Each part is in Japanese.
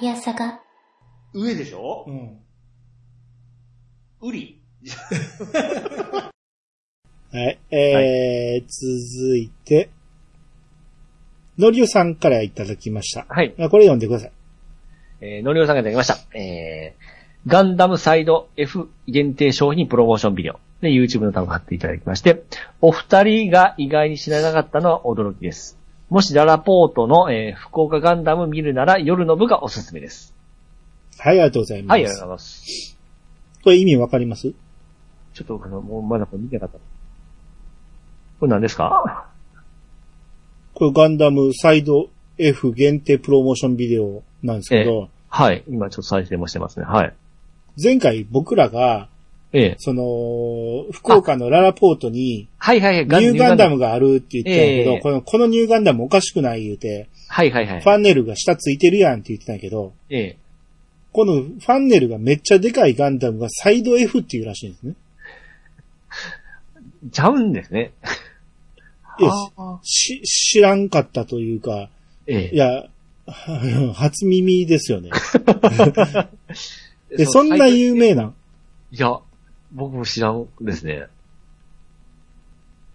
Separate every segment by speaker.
Speaker 1: いやさが。
Speaker 2: 上でしょ
Speaker 3: うん。
Speaker 2: うり。
Speaker 3: はい。えー続いて、のりおさんからいただきました。
Speaker 4: はい。
Speaker 3: あこれ読んでください。
Speaker 4: えー、のりおさんがいただきました。えー、ガンダムサイド F 限定商品プロモーションビデオ。で、YouTube のタブを貼っていただきまして、お二人が意外に知らなかったのは驚きです。もしララポートの、えー福岡ガンダム見るなら夜の部がおすすめです。
Speaker 3: はい、ありがとうございます。
Speaker 4: はい、ありがとうございます。
Speaker 3: これ意味わかります
Speaker 4: ちょっと僕の、もうまだこれ見てなかった。これ何ですか
Speaker 3: これガンダムサイド F 限定プロモーションビデオなんですけど、
Speaker 4: はい。今ちょっと再生もしてますね。はい。
Speaker 3: 前回僕らが、
Speaker 4: ええ。
Speaker 3: その、福岡のララポートに、
Speaker 4: はいはいはい。
Speaker 3: ニューガンダム。があるって言ってたんやけど、
Speaker 4: ええ
Speaker 3: このこのニューガンダムおかしくない言うて、
Speaker 4: はいはいはい
Speaker 3: フ。ァンネルが下ついてるやんって言ってたんやけど、
Speaker 4: ええ。
Speaker 3: このファンネルがめっちゃでかいガンダムがサイド F っていうらしいんですね。
Speaker 4: ちゃうんですね。
Speaker 3: いやし、知らんかったというか、
Speaker 4: ええ。
Speaker 3: いや、 初耳です よね。で、そ
Speaker 4: そ
Speaker 3: ん
Speaker 4: の
Speaker 3: な有名ない
Speaker 4: や、僕も知らんですね。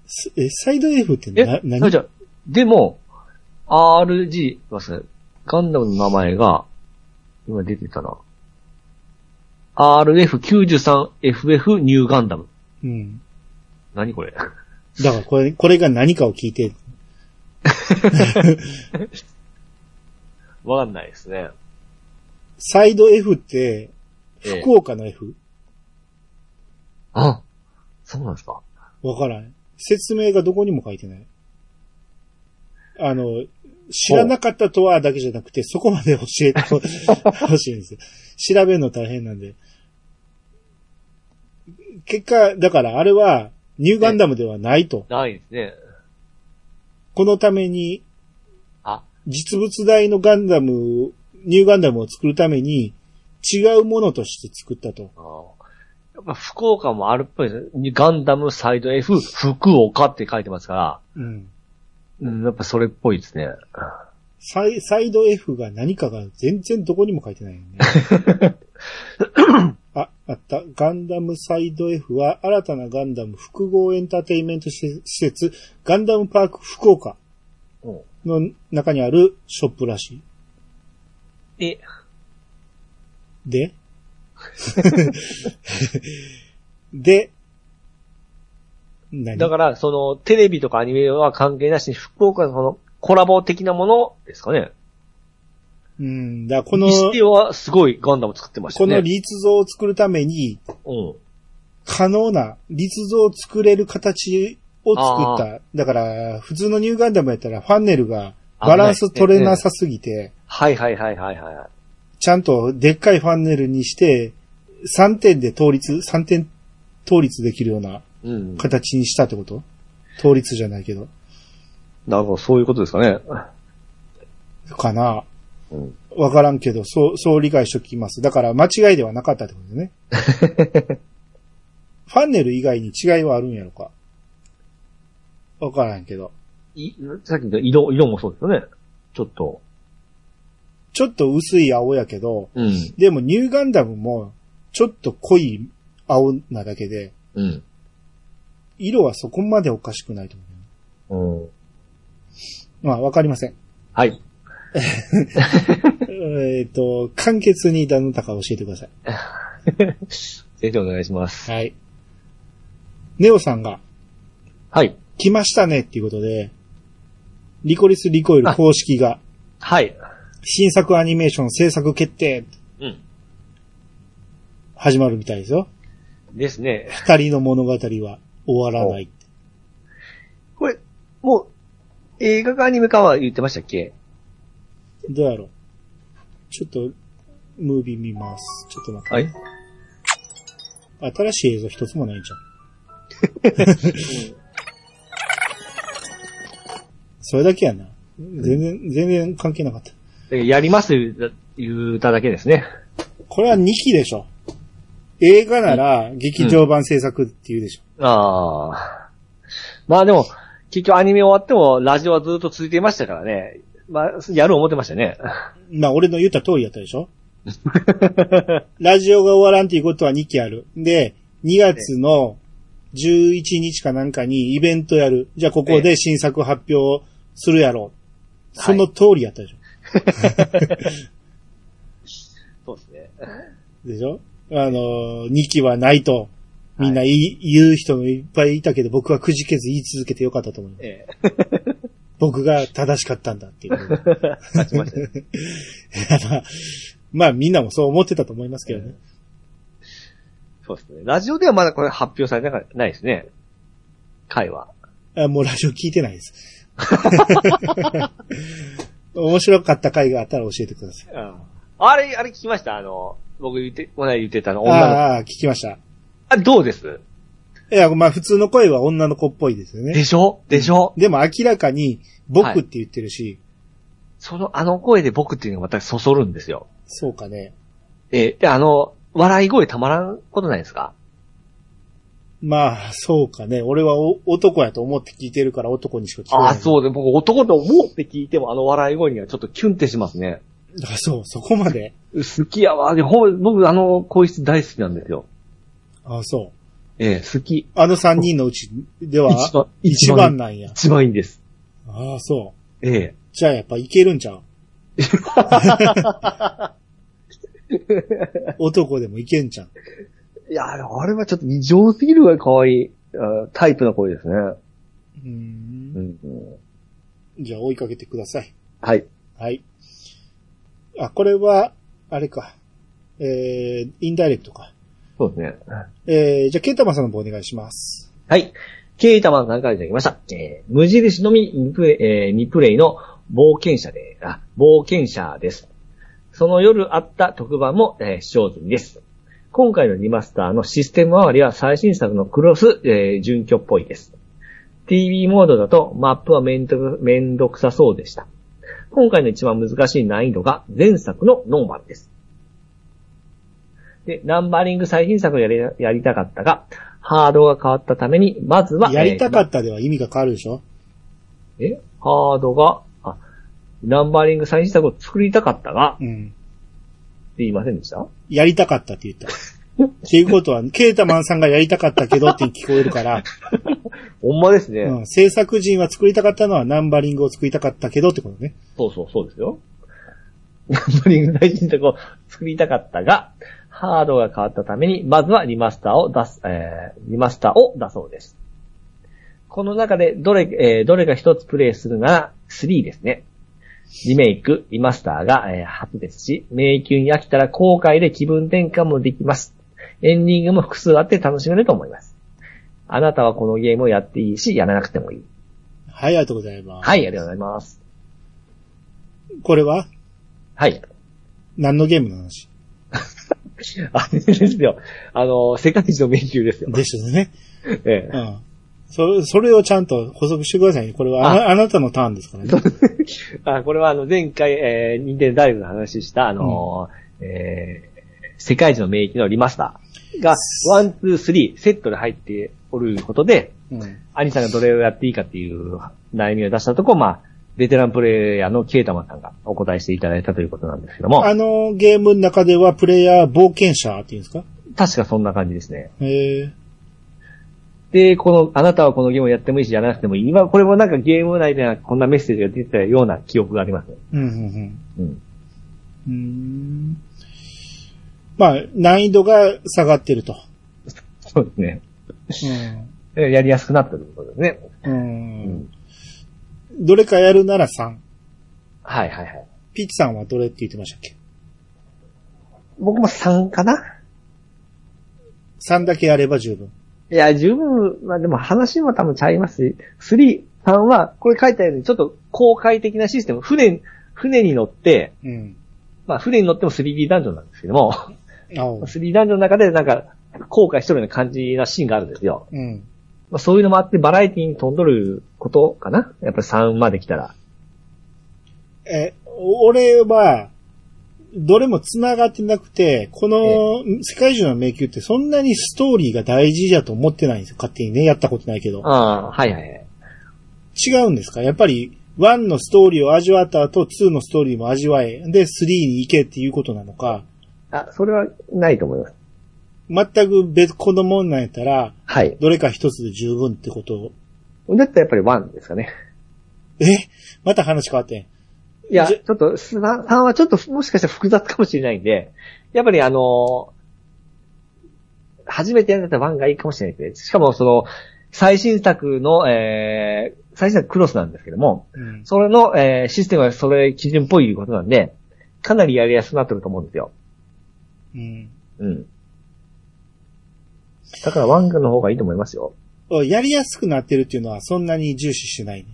Speaker 3: すえ、サイド F って
Speaker 4: え
Speaker 3: な、、何
Speaker 4: じゃあでも、RG、ますガンダムの名前が、今出てたな。RF93FF ニューガンダム。
Speaker 3: うん。
Speaker 4: 何これ
Speaker 3: だからこれ、これが何かを聞いてる。
Speaker 4: わかんないですね。
Speaker 3: サイド F って、
Speaker 4: ええ
Speaker 3: 福岡の F?
Speaker 4: あ、そうなんですか
Speaker 3: わからん。説明がどこにも書いてない。あの、知らなかったとはだけじゃなくて、そこまで教えて ほほしいんですよ。調べるの大変なんで。結果、だからあれは、ニューガンダムではないと。
Speaker 4: ないですね。
Speaker 3: このために、
Speaker 4: あ、
Speaker 3: 実物大のガンダム、ニューガンダムを作るために、違うものとして作ったと。
Speaker 4: あーやっぱ福岡もあるっぽいですね。ガンダムサイド F 福岡って書いてますから、
Speaker 3: うん。
Speaker 4: うん、やっぱそれっぽいですね。
Speaker 3: サイサイド F が何かが全然どこにも書いてないよね。 あ、あった。ガンダムサイド F は新たなガンダム複合エンターテインメント施設ガンダムパーク福岡
Speaker 4: うん
Speaker 3: の中にあるショップらしい。
Speaker 4: え、
Speaker 3: でで、何
Speaker 4: だから、その、テレビとかアニメは関係なしに、福岡のその、コラボ的なものですかね。
Speaker 3: うん、だ
Speaker 4: こ
Speaker 3: からこの、
Speaker 4: にしては、すごいガンダム作ってました
Speaker 3: この
Speaker 4: ね。
Speaker 3: 立像を作るために、
Speaker 4: こ
Speaker 3: 可能な、立像を作れる形を作った。だから、普通のニューガンダムやったら、ファンネルがバランス取れなさすぎ
Speaker 4: う
Speaker 3: て、
Speaker 4: ん。はいはいはいはいはいはい。
Speaker 3: ちゃんとでっかいファンネルにして、3点で倒立、3点倒立できるような
Speaker 4: うん。
Speaker 3: 形にしたってこと倒立じゃないけど。
Speaker 4: なるほど、そういうことですかね。
Speaker 3: かな
Speaker 4: うん。
Speaker 3: わからんけど、そう、そう理解しときます。だから、間違いではなかったってこ とね。ファンネル以外に違いはあるんやろか。わからんけど。
Speaker 4: い、さっきの色、色もそうですよね。ちょっと。
Speaker 3: ちょっと薄い青やけど、
Speaker 4: うん。
Speaker 3: でもニューガンダムも、ちょっと濃い青なだけで、
Speaker 4: うん。
Speaker 3: 色はそこまでおかしくないと思
Speaker 4: うん。
Speaker 3: う。まあ、わかりません。
Speaker 4: はい。
Speaker 3: えっと、簡潔にダのタカ教えてください。
Speaker 4: 先生お願いします。
Speaker 3: はい。ネオさんが、
Speaker 4: はい。
Speaker 3: 来ましたねっていうことで、リコリス・リコイル公式が、
Speaker 4: はい。
Speaker 3: 新作アニメーション制作決定、
Speaker 4: うん。
Speaker 3: 始まるみたいですよ。
Speaker 4: ですね。
Speaker 3: 二人の物語は終わらない。
Speaker 4: これ、もう、映画かアニメかは言ってましたっけ
Speaker 3: どうやろう。ちょっと、ムービー見ます。ちょっと待って。
Speaker 4: はい。
Speaker 3: 新しい映像一つもないんじゃん。それだけやな。全然、全然関係なかった。
Speaker 4: やりますって言っただけですね。
Speaker 3: これは2期でしょ。映画なら劇場版制作って言うでしょ。
Speaker 4: ああ。まあでも、結局アニメ終わっても、ラジオはずっと続いていましたからね。まあ、やる思ってましたね。
Speaker 3: まあ、俺の言った通りやったでしょ ラジオが終わらんっていうことは2期ある。で、2月の11日かなんかにイベントやる。じゃあ、ここで新作発表するやろう。
Speaker 4: はい
Speaker 3: その通りやったでしょ、
Speaker 4: そうですね。
Speaker 3: でしょあの、2期はないと、みんな言い、言う人もいっぱいいたけど、僕はくじけず言い続けてよかったと思う。
Speaker 4: え
Speaker 3: 僕が正しかったんだっていう ことで。
Speaker 4: え。勝ちま したね。
Speaker 3: まあまあ、みんなもそう思ってたと思いますけどね。
Speaker 4: そうですね。ラジオではまだこれ発表されなかないですね。回は。
Speaker 3: あもうラジオ聞いてないです。 面白かった回があったら教えてください。
Speaker 4: あれ、あれ聞きましたあの、僕言って、この間言ってたの、女の子。あ
Speaker 3: ああ、聞きました。
Speaker 4: どうです
Speaker 3: いや、まあ普通の声は女の子っぽいですよね
Speaker 4: で。しょでしょ、
Speaker 3: でも明らかに僕って言ってるし、
Speaker 4: その、あの声で僕っていうのがまたそそるんですよ。
Speaker 3: そうかね。
Speaker 4: ええで、あの、笑い声たまらんことないですか
Speaker 3: まあ、そうかね。俺はお男やと思って聞いてるから男にしか聞こえない。
Speaker 4: ああ、そうで、僕男と思って聞いてもあの笑い声にはちょっとキュンってしますね。
Speaker 3: あそう、そこまで。
Speaker 4: 好きやわ。でほん僕あの声質大好きなんですよ。
Speaker 3: あそう。
Speaker 4: ええ好き。
Speaker 3: あの三人のうちでは
Speaker 4: 一番
Speaker 3: 一番なんや。
Speaker 4: 一番いいんです。
Speaker 3: ああ、そ
Speaker 4: ええ
Speaker 3: う。じゃあやっぱいけるんち ゃう男でもいけんちゃう
Speaker 4: いや、あれはちょっと異常すぎるぐらい可愛い、あタイプな声ですね。
Speaker 3: うーん
Speaker 4: うん、
Speaker 3: じゃあ追いかけてください。
Speaker 4: はい。
Speaker 3: はい。あ、これは、あれか。えー、インダイレクトか。
Speaker 4: そうですね。
Speaker 3: えー、じゃあ、ケンタマンさんの方お願いします。
Speaker 4: はい。ケイタマンさんからいただきました。えー無印のみリプレイ、えーリプレイの冒険者で、あ、冒険者です。その夜あった特番も、えー視聴済みです。今回のリマスターのシステム周りは最新作のクロス、えー、準拠っぽいです。TV モードだとマップはめんどくめんどくさそうでした。今回の一番難しい難易度が前作のノーマルです。で、ナンバリング最新作をやりやりたかったが、ハードが変わったために、まずは、
Speaker 3: やりたか
Speaker 4: っ
Speaker 3: ったでは意味が変わるでしょ
Speaker 4: た。えハードが、あ、ナンバリング最新作を作りたかったが、って
Speaker 3: うん。
Speaker 4: 言いませんでした
Speaker 3: やりたかったって言った。っていうことは、ケータマンさんがやりたかったけどって聞こえる から、
Speaker 4: ほんまですね。
Speaker 3: うん、制作人は作りたかったのはナンバリングを作りたかったけどってことね。
Speaker 4: そうそう、そうですよ。 ナンバリング大臣作を作りたかったが、ハードが変わったために、まずはリマスターを出す、えーリマスターを出そうです。この中で、どれ、えーどれが一つプレイするなら、3ですね。リメイク、リマスターが、えー初ですし、迷宮に飽きたら後悔で気分転換もできます。エンディングも複数あって楽しめると思います。あなたはこのゲームをやっていいし、やらなくてもいい。
Speaker 3: はい、ありがとうございます。
Speaker 4: はい、ありがとうございます。
Speaker 3: これは
Speaker 4: はい。
Speaker 3: 何のゲームの話
Speaker 4: あ れですよ。あの、世界一の迷宮ですよ。
Speaker 3: でしたね。
Speaker 4: え
Speaker 3: うん。それ、それをちゃんと補足してくださいね。これはあなあなたのターンですからね。
Speaker 4: え、あこれはあの、前回、えー、ニンテンダイブの話した、あのーえー世界一の迷宮のリマスターが、ワン、ツー、スリー、セットで入っておることで、
Speaker 3: うん。
Speaker 4: アニさんがどれをやっていいかっていう悩みを出したところ、まあ、ベテランプレイヤーのケイタマンさんがお答えしていただいたということなんですけども、
Speaker 3: あのゲームの中ではプレイヤー冒険者っていうんですか
Speaker 4: 確かそんな感じですね。
Speaker 3: へえ。
Speaker 4: で、この、あなたはこのゲームをやってもいいし、やらなくてもいい。今、これもなんかゲーム内ではこんなメッセージが出てたような記憶がありますね。
Speaker 3: うん、うん、
Speaker 4: うん。
Speaker 3: うん。うーん。まあ、難易度が下がってる と。
Speaker 4: そうですね。
Speaker 3: うん。
Speaker 4: えやりやすくなったということですね。
Speaker 3: うん。どれかやるなら3。
Speaker 4: はいはいはい。
Speaker 3: ピッチさんはどれって言ってましたっけ
Speaker 4: 僕も3かな
Speaker 3: ?3 だけやれば十分。
Speaker 4: いや、十分、まあでも話も多分ちゃいますし、3、3は、これ書いたようにちょっと公開的なシステム、船、船に乗って、
Speaker 3: うん。
Speaker 4: まあ船に乗っても 3D ダンジョンなんですけども、
Speaker 3: あお。
Speaker 4: 3D ダンジョンの中でなんか、後悔しとるような感じなシーンがあるんですよ。
Speaker 3: うん。
Speaker 4: まあそういうのもあって、バラエティに飛んどることかなやっぱり3まで来たら。
Speaker 3: え、お俺は、どれも繋がってなくて、この世界中の迷宮ってそんなにストーリーが大事だと思ってないんですよ。勝手にね、やったことないけど。
Speaker 4: ああ、はいはいはい。
Speaker 3: 違うんですかやっぱり1のストーリーを味わった後、2のストーリーも味わえ、で、3に行けっていうことなのか、
Speaker 4: あ、それはないと思います。
Speaker 3: 全く別個のもんなんやったら、
Speaker 4: はい。
Speaker 3: どれか一つで十分ってこと
Speaker 4: だったらやっぱり1ですかね。
Speaker 3: えまた話変わってん。
Speaker 4: いや、
Speaker 3: じゃ
Speaker 4: ちょっと、3はちょっともしかしたら複雑かもしれないんで、やっぱりあのー初めてやるんだったら1がいいかもしれないですね。しかもその、最新作の、えー、最新作クロスなんですけども、
Speaker 3: うん。
Speaker 4: それの、えーシステムはそれ基準っぽいことなんで、かなりやりやすくなってると思うんですよ。
Speaker 3: うん
Speaker 4: うん。だからワングの方がいいと思いますよ。
Speaker 3: おやりやすくなってるっていうのはそんなに重視してない、ね。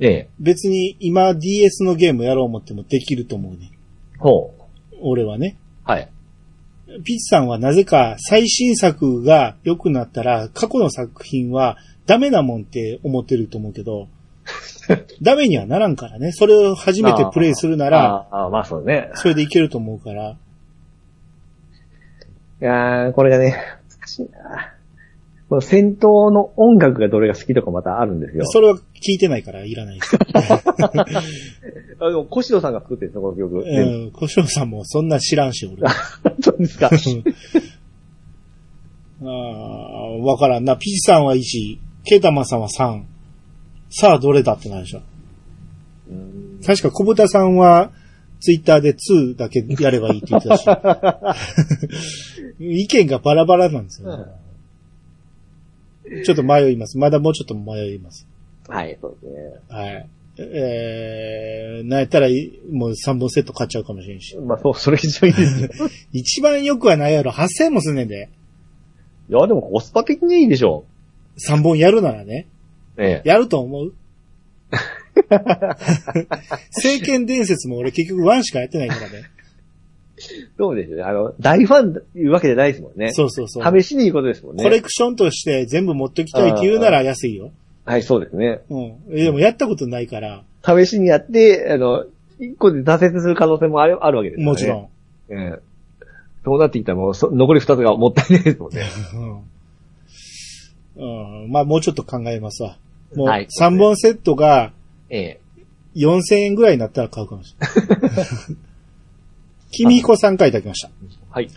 Speaker 4: ええ。
Speaker 3: 別に今 DS のゲームやろう思ってもできると思うね。
Speaker 4: ほう。
Speaker 3: 俺はね。
Speaker 4: はい。
Speaker 3: ピッチさんはなぜか最新作が良くなったら過去の作品はダメなもんって思ってると思うけど、ダメにはならんからね。それを初めてプレイするなら、
Speaker 4: ああ、まあそうね。
Speaker 3: それでいけると思うから。
Speaker 4: いやーこれがね、難しいなこの戦闘の音楽がどれが好きとかまたあるんですよ。
Speaker 3: それは聞いてないからいらないです。
Speaker 4: あの、コシドさんが作ってるんですよ、この曲。
Speaker 3: うん。小翔さんもそんな知らんし、俺。
Speaker 4: そうです か。
Speaker 3: ああ、わからんな。ピチさんは1、ケータマさんは3。さあ、どれだってなるでしょ。
Speaker 4: うん
Speaker 3: 確か、小豚さんは、ツイッターで2だけやればいいって言ってたし。 意見がバラバラなんですよ、ちょっと迷います。まだもうちょっと迷います。
Speaker 4: はい、そうですね。
Speaker 3: はい。えー、なんやったら、もう3本セット買っちゃうかもしれんし。
Speaker 4: まあ、そう、それ非常にいいですね。
Speaker 3: 一番良くはないやろ。8000もすんねんで。
Speaker 4: いや、でもコスパ的にいいでしょ
Speaker 3: 3本やるならね。
Speaker 4: う。ええ。
Speaker 3: やると思う聖剣伝説も俺結局1しかやってないからね。
Speaker 4: そうですよね。あの、大ファンというわけじゃないですもんね。
Speaker 3: そうそうそう。
Speaker 4: 試しにいいことですもんね。
Speaker 3: コレクションとして全部持ってきたいって言うなら安いよ。
Speaker 4: はい、そうですね。
Speaker 3: うん。でもやったことないから、
Speaker 4: 試しにやって、あの、一個で挫折する可能性もあるあるわけですよね。
Speaker 3: もちろん。
Speaker 4: ん。ええそうなってきたらもう、そ残り二つがもったいないですもん ね。
Speaker 3: うん。うんまあもうちょっと考えますわ。もう
Speaker 4: はい
Speaker 3: 3本セットが
Speaker 4: ええ。
Speaker 3: 4000円ぐらいになったら買うかもしれない。 君彦さんからいただきました。
Speaker 4: はい。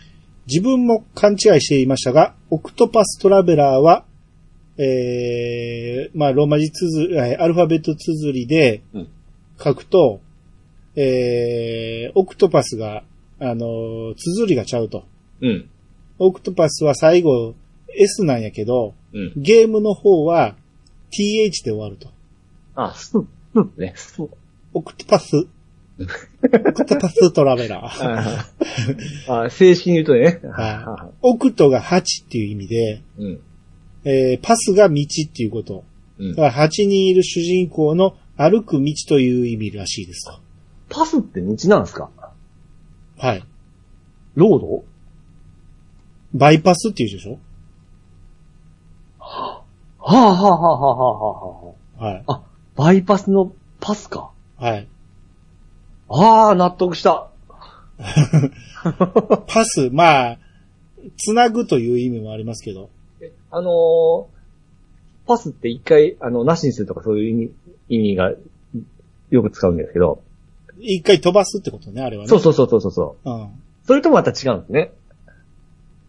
Speaker 3: 自分も勘違いしていましたが、オクトパストラベラーは、えー、まあ、ローマ字綴り、えーアルファベット綴りで
Speaker 4: うん
Speaker 3: 書くと、えー、オクトパスが、あのー綴りがちゃうと。
Speaker 4: うん。
Speaker 3: オクトパスは最後 S なんやけど、
Speaker 4: うん。
Speaker 3: ゲームの方は TH で終わると。
Speaker 4: あ、スプーンね。スプーン。
Speaker 3: オクトパス。 オクトパストラベラー。
Speaker 4: あ正式に言うとね。
Speaker 3: はいオクトが8っていう意味で、
Speaker 4: い。うん。
Speaker 3: えーパスが道っていうこと。
Speaker 4: うん
Speaker 3: だから8人いる主人公の歩く道という意味らしいですと。
Speaker 4: パスって道なんですか
Speaker 3: はい。
Speaker 4: ロード
Speaker 3: バイパスっていうでしょ
Speaker 4: はあはあはあはあはあは
Speaker 3: はい。
Speaker 4: あ。バイパスのパスか。
Speaker 3: はい。
Speaker 4: ああ、納得した。
Speaker 3: パス、まあ、つなぐという意味もありますけど。
Speaker 4: あのー、パスって一回、あの、なしにするとかそういう意味、意味がよく使うんですけど。
Speaker 3: 一回飛ばすってことね、あれはね。
Speaker 4: そうそうそうそうそう。
Speaker 3: うん。
Speaker 4: それともまた違うんですね。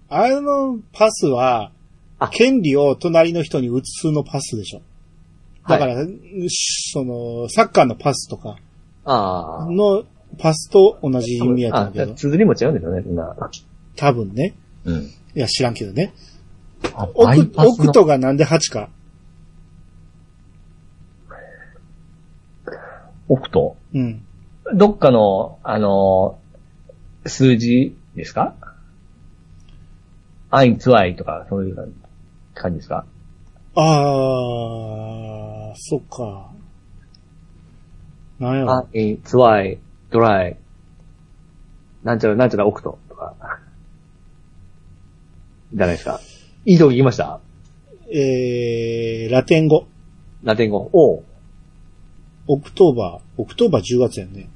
Speaker 3: あのパスは
Speaker 4: あ、
Speaker 3: 権利を隣の人に移すのパスでしょ。だから、しその、サッカーのパスとか
Speaker 4: ああ。
Speaker 3: のパスと同じ意味やと思うけ
Speaker 4: あ
Speaker 3: ど、
Speaker 4: 綴りも違うんですよね、今。
Speaker 3: 多分ね。
Speaker 4: うん。
Speaker 3: いや、知らんけどね。オ
Speaker 4: バイ
Speaker 3: ク
Speaker 4: パ
Speaker 3: オ
Speaker 4: スの
Speaker 3: クトがなんで8か。
Speaker 4: オクト
Speaker 3: うん。
Speaker 4: どっかの、あのー数字ですかアインツワイとか、そういう感じですか
Speaker 3: あー、そっか。なんやろ。
Speaker 4: アインツワイ、ドライ、なんちゃらなんちゃらオクトとか。じゃないですか。いいとこ言いました
Speaker 3: えー、ラテン語。
Speaker 4: ラテン語。おう
Speaker 3: オクトーバー。オクトーバー10月や んね。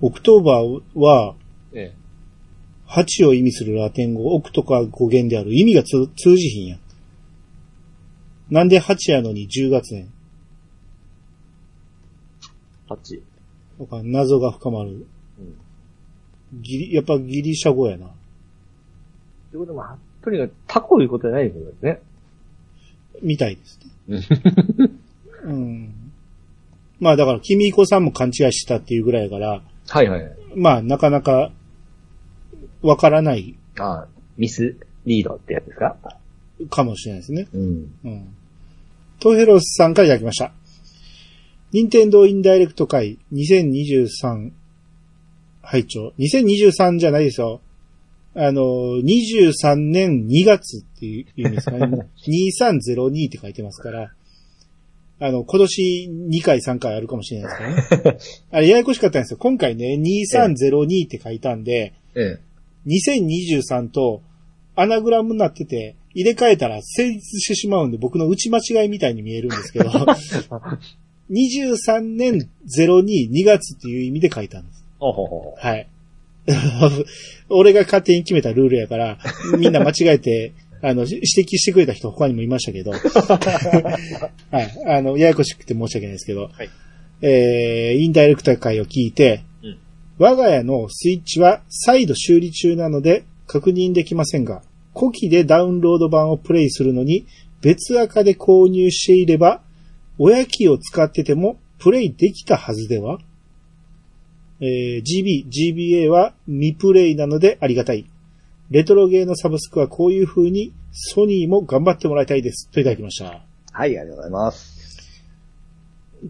Speaker 3: オクトーバーは、
Speaker 4: ええ。
Speaker 3: 8を意味するラテン語、オクトか語源である。意味がつ通じひんやん。なんで8やのに10月ねん。
Speaker 5: 8。
Speaker 3: なんか謎が深まる。
Speaker 5: うん
Speaker 3: ギリ、やっぱギリシャ語やな。
Speaker 5: ということは、とにかくタコいうことじゃないということですね。
Speaker 3: みたいですね。うん。まあだから、君彦さんも勘違いしてたっていうぐらいやから、
Speaker 4: はいはい。
Speaker 3: まあなかなか、わからない
Speaker 4: ああ、ミスリードってやつですか
Speaker 3: かもしれないですね。
Speaker 4: うん。
Speaker 3: うん。トヘロスさんからいただきました。任天堂インダイレクト会2023拝聴2023じゃないですよ。あの、23年2月っていう意味ですかね。2302って書いてますから。あの、今年2回3回あるかもしれないですからね。あれややこしかったんですよ。今回ね、2302って書いたんで、
Speaker 4: え
Speaker 3: 2023とアナグラムになってて、入れ替えたら成立してしまうんで、僕の打ち間違いみたいに見えるんですけど、23年02、2月っていう意味で書いたんです。
Speaker 5: おほほ
Speaker 3: はい。 俺が勝手に決めたルールやから、みんな間違えて、あの、指摘してくれた人他にもいましたけど、はい。あの、ややこしくて申し訳ないですけど、
Speaker 6: はい
Speaker 3: えー、インダイレクタ会を聞いて、
Speaker 4: うん
Speaker 3: 我が家のスイッチは再度修理中なので確認できませんが、古希でダウンロード版をプレイするのに別赤で購入していれば、親機を使っててもプレイできたはずではえー GB、GBA は未プレイなのでありがたい。レトロゲーのサブスクはこういう風にソニーも頑張ってもらいたいです。といただきました。
Speaker 4: はい、ありがとうございます。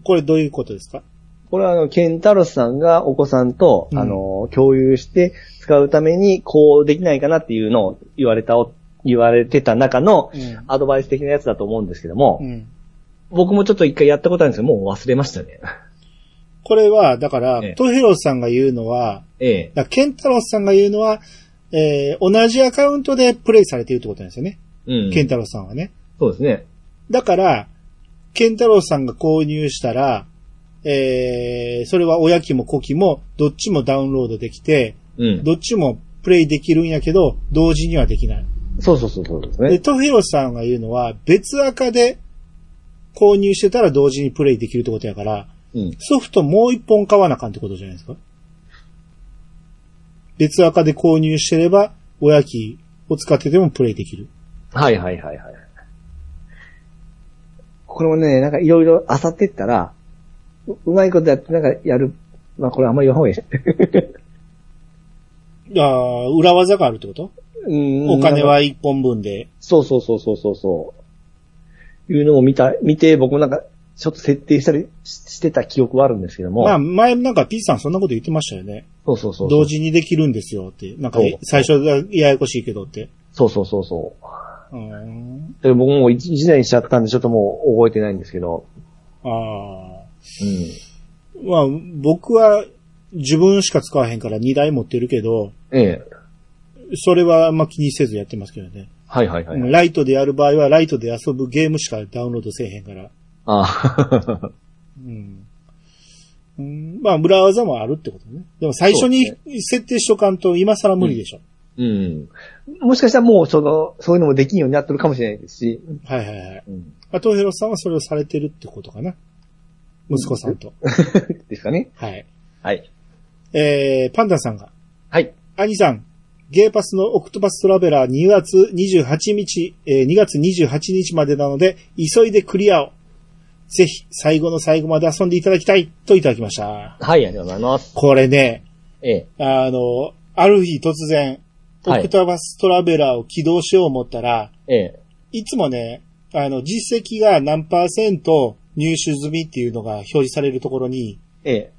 Speaker 3: これどういうことですか
Speaker 4: これはあの、ケンタロスさんがお子さんと、
Speaker 3: うん
Speaker 4: あの、共有して使うために、こうできないかなっていうのを言われたお、言われてた中の
Speaker 3: う
Speaker 4: アドバイス的なやつだと思うんですけども、
Speaker 3: ん。うん。
Speaker 4: 僕もちょっと一回やったことあるんですけど、もう忘れました ね。
Speaker 3: これは、だから
Speaker 4: ええ、
Speaker 3: トヘロスさんが言うのは、
Speaker 4: ええ。
Speaker 3: だからケンタロスさんが言うのは、えー同じアカウントでプレイされているってことなんですよね。
Speaker 4: うん。
Speaker 3: ケンタロスさんはね。
Speaker 4: そうですね。
Speaker 3: だから、ケンタロスさんが購入したら、えーそれは親機も子機も、どっちもダウンロードできて、
Speaker 4: うん。
Speaker 3: どっちもプレイできるんやけど、同時にはできない。
Speaker 4: そうそうそうそうです
Speaker 3: で、
Speaker 4: ね。
Speaker 3: トヘロスさんが言うのは、別アカで購入してたら同時にプレイできるってことやから、
Speaker 4: うん。
Speaker 3: ソフトもう一本買わなあかんってことじゃないですか別アカで購入してれば、親機を使っててもプレイできる。
Speaker 4: はいはいはいはい。これもね、なんかいろいろ漁ってったら、ううまいことやってなんかやる。まあこれあんまり言わん方がいい。
Speaker 3: ああ、裏技があるってこと
Speaker 4: うん
Speaker 3: お金は一本分で。
Speaker 4: そうそうそうそうそうそう。いうのを見た、見て、僕もなんか、ちょっと設定したりししてた記憶はあるんですけども。
Speaker 3: まあ、前なんか P さんそんなこと言ってましたよね。
Speaker 4: そうそうそうそう。
Speaker 3: 同時にできるんですよって。なんか
Speaker 4: そう、
Speaker 3: 最初がややこしいけどって。
Speaker 4: そうそうそうそう。
Speaker 3: うーん。
Speaker 4: で僕も一一年しちゃったんで、ちょっともう覚えてないんですけど。
Speaker 3: ああ。
Speaker 4: うん。
Speaker 3: まあ、僕は自分しか使わへんから2台持ってるけど、
Speaker 4: ええ。
Speaker 3: それはあんま気にせずやってますけどね。
Speaker 4: はいはいはい。
Speaker 3: ライトでやる場合は、ライトで遊ぶゲームしかダウンロードせえへんから。
Speaker 4: ああ。
Speaker 3: うん。うん、まあ、裏技もあるってことね。でも最初に
Speaker 4: そう
Speaker 3: 設定しとかんと、今更無理でしょ。
Speaker 4: うん。もしかしたらもう、その、そういうのもできんようになってるかもしれないですし。
Speaker 3: はいはいはい。
Speaker 4: うん。
Speaker 3: まあ、トヘロスさんはそれをされてるってことかな。息子さんと。
Speaker 4: ですかね。
Speaker 3: はい。
Speaker 4: はい。
Speaker 3: えー、パンダさんが。
Speaker 4: はい。
Speaker 3: 兄さん、ゲーパスのオクトパストラベラー2月28日、えー2月28日までなので、急いでクリアを。ぜひ、最後の最後まで遊んでいただきたい、といただきました。
Speaker 4: はい、ありがとうございます。
Speaker 3: これね、
Speaker 4: ええ。
Speaker 3: あの、ある日突然、オ
Speaker 4: はい
Speaker 3: クトパストラベラーを起動しよう思ったら、
Speaker 4: ええ。
Speaker 3: い、つもね、あの、実績が何パーセント入手済みっていうのが表示されるところに、
Speaker 4: ええ。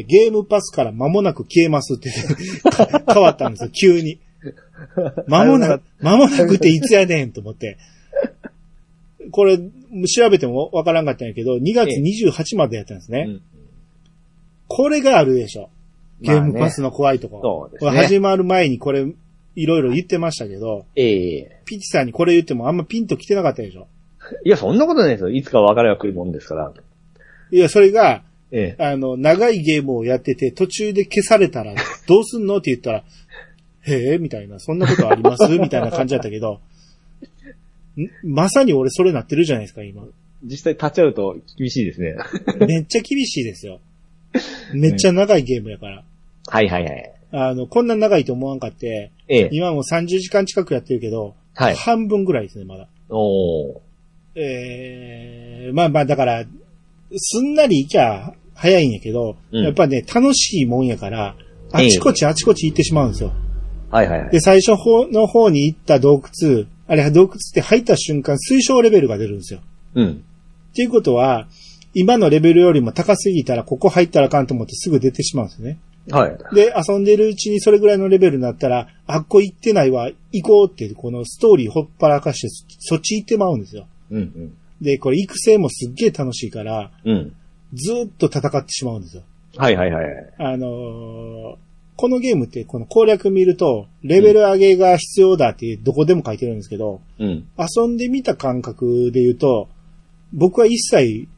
Speaker 3: えーゲームパスから間もなく消えますって、変わったん ですよ、急に。間もなく、間もなくっていつやねんと思って。これ、調べてもわからんかったんやけど、2月28までやったんですね。
Speaker 4: うん
Speaker 3: これがあるでしょ。ゲームパス
Speaker 4: まあね
Speaker 3: の怖いと
Speaker 4: そ
Speaker 3: こ。
Speaker 4: うです
Speaker 3: こ
Speaker 4: ね
Speaker 3: れ始まる前にこれ、いろいろ言ってましたけど、
Speaker 4: ええ。
Speaker 3: ピッチさんにこれ言ってもあんまピンと来てなかったでしょ。
Speaker 4: いや、そんなことないですよ。いつか別れが来るもんですから。
Speaker 3: いや、それが、
Speaker 4: ええ。
Speaker 3: あの、長いゲームをやってて、途中で消されたら、どうすんのって言ったら、へえみたいな、そんなことあ りますみたいな感じだったけど、んまさに俺それなってるじゃないですか、今。
Speaker 4: 実際立ち会うと厳しいですね。
Speaker 3: めっちゃ厳しいですよ。めっちゃ長いゲームやから。
Speaker 4: はいはいはい。
Speaker 3: あの、こんな長いと思わんかって、
Speaker 4: ええ。
Speaker 3: 今もう30時間近くやってるけど、
Speaker 4: はい。
Speaker 3: 半分ぐらいですね、まだ。
Speaker 4: おー。
Speaker 3: えー、まあまあ、だから、すんなり行きゃ早いんやけど、
Speaker 4: うん
Speaker 3: やっぱね、楽しいもんやから、あちこちあちこち行ってしまうんですよ。
Speaker 4: はいはいはい。
Speaker 3: で、最初の方に行った洞窟、あれ、洞窟って入った瞬間、推奨レベルが出るんですよ。
Speaker 4: うん。
Speaker 3: っていうことは、今のレベルよりも高すぎたら、ここ入ったらあかんと思ってすぐ出てしまうんですね。
Speaker 4: はい。
Speaker 3: で、遊んでるうちにそれぐらいのレベルになったら、あっこ行ってないわ、行こうって、このストーリーほっぱらかして、そそっち行ってまうんですよ。
Speaker 4: うん
Speaker 3: で、これ育成もすっげえ楽しいから、
Speaker 4: うん。うん。
Speaker 3: ずーっと戦ってしまうんですよ。
Speaker 4: はいはいはいはい。
Speaker 3: あのーこのゲームってこの攻略見ると、レベル上げが必要だってどこでも書いてるんですけど、
Speaker 4: うん。
Speaker 3: 遊んでみた感覚で言うと、僕は一切、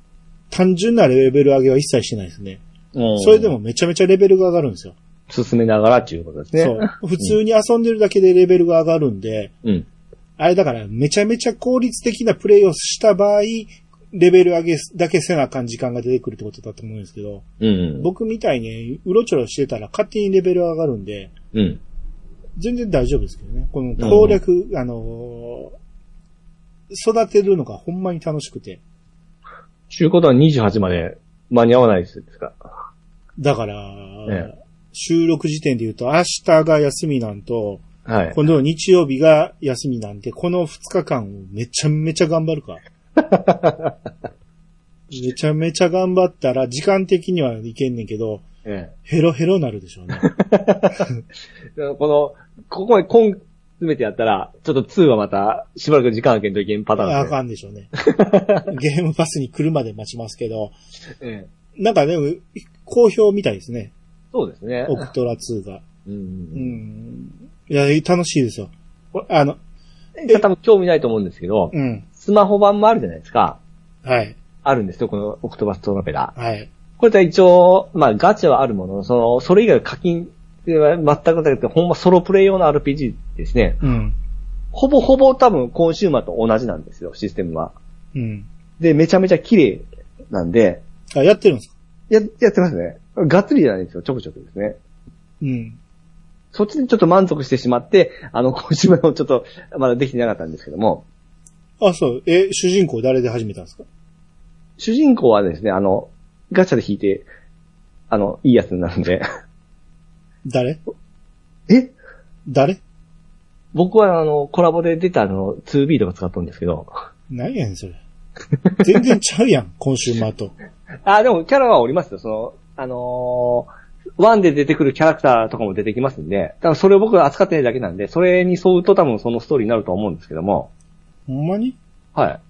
Speaker 3: 単純なレベル上げは一切してないですね。
Speaker 4: おー
Speaker 3: それでもめちゃめちゃレベルが上がるんですよ。
Speaker 4: 進めながらっていうことですね。
Speaker 3: そう。普通に遊んでるだけでレベルが上がるんで、
Speaker 4: うん。
Speaker 3: あれだからめちゃめちゃ効率的なプレイをした場合、レベル上げだけせなあかん時間が出てくるってことだと思うんですけど、
Speaker 4: うん。
Speaker 3: 僕みたいにうろちょろしてたら勝手にレベル上がるんで、
Speaker 4: うん。
Speaker 3: 全然大丈夫ですけどね。この攻略、あのー育てるのがほんまに楽しくて。
Speaker 4: ちゅうことは28まで間に合わないですか。
Speaker 3: だから、
Speaker 4: え
Speaker 3: 収録時点で言うと明日が休みなんと、
Speaker 4: はい。
Speaker 3: 今度日曜日が休みなんで、この2日間をめちゃめちゃ頑張 るか。めちゃめちゃ頑張ったら、時間的にはいけんねんけど、
Speaker 4: え
Speaker 3: ヘロヘロなるでしょうね。
Speaker 4: え、この、ここまでコン詰めてやったら、ちょっと2はまたしばらく時間空けんといけんパターン
Speaker 3: あ
Speaker 4: ですね。
Speaker 3: かんでしょうね。 ゲームパスに来るまで待ちますけど、
Speaker 4: ええ
Speaker 3: なんかでも、好評みたいですね。
Speaker 4: そうですね。
Speaker 3: オクトラ2が。
Speaker 4: う。
Speaker 3: うんん。いや、楽しいですよ。あの、
Speaker 4: え、多分興味ないと思うんですけど、
Speaker 3: うん。
Speaker 4: スマホ版もあるじゃないですか。
Speaker 3: はい。
Speaker 4: あるんですよ、このオクトバストラベラー。
Speaker 3: はい。
Speaker 4: これは一応、まあガチはあるものの、その、それ以外は課金は全くなくて、ほんまソロプレイ用の RPG ですね。
Speaker 3: うん。
Speaker 4: ほぼほぼ多分コンシューマーと同じなんですよ、システムは。
Speaker 3: うん。
Speaker 4: で、めちゃめちゃ綺麗なんで、
Speaker 3: あ、やってるんですか
Speaker 4: や、やってますね。がっつりじゃないですよ、ちょくちょくですね。
Speaker 3: うん。
Speaker 4: そっちでちょっと満足してしまって、あの、コンシューマーをちょっと、まだできてなかったんですけども、
Speaker 3: あ、そう。え、主人公誰で始めたんですか
Speaker 4: 主人公はですね、あの、ガチャで引いて、あの、いいやつになるんで、
Speaker 3: 誰
Speaker 4: え
Speaker 3: 誰
Speaker 4: 僕はあの、コラボで出たあの、2B とか使ったんですけど、
Speaker 3: 何やねん、 それ。全然ちゃうやん、コンシューマーと。
Speaker 4: あ、でもキャラはおりますよ、その、あのー、ワンで出てくるキャラクターとかも出てきますんで、多分それを僕は扱ってないだけなんで、それに沿うと多分そのストーリーになると思うんですけども、
Speaker 3: ほんまに
Speaker 4: は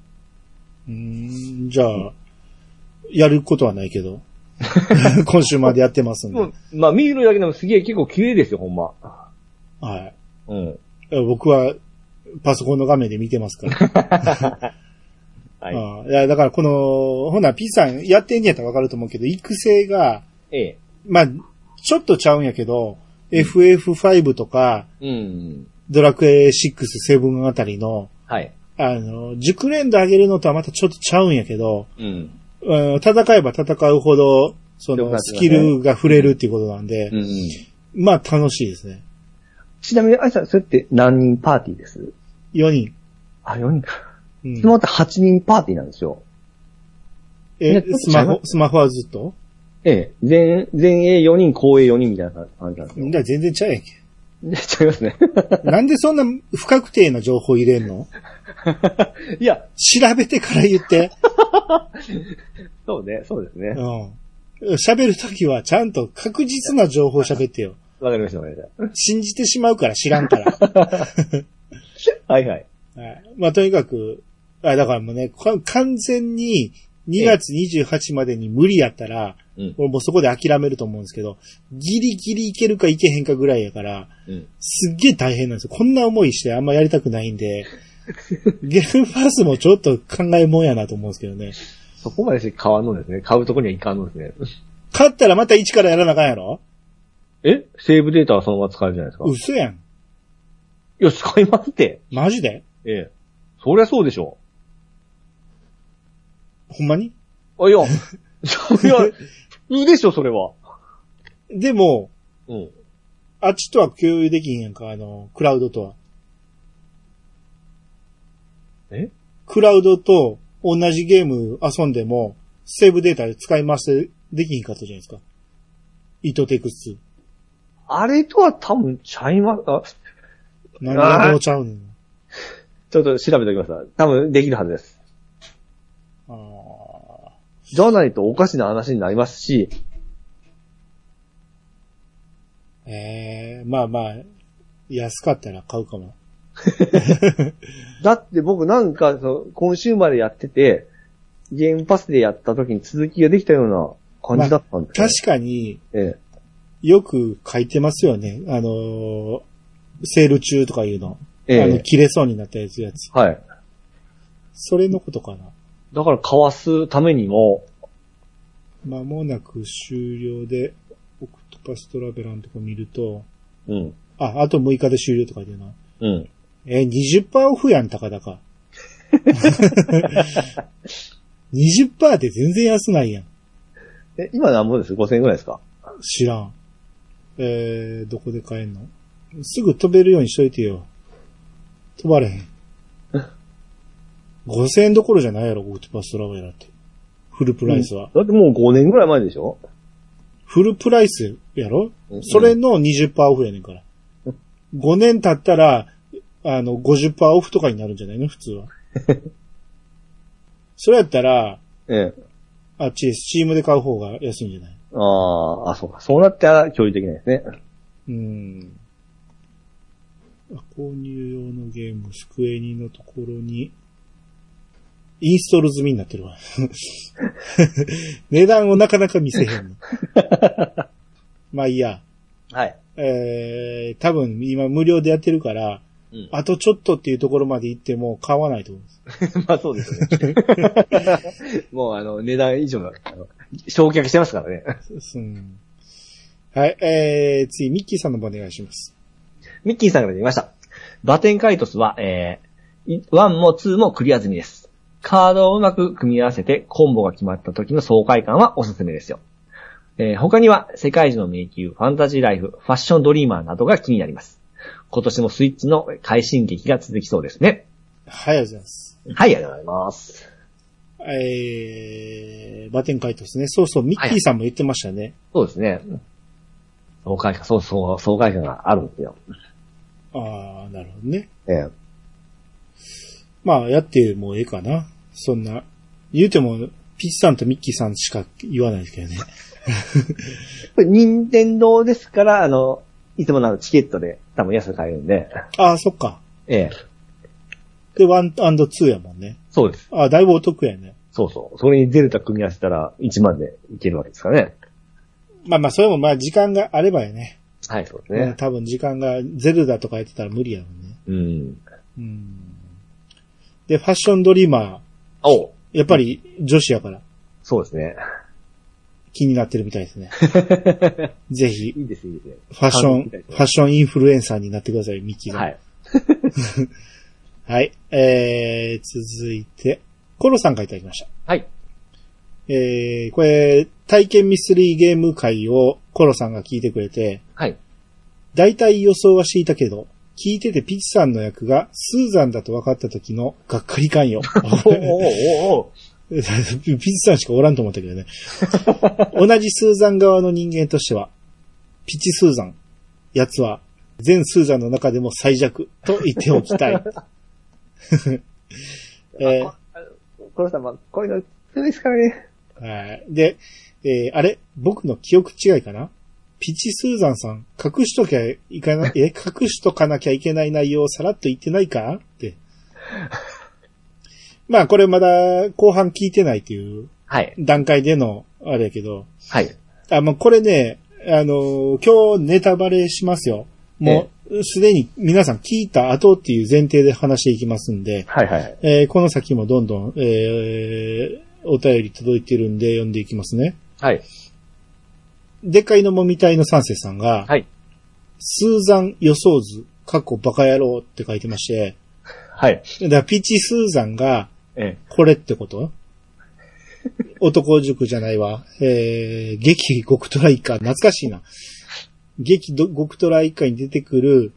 Speaker 4: い。
Speaker 3: うーん、じゃあ、やることはないけ ど。コンシューマーでやってますんで。
Speaker 4: うんまあ見るだけでもすげえ結構綺麗ですよ、ほんま。
Speaker 3: はい。
Speaker 4: うん。
Speaker 3: え僕は、パソコンの画面で見てますから。
Speaker 4: はい
Speaker 3: ああいやだからこの、ほな、P さんやってんねやったらわかると思うけど、育成が、
Speaker 4: え
Speaker 3: まあ、ちょっとちゃうんやけど、FF5 とか、
Speaker 4: え。うん。
Speaker 3: ドラクエ6、7あたりの、
Speaker 4: はい。
Speaker 3: あの、熟練度上げるのとはまたちょっとちゃうんやけど、
Speaker 4: うん。
Speaker 3: うん戦えば戦うほど、そ
Speaker 4: よくな
Speaker 3: の
Speaker 4: って
Speaker 3: ス
Speaker 4: ますね
Speaker 3: キルが触れるっていうことなんで、
Speaker 4: ん。
Speaker 3: まあ楽しいですね。
Speaker 4: ちなみに、あいさん、それって何人パーティーです
Speaker 3: 4人。
Speaker 4: あ、4人か。
Speaker 3: うん
Speaker 4: その後8人パーティーなんですよ。い
Speaker 3: え
Speaker 4: やちょっ、と
Speaker 3: スマ
Speaker 4: ちゃう
Speaker 3: ホ、スマホはずっと
Speaker 4: ええ。前、前衛4人、後衛4人みたいな感じなんですよ
Speaker 3: だから全然ちゃうやんけ。
Speaker 4: で。ちゃいますね。
Speaker 3: なんでそんな不確定な情報入れんの
Speaker 4: いや、
Speaker 3: 調べてから言って。
Speaker 4: そうね、そうですね
Speaker 3: う。ん。喋るときはちゃんと確実な情報喋ってよ。
Speaker 4: わかりました、わかりまし
Speaker 3: 信じてしまうから知らんから。
Speaker 4: た。はいはい。
Speaker 3: はいまあとにかく、あだからもうね、こ完全に2月28までに無理やったら、
Speaker 4: うん
Speaker 3: 俺もうそこで諦めると思うんですけど、ギリギリいけるかいけへんかぐらいやから、
Speaker 4: うん。
Speaker 3: すっげえ大変なんですよ。こんな思いしてあんまやりたくないんで、ゲームパスもちょっと考えもんやなと思うんですけどね。
Speaker 4: そこまでして買わんのですね。買うとこにはいかんのですね。
Speaker 3: 勝ったらまた一からやらなあかんやろ
Speaker 4: えセーブデータはそのまま使えるじゃないですか。い
Speaker 3: 嘘やん。
Speaker 4: や、使いますって。
Speaker 3: マジで
Speaker 4: ええ。そりゃそうでしょ
Speaker 3: ほんまに
Speaker 4: あ、いや、 いや、普通でしょ、それは。
Speaker 3: でも、
Speaker 4: うん。
Speaker 3: あっちとは共有できひんやんか、あの、クラウドとは。
Speaker 4: え
Speaker 3: クラウドと同じゲーム遊んでも、セーブデータ使い回してできひんかったじゃないですか。イトテクス
Speaker 4: あれとは多分ちゃいま、あ、
Speaker 3: 2。何がどうちゃうねん。
Speaker 4: ちょっと調べておきます。多分できるはずです。
Speaker 3: あー
Speaker 4: じゃないとおかしな話になりますし、
Speaker 3: ええまあまあ、安かったら買うかも。
Speaker 4: だって僕なんか、その今週までやってて、ゲームパスでやった時に続きができたような感じだったんですよ
Speaker 3: 確かに、
Speaker 4: え
Speaker 3: よく書いてますよね。あのーセール中とかいうの。
Speaker 4: え。え
Speaker 3: あの、
Speaker 4: え。
Speaker 3: 切れそうになったやつ、やつ。
Speaker 4: はい。
Speaker 3: それのことかな。
Speaker 4: だからかわすためにも、
Speaker 3: 間もなく終了で、オクトパストラベラーのとこ見ると、
Speaker 4: うん、
Speaker 3: あ、あと6日で終了とか言うな。
Speaker 4: うん。
Speaker 3: えー、20%オフやん、高々。20%って全然安ないやん。
Speaker 4: え、今何本です ?5000 円ぐらいですか
Speaker 3: 知らん。えー、どこで買えんのすぐ飛べるようにしといてよ。飛ばれへん。5000円どころじゃないやろ、オクトパストラベラーって。フルプライスは。
Speaker 4: だってもう5年ぐらい前でしょ
Speaker 3: フルプライスやろそれ、の20%オフやねんから。5年経ったら、あの、50%オフとかになるんじゃないの普通は。それやったら、
Speaker 4: ええ。
Speaker 3: あっち、スチームで買う方が安いんじゃない
Speaker 4: ああ、あ、そうか。そうなったら共有できないですね。
Speaker 3: うん。あ購入用のゲーム、スクエニのところに、インストール済みになってるわ。 値段をなかなか見せへん の。まあいいや。
Speaker 4: はい。
Speaker 3: えー、多分今無料でやってるから、
Speaker 4: うん
Speaker 3: あとちょっとっていうところまで行っても買わないと思うんです。
Speaker 4: まあそうですよ ね。もうあの、値段以上の、あの焼却してますからね。
Speaker 3: すうんはい、えー、次、ミッキーさんの方お願いします。
Speaker 4: ミッキーさんから出ました。バテンカイトスは、えー、1も2もクリア済みです。カードをうまく組み合わせてコンボが決まった時の爽快感はおすすめですよ。えー他には、世界中の迷宮、ファンタジーライフ、ファッションドリーマーなどが気になります。今年もスイッチの快進撃が続きそうですね。
Speaker 3: はい、ありがとうございます。
Speaker 4: はい、ありがとうございます。
Speaker 3: えー、バテンカイトですね。そうそう、ミッキーさんも言ってましたね。
Speaker 4: そうですね。爽快感、そうそう、爽快感があるんですよ。
Speaker 3: あー、なるほどね。
Speaker 4: ええ
Speaker 3: まあ、やってもええかな。そんな、言うても、ピッチさんとミッキーさんしか言わないですけどね。
Speaker 4: これ、任天堂ですから、あの、いつものあのチケットで多分安く買えるんで。
Speaker 3: あー、そっか。
Speaker 4: ええ。
Speaker 3: で、1&2 やもんね。
Speaker 4: そうです。
Speaker 3: あー、だいぶお得やね。
Speaker 4: そうそう。それにゼルタ組み合わせたら1万でいけるわけですからね。
Speaker 3: まあまあ、それもまあ、時間があればやね。
Speaker 4: はい、そうです
Speaker 3: うん。多分時間がゼルダとかやってたら無理やもんね。
Speaker 4: うん。
Speaker 3: うん。で、ファッションドリーマ
Speaker 4: お
Speaker 3: ー、やっぱり女子やから
Speaker 4: そうですね。
Speaker 3: 気になってるみたいですね。ぜ
Speaker 4: い
Speaker 3: ひ、
Speaker 4: いです、いいですね。
Speaker 3: ファッショ
Speaker 4: 感動み
Speaker 3: ン、
Speaker 4: たいです
Speaker 3: フ
Speaker 4: ね
Speaker 3: ァッションインフルエンサーになってください、ミッキーが。
Speaker 4: は
Speaker 3: はい。
Speaker 4: い。
Speaker 3: えー、続いて、コロさんからいただきました。
Speaker 4: はい。
Speaker 3: えー、これ、体験ミステリーゲーム会をコロさんが聞いてくれて、
Speaker 4: はい。
Speaker 3: 大体予想はしていたけど、聞いててピチさんの役がスーザンだと分かった時のがっか り感よ。
Speaker 4: おおおお
Speaker 3: ピッチさんしかおらんと思ったけどね。同じスーザン側の人間としては、ピチスーザン、やつは、全スーザンの中でも最弱と言っておきたい。 えー
Speaker 4: コロ様、こういうの強いですからね。
Speaker 3: はいで、えーあれ僕の記憶違いかなピチスーザンさん、隠しときゃいか な、え、隠しとかなきゃいけない内容をさらっと言ってないかって。まあこれまだ後半聞いてないっていう
Speaker 4: はい。
Speaker 3: 段階でのあれやけど、
Speaker 4: はい。
Speaker 3: あ、もうこれね、あのー今日ネタバレしますよ。もう、すでに皆さん聞いた後っていう前提で話していきますんで、
Speaker 4: はいはい。
Speaker 3: えーこの先もどんどん、えーお便り届いてるんで読んでいきますね。
Speaker 4: はい。
Speaker 3: でかいのもみたいの三世さんが、
Speaker 4: はい
Speaker 3: スーザン予想図、過去バカ野郎って書いてまして、
Speaker 4: はい。
Speaker 3: だからピチスーザンが
Speaker 4: ええ。
Speaker 3: これってこと男塾じゃないわ。えー、劇極トライカー、懐かしいな。劇ど極トライカーに出てくる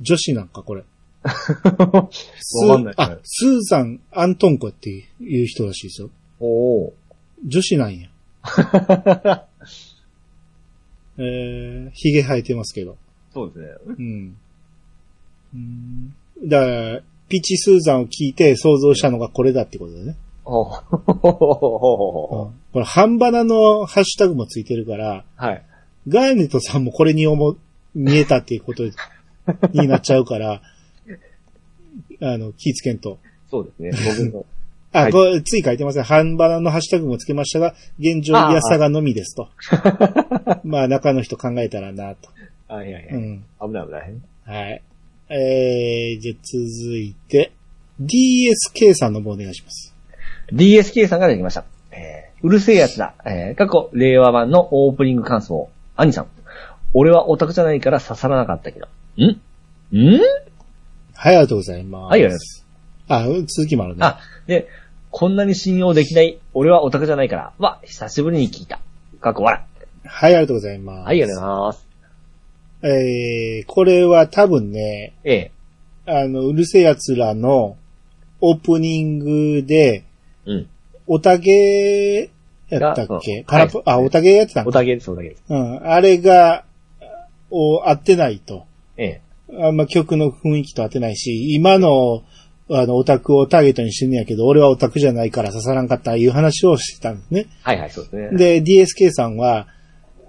Speaker 3: 女子なんか、これ。ス
Speaker 7: わかんな
Speaker 3: ー
Speaker 7: い
Speaker 3: あ、スーザン・アントンコっていう人らしいですよ。
Speaker 7: おお。
Speaker 3: 女子なんや。 えー、髭生えてますけど。
Speaker 7: そうですね。
Speaker 3: うん。うんだから、ピチスーザンを聞いて想像したのがこれだってことだね。
Speaker 7: おお。
Speaker 3: これ、半ばなのハッシュタグもついてるから、
Speaker 7: はい。
Speaker 3: ガーネットさんもこれに思う、見えたっていう ことになっちゃうから、あの、気ぃつけんと。
Speaker 7: そうですね。 僕の。
Speaker 3: あ、
Speaker 7: はい
Speaker 3: これ、つい書いてますね。半ばなのハッシュタグもつけましたが、現状、
Speaker 7: あー
Speaker 3: 安さがのみですと。 まあ、中の人考えたらなと。
Speaker 7: あ、いやいうや。
Speaker 3: ん。
Speaker 7: 危ない危ない。
Speaker 3: はい。えー、じゃあ続いて、DSK さんの方お願いします。
Speaker 7: DSK さんからいただきました。えーうるせえやつだ。えー過去、令和版のオープニング感想。兄さん。俺はオタクじゃないから刺さらなかったけど。んん
Speaker 3: はい、ありがとうございます。
Speaker 7: はいありがとうございます。
Speaker 3: あ、続きもあるね。
Speaker 7: あ、で、こんなに信用できない、俺はオタクじゃないから、は、久しぶりに聞いた。過去、笑。
Speaker 3: はい、ありがとうございます。
Speaker 7: はい、ありがとうございます。
Speaker 3: えー、これは多分ね、
Speaker 7: ええ。
Speaker 3: あの、うるせえ奴らのオープニングで、
Speaker 7: うん。
Speaker 3: おたげやったっけ
Speaker 7: が
Speaker 3: 空っぽ
Speaker 7: はい
Speaker 3: あ、おたげやってた
Speaker 7: お
Speaker 3: の
Speaker 7: たげです、おたげです。
Speaker 3: うん。あれが、お、合ってないと。
Speaker 7: ええ。
Speaker 3: あんま曲の雰囲気と合ってないし、今の、あの、オタクをターゲットにしてんねやけど、俺はオタクじゃないから刺さらんかったいう話をしてたんですね。
Speaker 7: はいはい、そうですね。
Speaker 3: で、DSK さんは、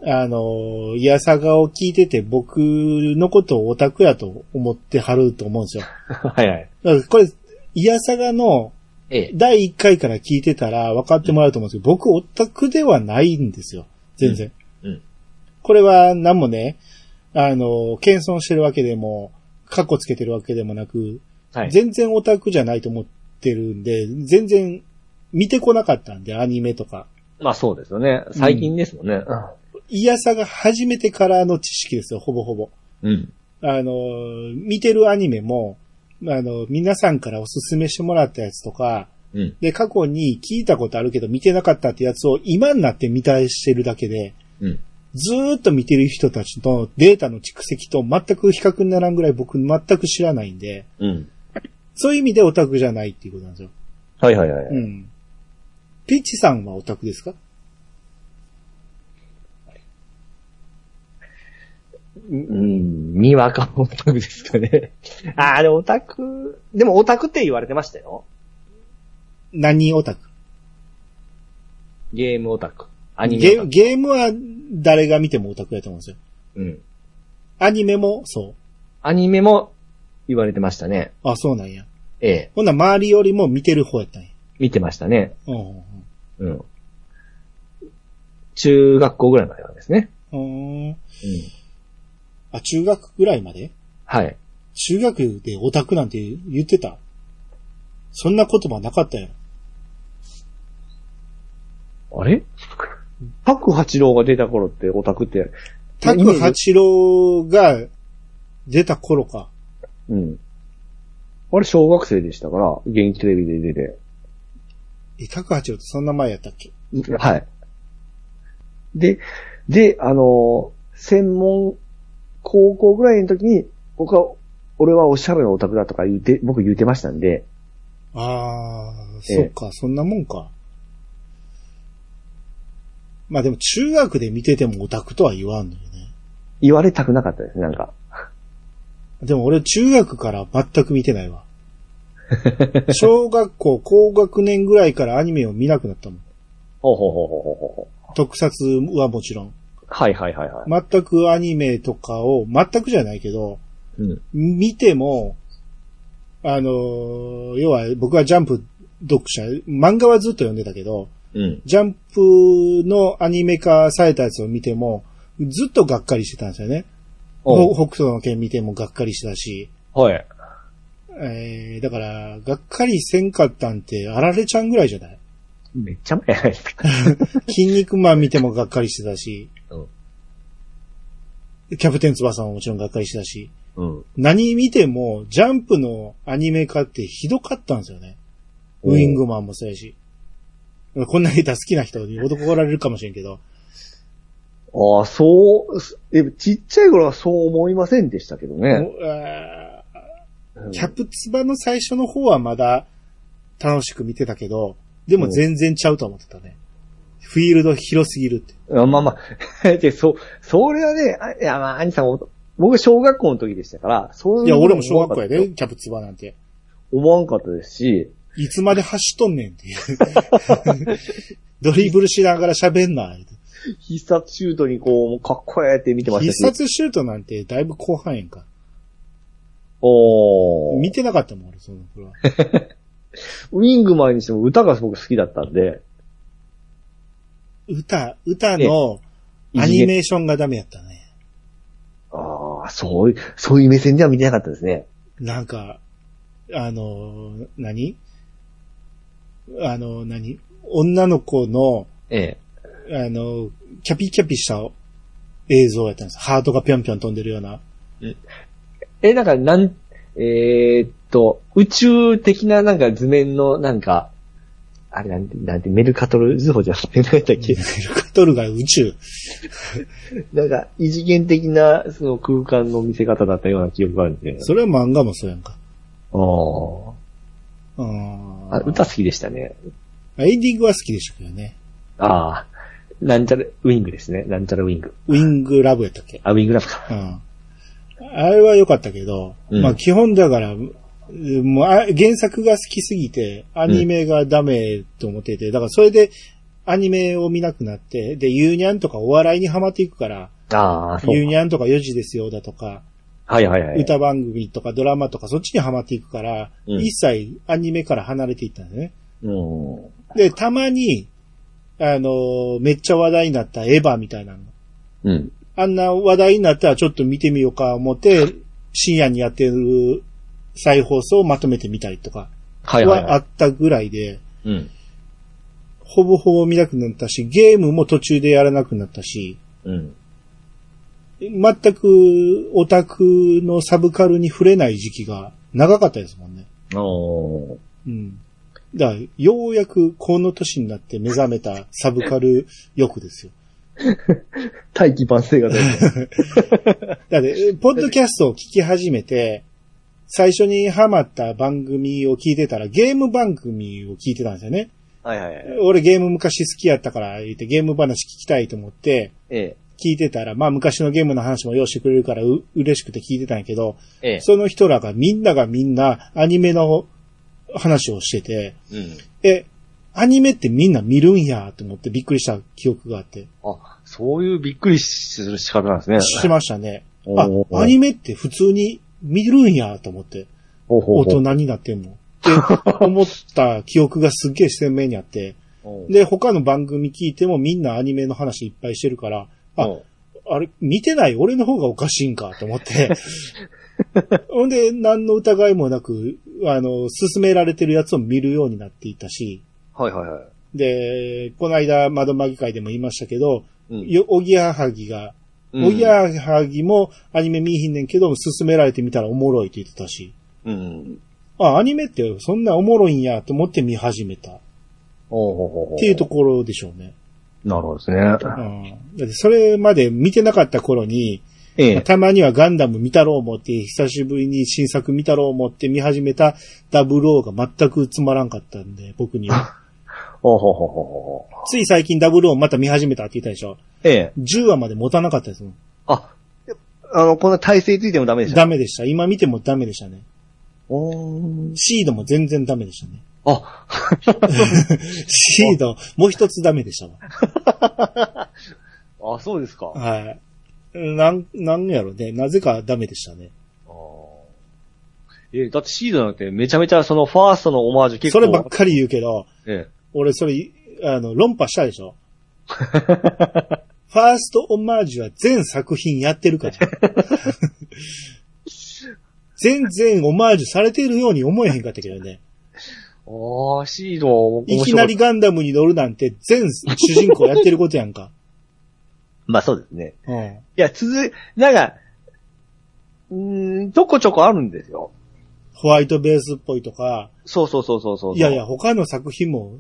Speaker 3: あの、いやさがを聞いてて、僕のことをオタクやと思ってはると思うんですよ。
Speaker 7: はいはい。
Speaker 3: だからこれ、いやさがの
Speaker 7: ええ。
Speaker 3: 第1回から聞いてたら分かってもらうと思うんですけど、僕オタクではないんですよ。全然。
Speaker 7: うんうん
Speaker 3: これは何もね、あの、謙遜してるわけでも、カッコつけてるわけでもなく、
Speaker 7: はい。
Speaker 3: 全然オタクじゃないと思ってるんで、全然見てこなかったんで、アニメとか。
Speaker 7: まあそうですよね。最近ですもんね。
Speaker 3: いやさが初めてからの知識ですよ、ほぼほぼ。
Speaker 7: うん。
Speaker 3: あの、見てるアニメも、あの、皆さんからおすすめしてもらったやつとか、
Speaker 7: うん。
Speaker 3: で、過去に聞いたことあるけど見てなかったってやつを今になって見返してるだけで、
Speaker 7: うん。
Speaker 3: ずーっと見てる人たちのデータの蓄積と全く比較にならんぐらい僕全く知らないんで、
Speaker 7: うん。
Speaker 3: そういう意味でオタクじゃないっていうことなんですよ。。
Speaker 7: はいはいはいう
Speaker 3: ん。ピッチさんはオタクですか
Speaker 7: うん、にわかオタクですかね。
Speaker 4: ああ、でもオタク、でもオタクって言われてましたよ。
Speaker 3: 何オタク
Speaker 7: ゲームオタク。アニメオ
Speaker 3: ゲ
Speaker 7: タ
Speaker 3: ー
Speaker 7: ク。
Speaker 3: ゲームは誰が見てもオタクやと思うんですよ。
Speaker 7: うん。
Speaker 3: アニメもそ
Speaker 7: アニメも言われてましたね。
Speaker 3: う。あ、そうなんや。
Speaker 7: ええ。
Speaker 3: ほんなら周りよりも見てる方やったんや。
Speaker 7: 見てましたね。
Speaker 3: うんうんうん
Speaker 7: うん。中学校ぐらいまでなんですね。
Speaker 3: うーん。
Speaker 7: うん。
Speaker 3: あ、中学ぐらいまで
Speaker 7: はい。
Speaker 3: 中学でオタクなんて言ってたそんな言葉なかったよ。
Speaker 7: あれ
Speaker 4: パク八郎が出た頃ってオタクって、
Speaker 3: タク八郎が出た頃か。
Speaker 7: うん。
Speaker 4: あれ小学生でしたから、現役テレビで出て。
Speaker 3: え、タク八郎ってそんな前やったっけ
Speaker 4: はい。で、で、あの、専門、高校ぐらいの時に、僕は、俺はおしゃれのオタクだとか言って、僕言ってましたんで、
Speaker 3: あー、
Speaker 4: ええ
Speaker 3: そっか、そんなもんか。まあでも中学で見ててもオタクとは言わんのよね。
Speaker 4: 言われたくなかったですね、なんか。
Speaker 3: でも俺中学から全く見てない わ。小学校高学年ぐらいからアニメを見なくなったもん。
Speaker 7: ほうほうほうほうほうほ
Speaker 3: 特撮はもちろん。
Speaker 7: う。はいはいはいはい。
Speaker 3: 全くアニメとかを、全くじゃないけど、
Speaker 7: うん。
Speaker 3: 見ても、あのー要は僕はジャンプ読者、漫画はずっと読んでたけど、
Speaker 7: うん。
Speaker 3: ジャンプのアニメ化されたやつを見ても、ずっとがっかりしてたんですよね。ほ
Speaker 7: お
Speaker 3: 北斗の剣見てもがっかりしてたし、
Speaker 7: はい。
Speaker 3: えー、だから、がっかりせんかったんて、あられちゃんぐらいじゃ ない
Speaker 7: めっちゃ前やないですか。
Speaker 3: 筋肉マン見てもがっかりしてたし、
Speaker 7: うん
Speaker 3: キャプテン翼ももちろんがっかりしてたし、
Speaker 7: うん。
Speaker 3: 何見ても、ジャンプのアニメ化ってひどかったんですよね。ウィングマンもそうやし。こんなネタ好きな人に怒られるかもしれんけど、
Speaker 4: ああ、そう、すえちっちゃい頃はそう思いませんでしたけど
Speaker 3: も
Speaker 4: ね。
Speaker 3: うあ
Speaker 7: う
Speaker 3: ー
Speaker 7: ん
Speaker 3: キャプツバの最初の方はまだ楽しく見てたけど、でも全然ちゃうと思ってたね。フィールド広すぎるって。
Speaker 4: あまあまあ、 で、そう、それはね、あいや、まあ、兄さんお、僕小学校の時でしたから、そう
Speaker 3: いや、俺も小学校や
Speaker 4: ね
Speaker 3: で、キャプツバなんて。
Speaker 4: 思わんかったですし、
Speaker 3: いつまで走っとんねんって いう。ドリブルしながら喋んな。って
Speaker 4: 必殺シュートにこう、かっこええって見てまし
Speaker 3: 必
Speaker 4: たし。
Speaker 3: 殺シュートなんてだいぶ後半やんか。
Speaker 4: おー
Speaker 3: 見てなかったもん、俺、その 頃は。
Speaker 4: ウィングマンにしても歌が僕好きだったんで、
Speaker 3: 歌、歌のアニメーションがダメやったね。
Speaker 4: ああ、そういう、そういう目線では見てなかったですね。
Speaker 3: なんか、あの、何あの、何女の子の、
Speaker 4: ええ。
Speaker 3: あの、キャピキャピした映像やったんです。ハートがぴょんぴょん飛んでるような。
Speaker 4: え、なんか、なん、えーっと、宇宙的ななんか図面の、なんか、あれなんて、なんて、メルカトル図法じゃなくて、何だっ け
Speaker 3: カトルが宇宙。
Speaker 4: なんか、異次元的な、その空間の見せ方だったような記憶があるんで。
Speaker 3: それは漫画もそうやんか。
Speaker 4: あー
Speaker 3: うん
Speaker 4: あ。歌好きでしたね。
Speaker 3: エンディングは好きでしたけどね。
Speaker 4: ああ。なんちゃら、ウィングですね。なんちゃらウィング。
Speaker 3: ウィングラブやったっけ
Speaker 4: あ、ウィングラブか。
Speaker 3: うん。あれは良かったけど、
Speaker 4: うん
Speaker 3: まあ基本だから、もうあ原作が好きすぎて、アニメがダメと思ってて、だからそれでアニメを見なくなって、で、ユーニャンとかお笑いにハマっていくから、
Speaker 4: ああ、そう
Speaker 3: ユーニャンとか4時ですよだとか、
Speaker 4: はいはいはい。
Speaker 3: 歌番組とかドラマとかそっちにハマっていくから、
Speaker 4: うん
Speaker 3: 一切アニメから離れていったんだよね。
Speaker 4: うん。
Speaker 3: で、たまに、あのーめっちゃ話題になったエヴァみたいなの。
Speaker 4: うん。
Speaker 3: あんな話題になったらちょっと見てみようか思って、深夜にやってる再放送をまとめてみたりとか
Speaker 4: はいはい
Speaker 3: はあ
Speaker 4: は
Speaker 3: ったぐらいで、
Speaker 4: い。うん。
Speaker 3: ほぼほぼ見なくなったし、ゲームも途中でやらなくなったし、
Speaker 4: うん。
Speaker 3: 全くオタクのサブカルに触れない時期が長かったですもんね。
Speaker 4: おー
Speaker 3: うん。だから、ようやくこの年になって目覚めたサブカル欲ですよ。
Speaker 4: 大器晩成が出てる
Speaker 3: だって、ポッドキャストを聞き始めて、最初にハマった番組を聞いてたら、ゲーム番組を聞いてたんですよね。
Speaker 4: はいはいはい。
Speaker 3: 俺ゲーム昔好きやったから言ってゲーム話聞きたいと思って、
Speaker 4: ええ。
Speaker 3: 聞いてたら、まあ昔のゲームの話も用意してくれるからう嬉しくて聞いてたんやけど、
Speaker 4: ええ。
Speaker 3: その人らがみんながみんなアニメの話をしてて、
Speaker 4: うん。
Speaker 3: え、アニメってみんな見るんやと思ってびっくりした記憶があって、
Speaker 4: あ、そういうびっくりする仕方なんですね。
Speaker 3: しましたね。あ
Speaker 4: お、ー
Speaker 3: アニメって普通に見るんやと思って。
Speaker 4: ほうほ
Speaker 3: 大
Speaker 4: うほう
Speaker 3: 人になっても。って思った記憶がすっげえ鮮明にあって。
Speaker 4: おう
Speaker 3: で、他の番組聞いてもみんなアニメの話いっぱいしてるから、あ、
Speaker 4: おう
Speaker 3: あれ、見てない俺の方がおかしいんかと思 って。ほんで、何の疑いもなく、あの、勧められてるやつを見るようになっていたし、
Speaker 4: はいはいはい。
Speaker 3: で、この間、窓まぎ会でも言いましたけど、
Speaker 4: うん
Speaker 3: よおぎやはぎが、
Speaker 4: うん
Speaker 3: おぎやはぎもアニメ見いひんねんけど、勧められてみたらおもろいって言ってたし、
Speaker 4: うん。
Speaker 3: あ、アニメってそんなおもろいんやと思って見始めたっ
Speaker 4: おうほうほうほう。
Speaker 3: ていうところでしょうね。
Speaker 4: なるほどですね。
Speaker 3: うん、だってそれまで見てなかった頃に、
Speaker 4: ええ。
Speaker 3: たまにはガンダム見たろう思って、久しぶりに新作見たろう思って見始めたダブルオーが全くつまらんかったんで、僕に は。
Speaker 4: おうほうほうほうほう。
Speaker 3: つい最近ダブルオーまた見始めたって言ったでしょ。
Speaker 4: ええ。
Speaker 3: 10話まで持たなかったですもん。
Speaker 4: あ、あの、こんな体勢ついてもダメでした。
Speaker 3: ダメでした。今見てもダメでしたね。
Speaker 4: おー
Speaker 3: シードも全然ダメでしたね。
Speaker 4: あ、
Speaker 3: シード、もう一つダメでしたわ。
Speaker 4: あ、そうですか。
Speaker 3: はい。なん、なんやろね。なぜかダメでしたね。
Speaker 4: あーええ、だってシードなんてめちゃめちゃそのファーストのオマージュ結
Speaker 3: そ
Speaker 4: 構。
Speaker 3: ればっかり言うけど、
Speaker 4: え
Speaker 3: 俺それ、あの、論破したで しょファーストオマージュは全作品やってる から。全然オマージュされているように思えへんかったけど
Speaker 4: え。
Speaker 3: ね。
Speaker 4: ああ、シード、
Speaker 3: いきなり。ガンダムに乗るなんて全主人公やってることやん か。
Speaker 4: まあそうですね。
Speaker 3: うん。
Speaker 4: いや、続い、なんか、うーん、ちょこちょこあるんですよ。
Speaker 3: ホワイトベースっぽいとか、
Speaker 4: そうそうそうそうそう。
Speaker 3: いやいや、他の作品も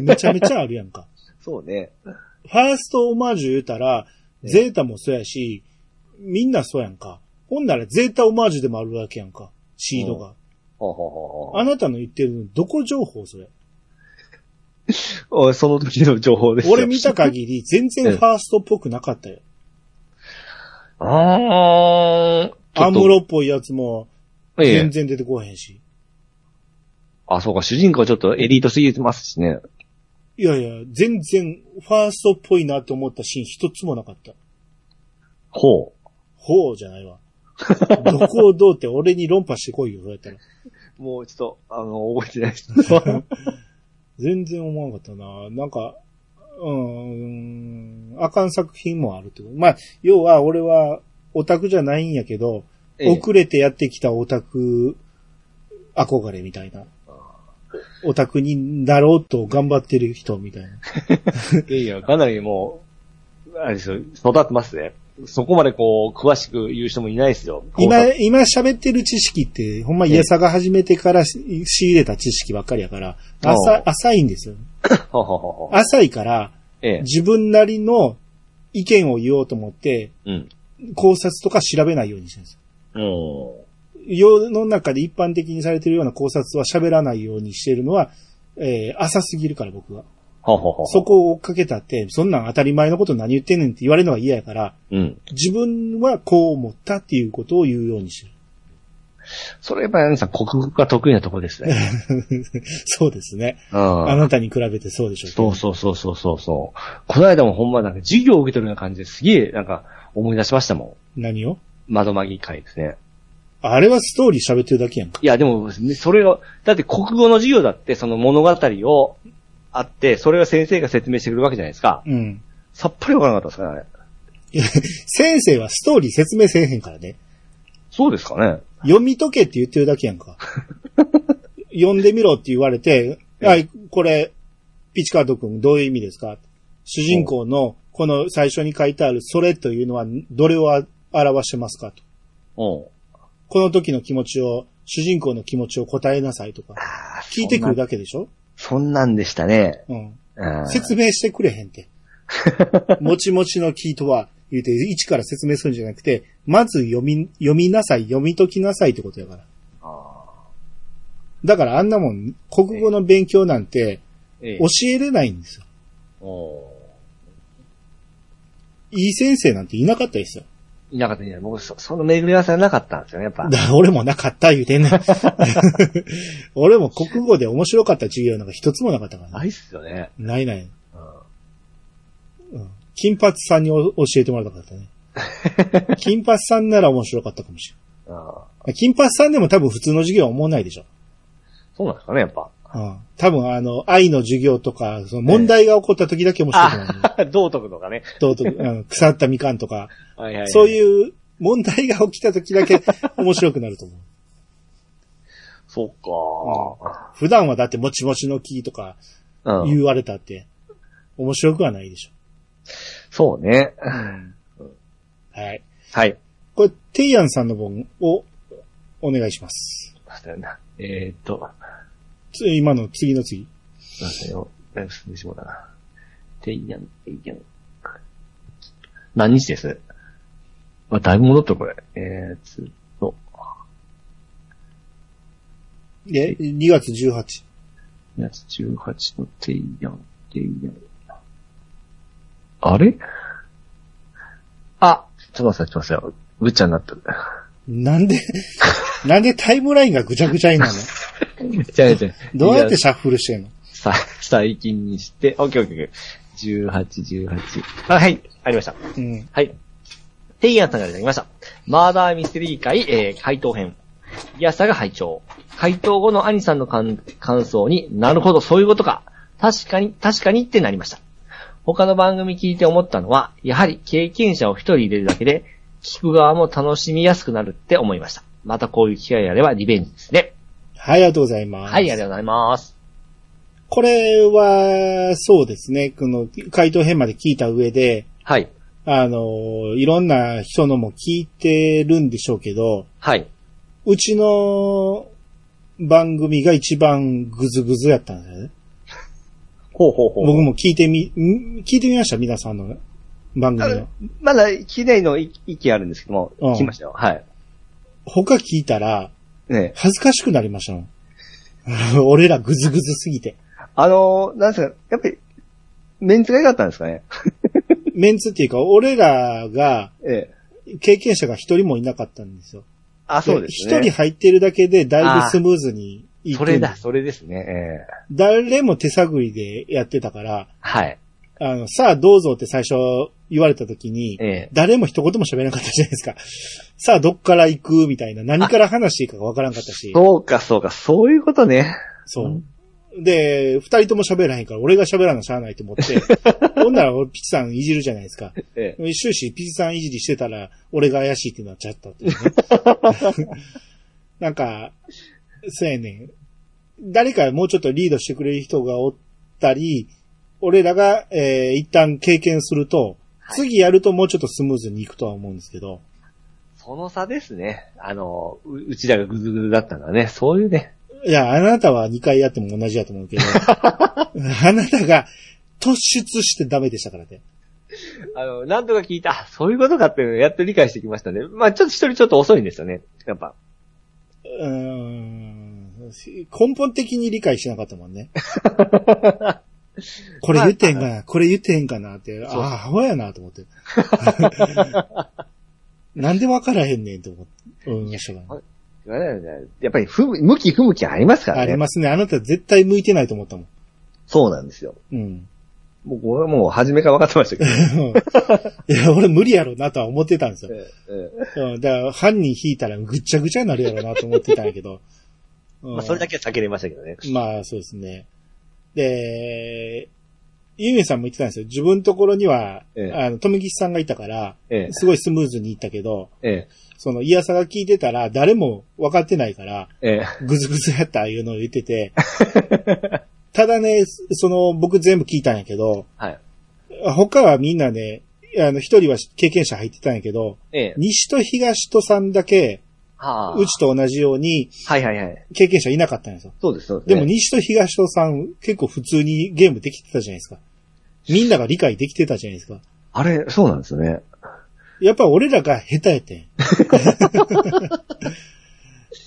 Speaker 3: めちゃめちゃあるやんか。
Speaker 4: そうね。
Speaker 3: ファーストオマージュ言うたら、ゼータもそうやし、みんなそうやんか。ほんならゼータオマージュでもあるわけやんか。シードが。
Speaker 4: ほうほうほうほ
Speaker 3: あなたの言ってるの、どこ情報それ
Speaker 4: うおいその時の情報ですよ。
Speaker 3: 俺見た限り全然ファーストっぽくなかったよ。
Speaker 4: あーちょっと
Speaker 3: アムロっぽいやつも
Speaker 4: ええ
Speaker 3: 全然出てこへんし。
Speaker 4: あ、そうか、主人公ちょっとエリートすぎてますしね。
Speaker 3: いやいや、全然ファーストっぽいなと思ったシーン一つもなかった。
Speaker 4: ほ
Speaker 3: ほうじゃないわ。 どこをどうって俺に論破してこいよ、そうやったら。
Speaker 4: う。もうちょっと、あの、覚えてない です。
Speaker 3: 全然思わなかったな。なんか、うーん、あかん作品もあるってこと。まあ、要は俺はオタクじゃないんやけど、
Speaker 4: ええ
Speaker 3: 遅れてやってきたオタク憧れみたいな。オタクになろうと頑張ってる人みたいな。
Speaker 4: いやいや、かなりもう、あれですよ、育ってますね。そこまでこう、詳しく言う人もいないですよ。
Speaker 3: 今、今喋ってる知識って、ほんま、イエサが始めてからし仕入れた知識ばっかりやから、浅
Speaker 4: おう
Speaker 3: 浅いんですよ。
Speaker 4: ほうほうほうほう
Speaker 3: 浅いから、
Speaker 4: ええ。
Speaker 3: 自分なりの意見を言おうと思って、
Speaker 4: うん。
Speaker 3: 考察とか調べないようにしてるんですよ。
Speaker 4: うん。
Speaker 3: 世の中で一般的にされてるような考察は喋らないようにしてるのは、えー浅すぎるから僕は。
Speaker 4: ほうほうほう。
Speaker 3: そこを追っかけたって、そんなん当たり前のこと何言ってんねんって言われるのが嫌やから、
Speaker 4: うん。
Speaker 3: 自分はこう思ったっていうことを言うようにしてる。
Speaker 4: それやっぱり、さん、国語が得意なところです ね。
Speaker 3: そうですね。
Speaker 4: う
Speaker 3: あ
Speaker 4: ん。
Speaker 3: なたに比べてそうでしょうけど
Speaker 4: そうそうそうそうそうそう。この間もほんまなんか授業を受けてるような感じですげえ、なんか、思い出しましたも
Speaker 3: 何を
Speaker 4: ん。窓まぎ会ですね。
Speaker 3: あれはストーリー喋ってるだけやんか。
Speaker 4: いや、でも、それを、だって国語の授業だって、その物語を、あって、それを先生が説明してくるわけじゃないですか。
Speaker 3: うん。
Speaker 4: さっぱりわからなかったですかね、あれ。
Speaker 3: 先生はストーリー説明せえへんからね。
Speaker 4: そうですかね。
Speaker 3: 読み解けって言ってるだけやんか。 読んでみろって言われて、
Speaker 4: ええ
Speaker 3: はい、これ、ピチカート君どういう意味ですか主人公のこの最初に書いてあるそれというのはどれをあ表してますかと。
Speaker 4: うん。
Speaker 3: この時の気持ちを、主人公の気持ちを答えなさいとか。聞いてくるだけでしょ
Speaker 4: そんなんでしたね。
Speaker 3: うん。
Speaker 4: うん
Speaker 3: 説明してくれへんって。もちもちの木とは、言うて、一から説明するんじゃなくて、まず読み、読みなさい、読み解きなさいってことやから。だからあんなもん、国語の勉強なんて、
Speaker 4: ええ
Speaker 3: 教えれないんですよ。いい先生なんていなかったですよ。
Speaker 4: いなかったいない。僕、そ、その巡り合わせはなかったんですよね、やっぱ
Speaker 3: だ。から俺もなかった言うてんねん。 俺も国語で面白かった授業なんか一つもなかったから
Speaker 4: な
Speaker 3: ね。
Speaker 4: いっすよね。
Speaker 3: ないない。
Speaker 4: う
Speaker 3: うん金髪さんにお教えてもらいたかった ね。金髪さんなら面白かったかもしれない。
Speaker 4: ん。うん
Speaker 3: 金髪さんでも多分普通の授業は思わないでしょ。
Speaker 4: そうなんですかね、やっぱ。
Speaker 3: うん。多分あの、愛の授業とか、その問題が起こった時だけ面白くな い、
Speaker 4: 道徳とかね。
Speaker 3: 道徳あの腐ったみかんとか、
Speaker 4: はいはい、
Speaker 3: そ
Speaker 4: う。
Speaker 3: ういう問題が起きた時 だけ面白くなると思う。
Speaker 4: そっか
Speaker 3: 普段はだってもちもちの木とか
Speaker 4: ー。うん。
Speaker 3: 言われたって、面白くはないでしょ。
Speaker 4: そうね。
Speaker 3: はい。
Speaker 4: はい。
Speaker 3: これ、テイアンさんの本をお願いします。
Speaker 4: えー、っと、
Speaker 3: つ今の次の次。
Speaker 4: すいませんよ。だいぶ進んでしまうだな。ていやん、ていやん。何日ですあ、だいぶ戻ったこれ。えー、つっと、
Speaker 3: で、2月18。
Speaker 4: 2月18のていやん、ていやん。あれあ、ちょっと待って、ちょっと待って、ぐっちゃになってる。
Speaker 3: なん で、なんでタイムラインがぐちゃぐちゃになるの
Speaker 4: じゃあじゃあ
Speaker 3: どうやって
Speaker 4: い
Speaker 3: シャッフルしてんの
Speaker 4: さ、最近にして、オッケーオッケーオッケー。18、18。あ、はい、ありました。
Speaker 3: うん。
Speaker 4: はい。テイアンさんがいただきました。マーダーミステリー会、えー、回答編。イヤサが拝聴。回答後の兄さんの感感想に、なるほど、そういうことか。確かに、確かにってなりました。他の番組聞いて思ったのは、やはり経験者を一人入れるだけで、聞く側も楽しみやすくなるって思いました。またこういう機会があればリベンジですね。
Speaker 3: はい、ありがとうございます。
Speaker 4: はい、ありがとうございます。
Speaker 3: これは、そうですね。この、回答編まで聞いた上で、
Speaker 4: はい。
Speaker 3: あの、いろんな人のも聞いてるんでしょうけど、
Speaker 4: はい。
Speaker 3: うちの番組が一番グズグズやったんだよね。
Speaker 4: ほうほうほう。
Speaker 3: 僕も聞いてみ、ん聞いてみました、皆さんの番組を。
Speaker 4: まだ聞いないの一一件あるんですけども、
Speaker 3: うん
Speaker 4: 聞きましたよ。はい。
Speaker 3: 他聞いたら、
Speaker 4: ねえ
Speaker 3: 恥ずかしくなりましたもん 俺らグズグズすぎて。
Speaker 4: あのー、なんですか、やっぱり、メンツが良かったんですかね。
Speaker 3: メンツっていうか、俺らが、
Speaker 4: ええ。
Speaker 3: 経験者が一人もいなかったんですよ。
Speaker 4: あ、そうですね。
Speaker 3: 一人入ってるだけで、だいぶスムーズにいく
Speaker 4: そ
Speaker 3: んで
Speaker 4: れだ、それですね。ええ。
Speaker 3: 誰も手探りでやってたから、
Speaker 4: はい。
Speaker 3: あの、さあどうぞって最初言われた時に、
Speaker 4: ええ。
Speaker 3: 誰も一言も喋らなかったじゃないですか。さあどっから行くみたいな、何から話していいかわからんかったし。
Speaker 4: そうか、そうか、そういうことね。
Speaker 3: そう。で、二人とも喋らへんから、俺が喋らなしゃあないと思 って、ほんなら俺ピチさんいじるじゃないですか。
Speaker 4: ええ。
Speaker 3: 終始ピチさんいじりしてたら、俺が怪しいってなっちゃったっていうね。なんか、そうやねん。誰かもうちょっとリードしてくれる人がおったり、俺らが、えー一旦経験すると、次やるともうちょっとスムーズにいくとは思うんですけど、
Speaker 4: その差ですね。あの、ううちらがグズグズだったのはね、そういうね。
Speaker 3: いや、あなたは2回やっても同じだと思うけど、あなたが突出してダメでしたからね。
Speaker 4: あの、なんとか聞いた、あ そういうことかっていうのをやっと理解してきましたね。まあちょっと一人ちょっと遅いんですよね。やっぱ。
Speaker 3: うーん根本的に理解してなかったもん ね。これ言ってへんかな、これ言ってへんかなって、あ
Speaker 4: そう
Speaker 3: あ、アホやなと思って。 なんで分からへんねんと思って。うん、しょうがない
Speaker 4: やっぱり不、向き不向きありますから
Speaker 3: あ
Speaker 4: ね。
Speaker 3: りますね。あなた絶対向いてないと思ったもん。
Speaker 4: そうなんですよ。
Speaker 3: うん。
Speaker 4: もう、これはもう初めから分かってましたけど。
Speaker 3: いや、俺無理やろなとは思ってたんですよ。
Speaker 4: えええ
Speaker 3: うん、だから犯人引いたらぐっちゃぐちゃになるやろなと思ってたんやけど。
Speaker 4: え
Speaker 3: うん
Speaker 4: まあ、それだけは避けれましたけどね。
Speaker 3: まあ、そうですね。で、ゆめさんも言ってたんですよ。自分のところには、
Speaker 4: ええ
Speaker 3: あの、とめぎしさんがいたから、
Speaker 4: え
Speaker 3: すごいスムーズにいったけど、
Speaker 4: え、え
Speaker 3: その、いやさが聞いてたら、誰も分かってないから、
Speaker 4: え、ええ。
Speaker 3: ぐずぐずやったいうのを言っ てて、ただね、その、僕全部聞いたんやけど、
Speaker 4: はい。
Speaker 3: 他はみんなね、あの、一人は経験者入ってたんやけど、
Speaker 4: ええ。
Speaker 3: 西と東とさんだけ、
Speaker 4: はあ。
Speaker 3: うちと同じように、
Speaker 4: はいはいはい。
Speaker 3: 経験者いなかったんですよ。
Speaker 4: そうです、そうです、
Speaker 3: でも、西と東とさん結構普通にゲームできてたじゃないですか。みんなが理解できてたじゃないですか。
Speaker 4: あれ、そうなんですよね。
Speaker 3: やっぱ俺らが下手やてん。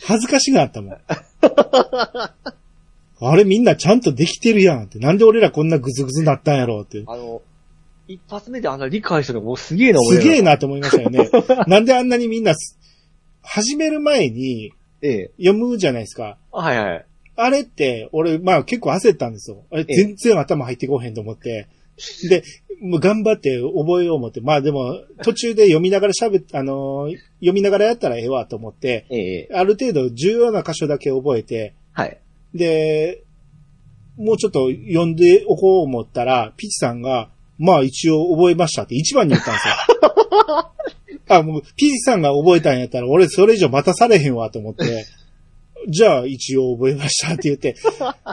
Speaker 3: 恥ずかしがあったもん。あれみんなちゃんとできてるやんって。なんで俺らこんなグズグズになったんやろうって。
Speaker 4: あの、一発目であんな理解したのもうすげえな、
Speaker 3: すげえ
Speaker 4: な。
Speaker 3: なと思いましたよね。なんであんなにみんなす、始める前に
Speaker 4: ええ。
Speaker 3: 読むじゃないですか。
Speaker 4: はいはい。
Speaker 3: あれって、俺、まあ結構焦ったんですよ。あれ、
Speaker 4: ええ
Speaker 3: 全然頭入ってこへんと思って。で、もう頑張って覚えよう思って。まあでも、途中で読みながら喋っ、あのー読みながらやったらええわと思って、
Speaker 4: ええ。
Speaker 3: ある程度重要な箇所だけ覚えて、
Speaker 4: はい。
Speaker 3: で、もうちょっと読んでおこう思ったら、ピチさんが、まあ一応覚えましたって一番に言ったんですよ。あ、もう、ピチさんが覚えたんやったら、俺それ以上待たされへんわと思って、じゃあ一応覚えましたって言って、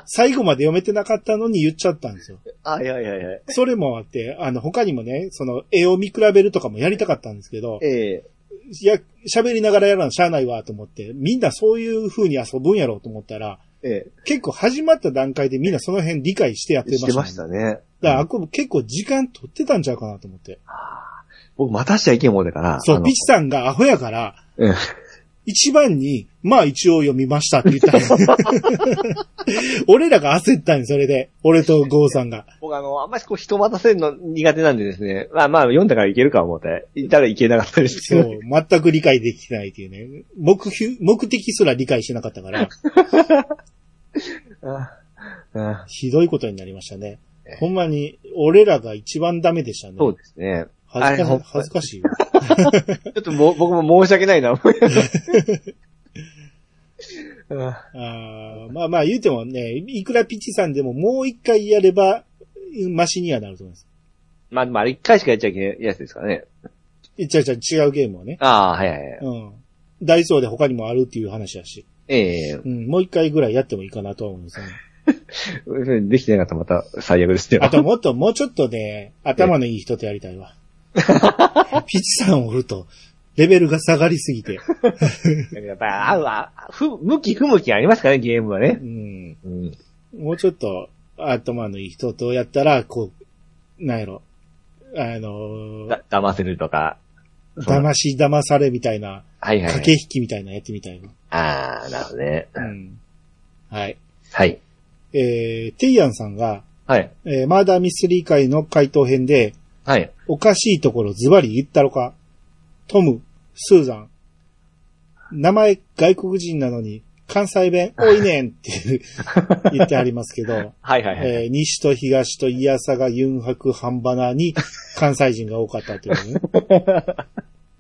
Speaker 3: 最後まで読めてなかったのに言っちゃったんですよ。
Speaker 4: あ、いやいやいや。
Speaker 3: それもあって、あの、他にもね、その、絵を見比べるとかもやりたかったんですけど、
Speaker 4: ええ。
Speaker 3: いや、喋りながらやらなしゃあないわと思って、みんなそういう風に遊ぶんやろうと思ったら、
Speaker 4: え
Speaker 3: 結構始まった段階でみんなその辺理解してやって
Speaker 4: え。
Speaker 3: ました、
Speaker 4: してました
Speaker 3: だか
Speaker 4: ね。
Speaker 3: ら、あっこも結構時間取ってたんちゃうかなと思って。
Speaker 4: 僕、待たしちゃいけんもんだから。
Speaker 3: そ
Speaker 4: あ
Speaker 3: う、
Speaker 4: の
Speaker 3: ピチさんがアホやから、
Speaker 4: ええ。
Speaker 3: 一番に、まあ一応読みましたって言ったら 俺らが焦ったんよそれで。俺とゴーさ んが。
Speaker 4: 僕、あの、あんまりこう、人待たせるの苦手なんでですね。まあまあ、読んだからいけるか思って。いたらいけなかったですけ
Speaker 3: そ
Speaker 4: ど。
Speaker 3: う、全く理解できてないっていうね。目標、目的すら理解してなかっ たから、
Speaker 4: ああ
Speaker 3: ひどいことになりましたね。ほんまに、俺らが一番ダメでしたね。
Speaker 4: そうですね。
Speaker 3: 恥ず
Speaker 4: あれほん
Speaker 3: か
Speaker 4: ま
Speaker 3: し恥ずかしいわ。
Speaker 4: ちょっともう、 僕も申し訳ないな、思いなが らうん
Speaker 3: あーまあまあ言うてもね、いくらピッチさんでももう一回やれば、マシにはなると思います。
Speaker 4: まあ、まあ、一回しかやっちゃいけないやつですからね。
Speaker 3: いっちゃいちゃ違うゲームをね。
Speaker 4: ああ、はいはいはい。
Speaker 3: うん。ダイソーで他にもあるっていう話だし。
Speaker 4: ええ
Speaker 3: うん、もう一回ぐらいやってもいいかなとは思うんです よね。
Speaker 4: できてなかったらまた最悪ですよ。
Speaker 3: あともっと、もうちょっとね、頭のいい人とやりたい わ。ピッチさんをおると、レベルが下がりすぎて。
Speaker 4: やっぱり、合うわ、不、向き不向きありますからね、ゲームは
Speaker 3: う
Speaker 4: ね。
Speaker 3: ん。
Speaker 4: うん。
Speaker 3: もうちょっと、頭のいい人とやったら、こう、なんやろ。あのー
Speaker 8: だ、騙せるとか。そう
Speaker 3: 騙し騙されみたいな、
Speaker 8: はいはい、は
Speaker 3: 駆け
Speaker 8: い。
Speaker 3: 引きみたいなやってみたいな。
Speaker 8: ああ、なるほどね。
Speaker 3: うん。はい。
Speaker 8: はい。
Speaker 3: えー、テイアンさんが、
Speaker 8: はい。
Speaker 3: えー、マーダーミステリー会の回答編で、
Speaker 8: はい。
Speaker 3: おかしいところズバリ言ったろかトム、スーザン。名前外国人なのに関西弁多いねんって 言ってありますけど、
Speaker 8: はいはいはい。
Speaker 3: えー西と東とイヤサがユンハクハンバナに関西人が多かったという ね。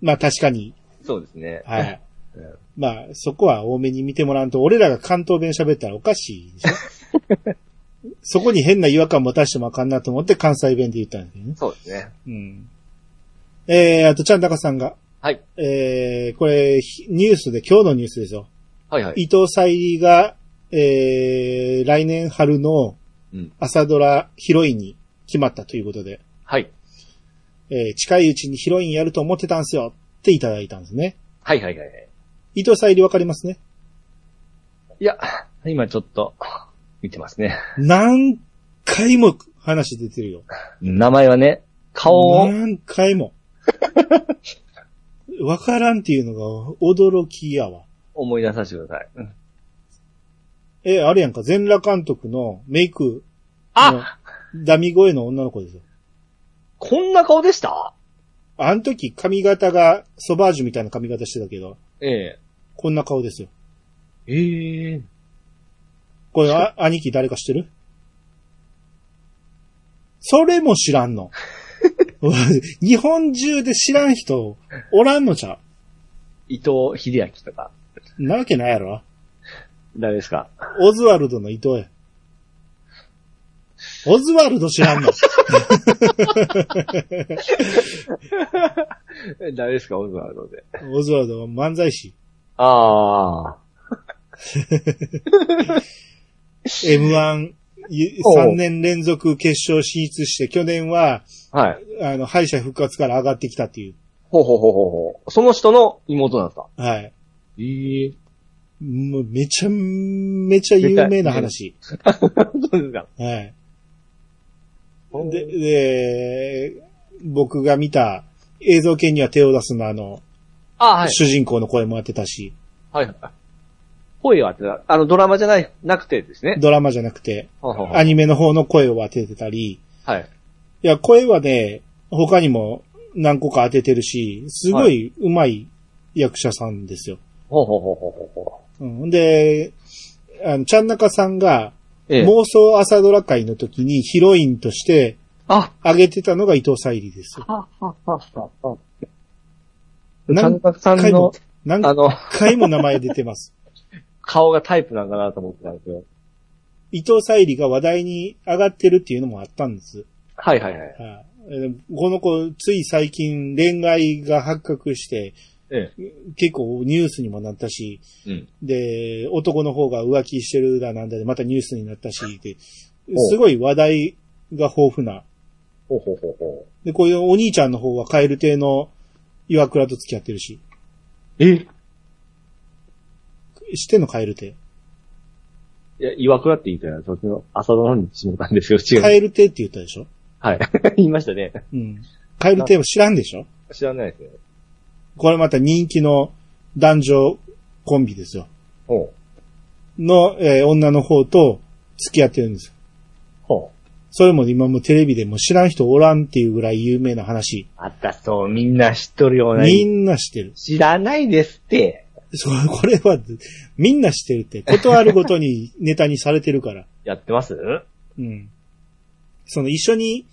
Speaker 3: まあ確かに、
Speaker 8: そうですね。
Speaker 3: はい
Speaker 8: うん。
Speaker 3: まあそこは多めに見てもらうと、俺らが関東弁喋ったらおかしいでしょそこに変な違和感持たしてもあかんなと思って関西弁で言ったんですよね。
Speaker 8: そうですね。
Speaker 3: うん。えー、あと、ちゃんたかさんが。
Speaker 8: はい。
Speaker 3: えー、これ、ひニュースで、今日のニュースですよ。
Speaker 8: はいはい。
Speaker 3: 伊藤沙莉が、えー、来年春の
Speaker 8: うん
Speaker 3: 朝ドラヒロインに決まったということで、
Speaker 8: はい。
Speaker 3: えー、近いうちにヒロインやると思ってたんすよっていただいたんですね。
Speaker 8: はいはいはいはい。
Speaker 3: 伊藤沙莉わかりますね。
Speaker 4: いや、今ちょっと、見てますね。
Speaker 3: 何回も話出てるよ。
Speaker 4: 名前はね、顔を、
Speaker 3: 何回も。 わからんっていうのが驚きやわ。
Speaker 4: 思い出させてください。うん
Speaker 3: え、あれやんか、全裸監督のメイクの
Speaker 4: あ
Speaker 3: ダミ声の女の子ですよ。
Speaker 4: こんな顔でした
Speaker 3: あの時髪型がソバージュみたいな髪型してたけど、
Speaker 4: え
Speaker 3: こんな顔ですよ。
Speaker 4: え。ええ。
Speaker 3: これ、あ兄貴誰か知ってるそれも知らんの。日本中で知らん人おらんのじゃ
Speaker 4: 伊藤秀明とか、
Speaker 3: う。なわけないやろ。
Speaker 4: 誰ですか
Speaker 3: オズワルドの伊藤や。オズワルド知らんの。
Speaker 4: え誰ですかオズワルドで。
Speaker 3: オズワルドは漫才師。
Speaker 4: ああ。
Speaker 3: M13 年連続決勝進出して、去年は、
Speaker 4: はい。
Speaker 3: あの、敗者復活から上がってきたっていう。
Speaker 4: ほうほうほうほうほう。その人の妹なんですか
Speaker 3: はい。
Speaker 4: ええ。
Speaker 3: もうめちゃめちゃ有名な話。
Speaker 4: そうですか
Speaker 3: はい。で、で、僕が見た映像系には手を出すのあの、
Speaker 4: あはい。
Speaker 3: 主人公の声も当てたし、
Speaker 4: はいはい。声はってな、あの、ドラマじゃない、なくてですね。
Speaker 3: ドラマじゃなくて、
Speaker 4: はは
Speaker 3: アニメの方の声を当ててたり、
Speaker 4: はい。
Speaker 3: いや、声はね、他にも何個か当ててるし、すごい上手い役者さんですよ。
Speaker 4: ほうほうほうほうほうほう。
Speaker 3: うん、で、あの、ちゃんなかさんが、
Speaker 4: ええ。
Speaker 3: 妄想朝ドラ会の時にヒロインとして
Speaker 4: あ、
Speaker 3: 挙げてたのが伊藤沙莉ですよ。
Speaker 4: ははははは。ちゃん
Speaker 3: 何
Speaker 4: たくさん
Speaker 3: 回
Speaker 4: の
Speaker 3: も、、何
Speaker 4: あの、
Speaker 3: 回も名前出てます。
Speaker 4: 顔がタイプなんかなと思ってたんですよ。
Speaker 3: 伊藤沙莉が話題に上がってるっていうのもあったんです。
Speaker 4: はいはいはい。
Speaker 3: はいえーこの子、つい最近恋愛が発覚して、
Speaker 4: え
Speaker 3: 結構ニュースにもなったし、
Speaker 4: うん
Speaker 3: で、男の方が浮気してるだなんだで、またニュースになったし、で、すごい話題が豊富な。
Speaker 4: ほうほうほうほう。
Speaker 3: で、こういうお兄ちゃんの方はカエル亭の岩倉と付き合ってるし、
Speaker 4: え
Speaker 3: 知ってんのカエル亭。
Speaker 4: いや、岩倉って言ったら、そっちの朝ドラにしもたんですよ。違
Speaker 3: カ
Speaker 4: う。
Speaker 3: エル亭って言ったでしょ
Speaker 4: はい。言いましたね。
Speaker 3: うん。カエル亭は知らんでしょ
Speaker 4: 知らないですね。
Speaker 3: これまた人気の男女コンビですよ。
Speaker 4: ほう。
Speaker 3: の、えー女の方と付き合ってるんですよ。
Speaker 4: ほう。
Speaker 3: それも今もうテレビでも知らん人おらんっていうぐらい有名な話。
Speaker 4: あったそう、みんな知っとるような。
Speaker 3: みんな知ってる。
Speaker 4: 知らないですって。
Speaker 3: そう、これは、みんな知ってるって、断るごとにネタにされてるから。
Speaker 4: やってます
Speaker 3: うん。その一緒に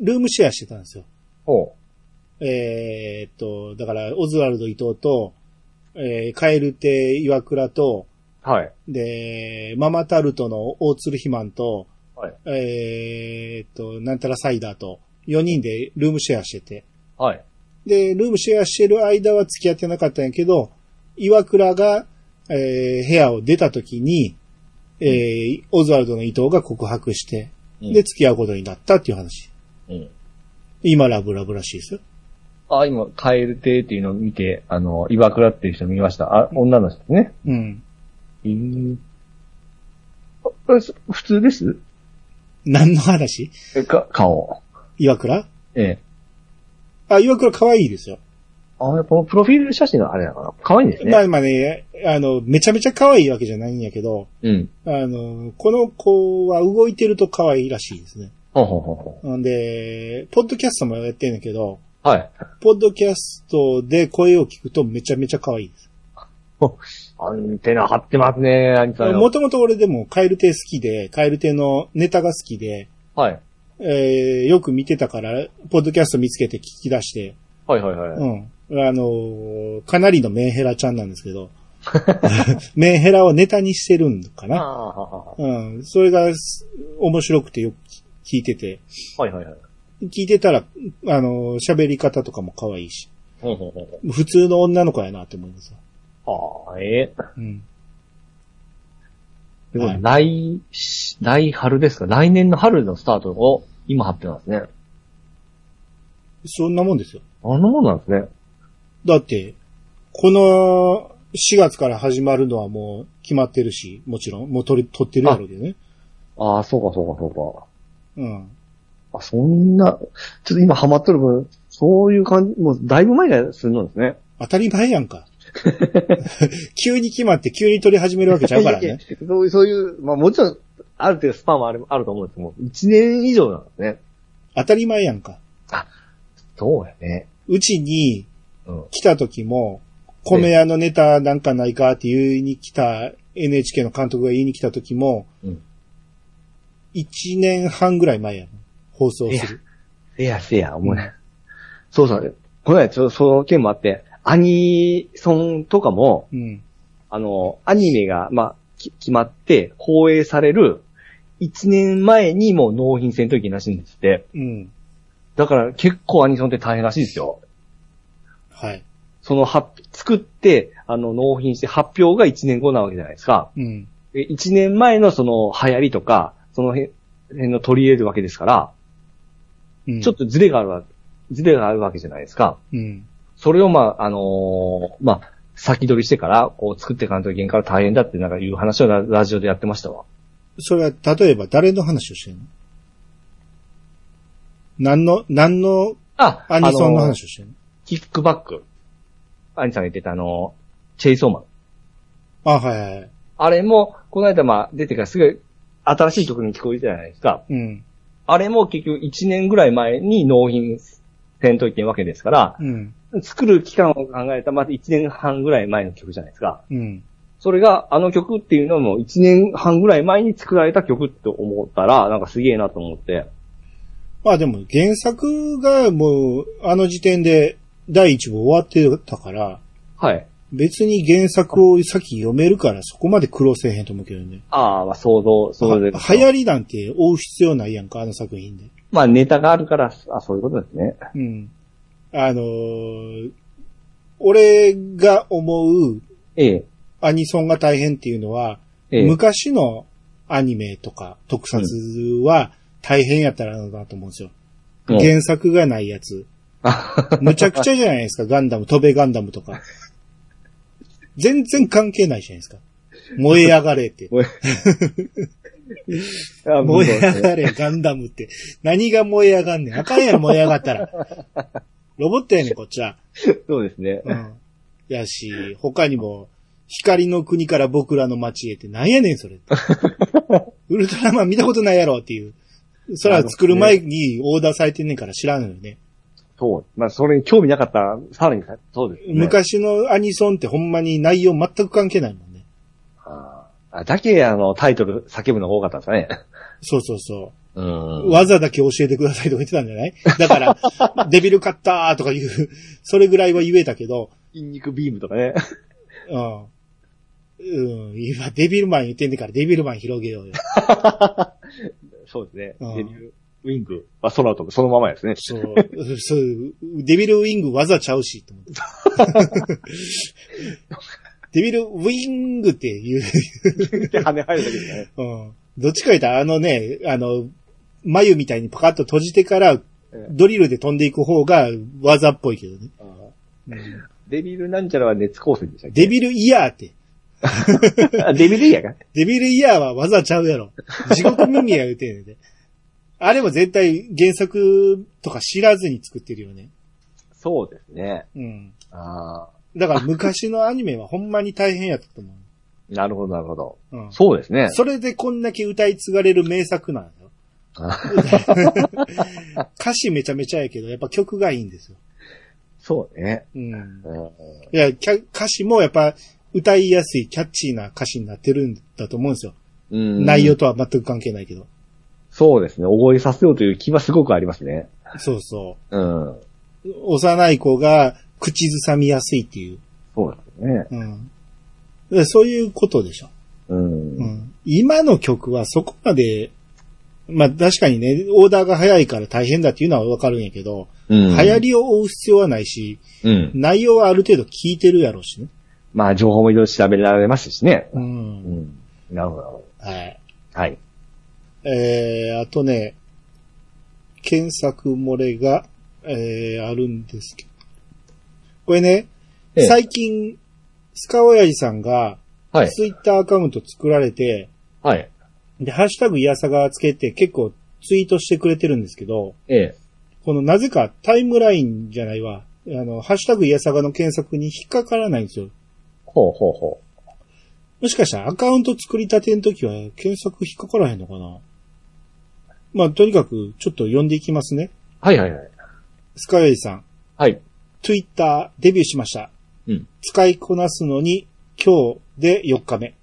Speaker 3: ルームシェアしてたんですよ。
Speaker 4: ほ
Speaker 3: えーっと、だから、オズワルド伊藤と、えー、カエルテ岩倉と、
Speaker 4: う。はい。
Speaker 3: で、ママタルトの大鶴ひまんと、
Speaker 4: はい
Speaker 3: えーっと、なんたらサイダーと、4人でルームシェアしてて。
Speaker 4: はい。
Speaker 3: で、ルームシェアしてる間は付き合ってなかったんやけど、岩倉が、えー部屋を出た時に、えーオズワルドの伊藤が告白して、
Speaker 4: うん
Speaker 3: で、付き合うことになったっていう話。
Speaker 4: うん。
Speaker 3: 今、ラブラブらしいですよ。
Speaker 4: あ、今、カエル亭っていうのを見て、あの、岩倉っていう人見ました。あ、女の人ですね。
Speaker 3: うん。
Speaker 4: えー、あ、あそ普通です
Speaker 3: 何の話
Speaker 4: えか、顔。
Speaker 3: 岩倉
Speaker 4: ええ。
Speaker 3: あ、岩倉可愛いですよ。
Speaker 4: あ、やっぱプロフィール写真のあれだから、可愛いんですね。
Speaker 3: まあまあね、あの、めちゃめちゃ可愛いわけじゃないんやけど、
Speaker 4: うん。
Speaker 3: あの、この子は動いてると可愛いらしいですね。
Speaker 4: ほうほうほうほ
Speaker 3: んで、ポッドキャストもやってんだけど、
Speaker 4: う。はい。
Speaker 3: ポッドキャストで声を聞くとめちゃめちゃ可愛いです。
Speaker 4: アンテナ張ってますね、兄さんよ。
Speaker 3: もともと俺でもカエル亭好きで、カエル亭のネタが好きで、
Speaker 4: はい。
Speaker 3: えー、よく見てたから、ポッドキャスト見つけて聞き出して、
Speaker 4: はいはいはい。
Speaker 3: うん。あのーかなりのメンヘラちゃんなんで すけど、メンヘラをネタにしてるん
Speaker 4: あ
Speaker 3: かな。
Speaker 4: あ、は
Speaker 3: うん。それがす面白くてよく聞いてて、
Speaker 4: いはいはい。
Speaker 3: 聞いてたら、あのー喋り方とかも可愛いし、
Speaker 4: ほうほうほ
Speaker 3: 普通の女の子やなって思うんですよ。
Speaker 4: う。ああ、ええ。
Speaker 3: うん。
Speaker 4: でも来、来春ですか来年の春のスタートを今発表なんですね。
Speaker 3: そんなもんですよ。
Speaker 4: あんなもんなんですね。
Speaker 3: だって、この4月から始まるのはもう決まってるし、もちろん、もう取り、取ってるやろうけどね。
Speaker 4: ああ、そうかそうかそうか。
Speaker 3: うん。
Speaker 4: あ、そんな、ちょっと今ハマっとる分、そういう感じ、もうだいぶ前からするのですね。
Speaker 3: 当たり前や んか。急に決まって急に取り始めるわけちゃうから
Speaker 4: いや
Speaker 3: ね
Speaker 4: い。や そういう、そういう、まあもちろん、ある程度スパンはあるあると思うんですけども、1年以上なんですね。
Speaker 3: 当たり前やんか。
Speaker 4: そうやね。
Speaker 3: うちに
Speaker 4: うん。
Speaker 3: 来た時も、米屋のネタなんかないかって言いに来た NHK の監督が言いに来た時も
Speaker 4: うん、
Speaker 3: 一年半ぐらい前やん。放送する。
Speaker 4: せやせや、思うね。そうそう。この間、ちょその件もあって、アニソンとかも、
Speaker 3: うん。
Speaker 4: あの、アニメが、まあ、き決まって、放映される、1年前にもう納品せんといけないらしいんですって。
Speaker 3: うん。
Speaker 4: だから結構アニソンって大変らしいですよ。
Speaker 3: はい。
Speaker 4: その、は、作って、あの、納品して発表が1年後なわけじゃないですか。
Speaker 3: うん。
Speaker 4: で1年前のその、流行りとか、その辺辺の取り入れるわけですから、
Speaker 3: うん
Speaker 4: ちょっ。とズレがあるわ、ズレがあるわけじゃないですか。
Speaker 3: うん。
Speaker 4: それをまあ、あのーまあ、先取りしてから、こう作っていかんといけんから大変だってなんかいう話をララジオでやってましたわ。
Speaker 3: それは、例えば誰の話をしてんの何の、何の
Speaker 4: あ、
Speaker 3: アニソンの
Speaker 4: あ
Speaker 3: 話をしてんの
Speaker 4: キックバック。アニさんが言ってたあの、チェイソーマン。
Speaker 3: あ、はいはいはい。
Speaker 4: あれも、この間まあ、出てからすぐ新しい曲に聞こえるじゃないですか。
Speaker 3: うん。
Speaker 4: あれも結局1年ぐらい前に納品せんといけんわけですから、
Speaker 3: うん。
Speaker 4: 作る期間を考えたまず1年半ぐらい前の曲じゃないですか。
Speaker 3: うん。
Speaker 4: それが、あの曲っていうのも1年半ぐらい前に作られた曲って思ったら、なんかすげえなと思って。
Speaker 3: まあでも原作がもうあの時点で第一部終わってたから、
Speaker 4: はい。
Speaker 3: 別に原作を先読めるからそこまで苦労せえへんと思うけどね。
Speaker 4: ああ、まあ想像、想像で。
Speaker 3: は流行りなんて追う必要ないやんか、あの作品で。
Speaker 4: まあネタがあるから、あ、そういうことですね。
Speaker 3: うん。あのー俺が思う
Speaker 4: ええ、
Speaker 3: アニソンが大変っていうのは、
Speaker 4: ええ。
Speaker 3: 昔のアニメとか特撮は大変やったらなと思うんですよ。
Speaker 4: うん
Speaker 3: 原作がないやつ。むちゃくちゃじゃないですか、ガ ンダム、飛べガンダムとか。全然関係ないじゃないですか。燃え上がれって。
Speaker 4: あもう
Speaker 3: 燃え上がれ、ガンダムって。何が燃え上がんねん。あかんやん、燃え上がったら。ロボットやねん、こっちは。
Speaker 4: そうですね。
Speaker 3: うん。やし、他にも、光の国から僕らの街へってなんやねん、それ。ウルトラマン見たことないやろっていう。そら作る前にオーダーされてんねんから知らんのよね。
Speaker 4: そう。まあそれに興味なかったら、さらに、そうですね。
Speaker 3: 昔のアニソンってほんまに内容全く関係ないもんね。
Speaker 4: あーあだけ、あの、タイトル叫ぶのが多かったんですかね。
Speaker 3: そうそうそうう。
Speaker 4: ん。
Speaker 3: 技だけ教えてくださいとか言ってたんじゃない だから、デビルカッターとか言う、それぐらいは言えたけど、
Speaker 4: 筋肉ビームとかね。
Speaker 3: うん。うん、今デビルマン言ってんねんからデビルマン広げようよ。
Speaker 4: そうです
Speaker 3: うん
Speaker 4: ね。デビューウィングは空飛ぶ、そのままですね。
Speaker 3: そう、 そう、デビルウィング技ちゃうし、と思って。 デビルウィングっていう、
Speaker 4: で、羽生えるだけ ですね。
Speaker 3: うん。どっちか言ったらあのね、あの、眉みたいにパカッと閉じてから、
Speaker 4: え
Speaker 3: ドリルで飛んでいく方が技っぽいけどね。
Speaker 4: デビルなんちゃらは熱光線でしたっけ
Speaker 3: デビルイヤーって。
Speaker 4: あデビルイヤーか
Speaker 3: デビルイヤーは技ちゃうやろ。地獄耳や言うてんねんで。 あれも絶対原作とか知らずに作ってるよね。
Speaker 4: そうですね。
Speaker 3: うん。
Speaker 4: ああ、
Speaker 3: だから昔のアニメはほんまに大変やったと思
Speaker 4: なるほど、なるほど。
Speaker 3: う。うん。
Speaker 4: そうですね。
Speaker 3: それでこんだけ歌い継がれる名作なんよ。歌詞めちゃめちゃやけど、やっぱ曲がいいんですよ。
Speaker 4: そうね。
Speaker 3: うん。
Speaker 4: うん
Speaker 3: いや、キャ歌詞もやっぱ歌いやすいキャッチーな歌詞になってるんだと思うんですよ。
Speaker 4: うん
Speaker 3: 内容とは全く関係ないけど。
Speaker 4: そうですね。覚えさせようという気はすごくありますね。
Speaker 3: そうそ
Speaker 4: うん。
Speaker 3: う。幼い子が口ずさみやすいっていう。
Speaker 4: そうですね。
Speaker 3: うん。でそういうことでしょ。
Speaker 4: うん。
Speaker 3: うん。今の曲はそこまで、まあ確かにね、オーダーが早いから大変だっていうのはわかるんやけど、
Speaker 4: うん
Speaker 3: 流行りを追う必要はないし、
Speaker 4: うん。
Speaker 3: 内容はある程度聞いてるやろうしね。
Speaker 4: まあ、情報もいろいろ調べられますしね。
Speaker 3: う。
Speaker 4: うんん。なるほどなるほ
Speaker 3: はい。
Speaker 4: ど。はい。
Speaker 3: えー、あとね、検索漏れが、えー、あるんですけど。これね、
Speaker 4: ええ
Speaker 3: 最近、スカオヤジさんが、
Speaker 4: はい。
Speaker 3: ツイッターアカウント作られて、
Speaker 4: はい。
Speaker 3: で、ハッシュタグイヤサガつけて結構ツイートしてくれてるんですけど、
Speaker 4: ええ。
Speaker 3: このなぜかタイムラインじゃないわ、あの、ハッシュタグイヤサガの検索に引っかからないんですよ。
Speaker 4: ほうほうほ
Speaker 3: もしかしたらアカウント作りたての時は検索引っかからへんのかなまあ、とにかくちょっと読んでいきますね。
Speaker 4: う。はいはいはい。
Speaker 3: スカイウェイさん、
Speaker 4: はい。
Speaker 3: Twitter デビューしました。
Speaker 4: うん
Speaker 3: 使いこなすのに今日で4日目。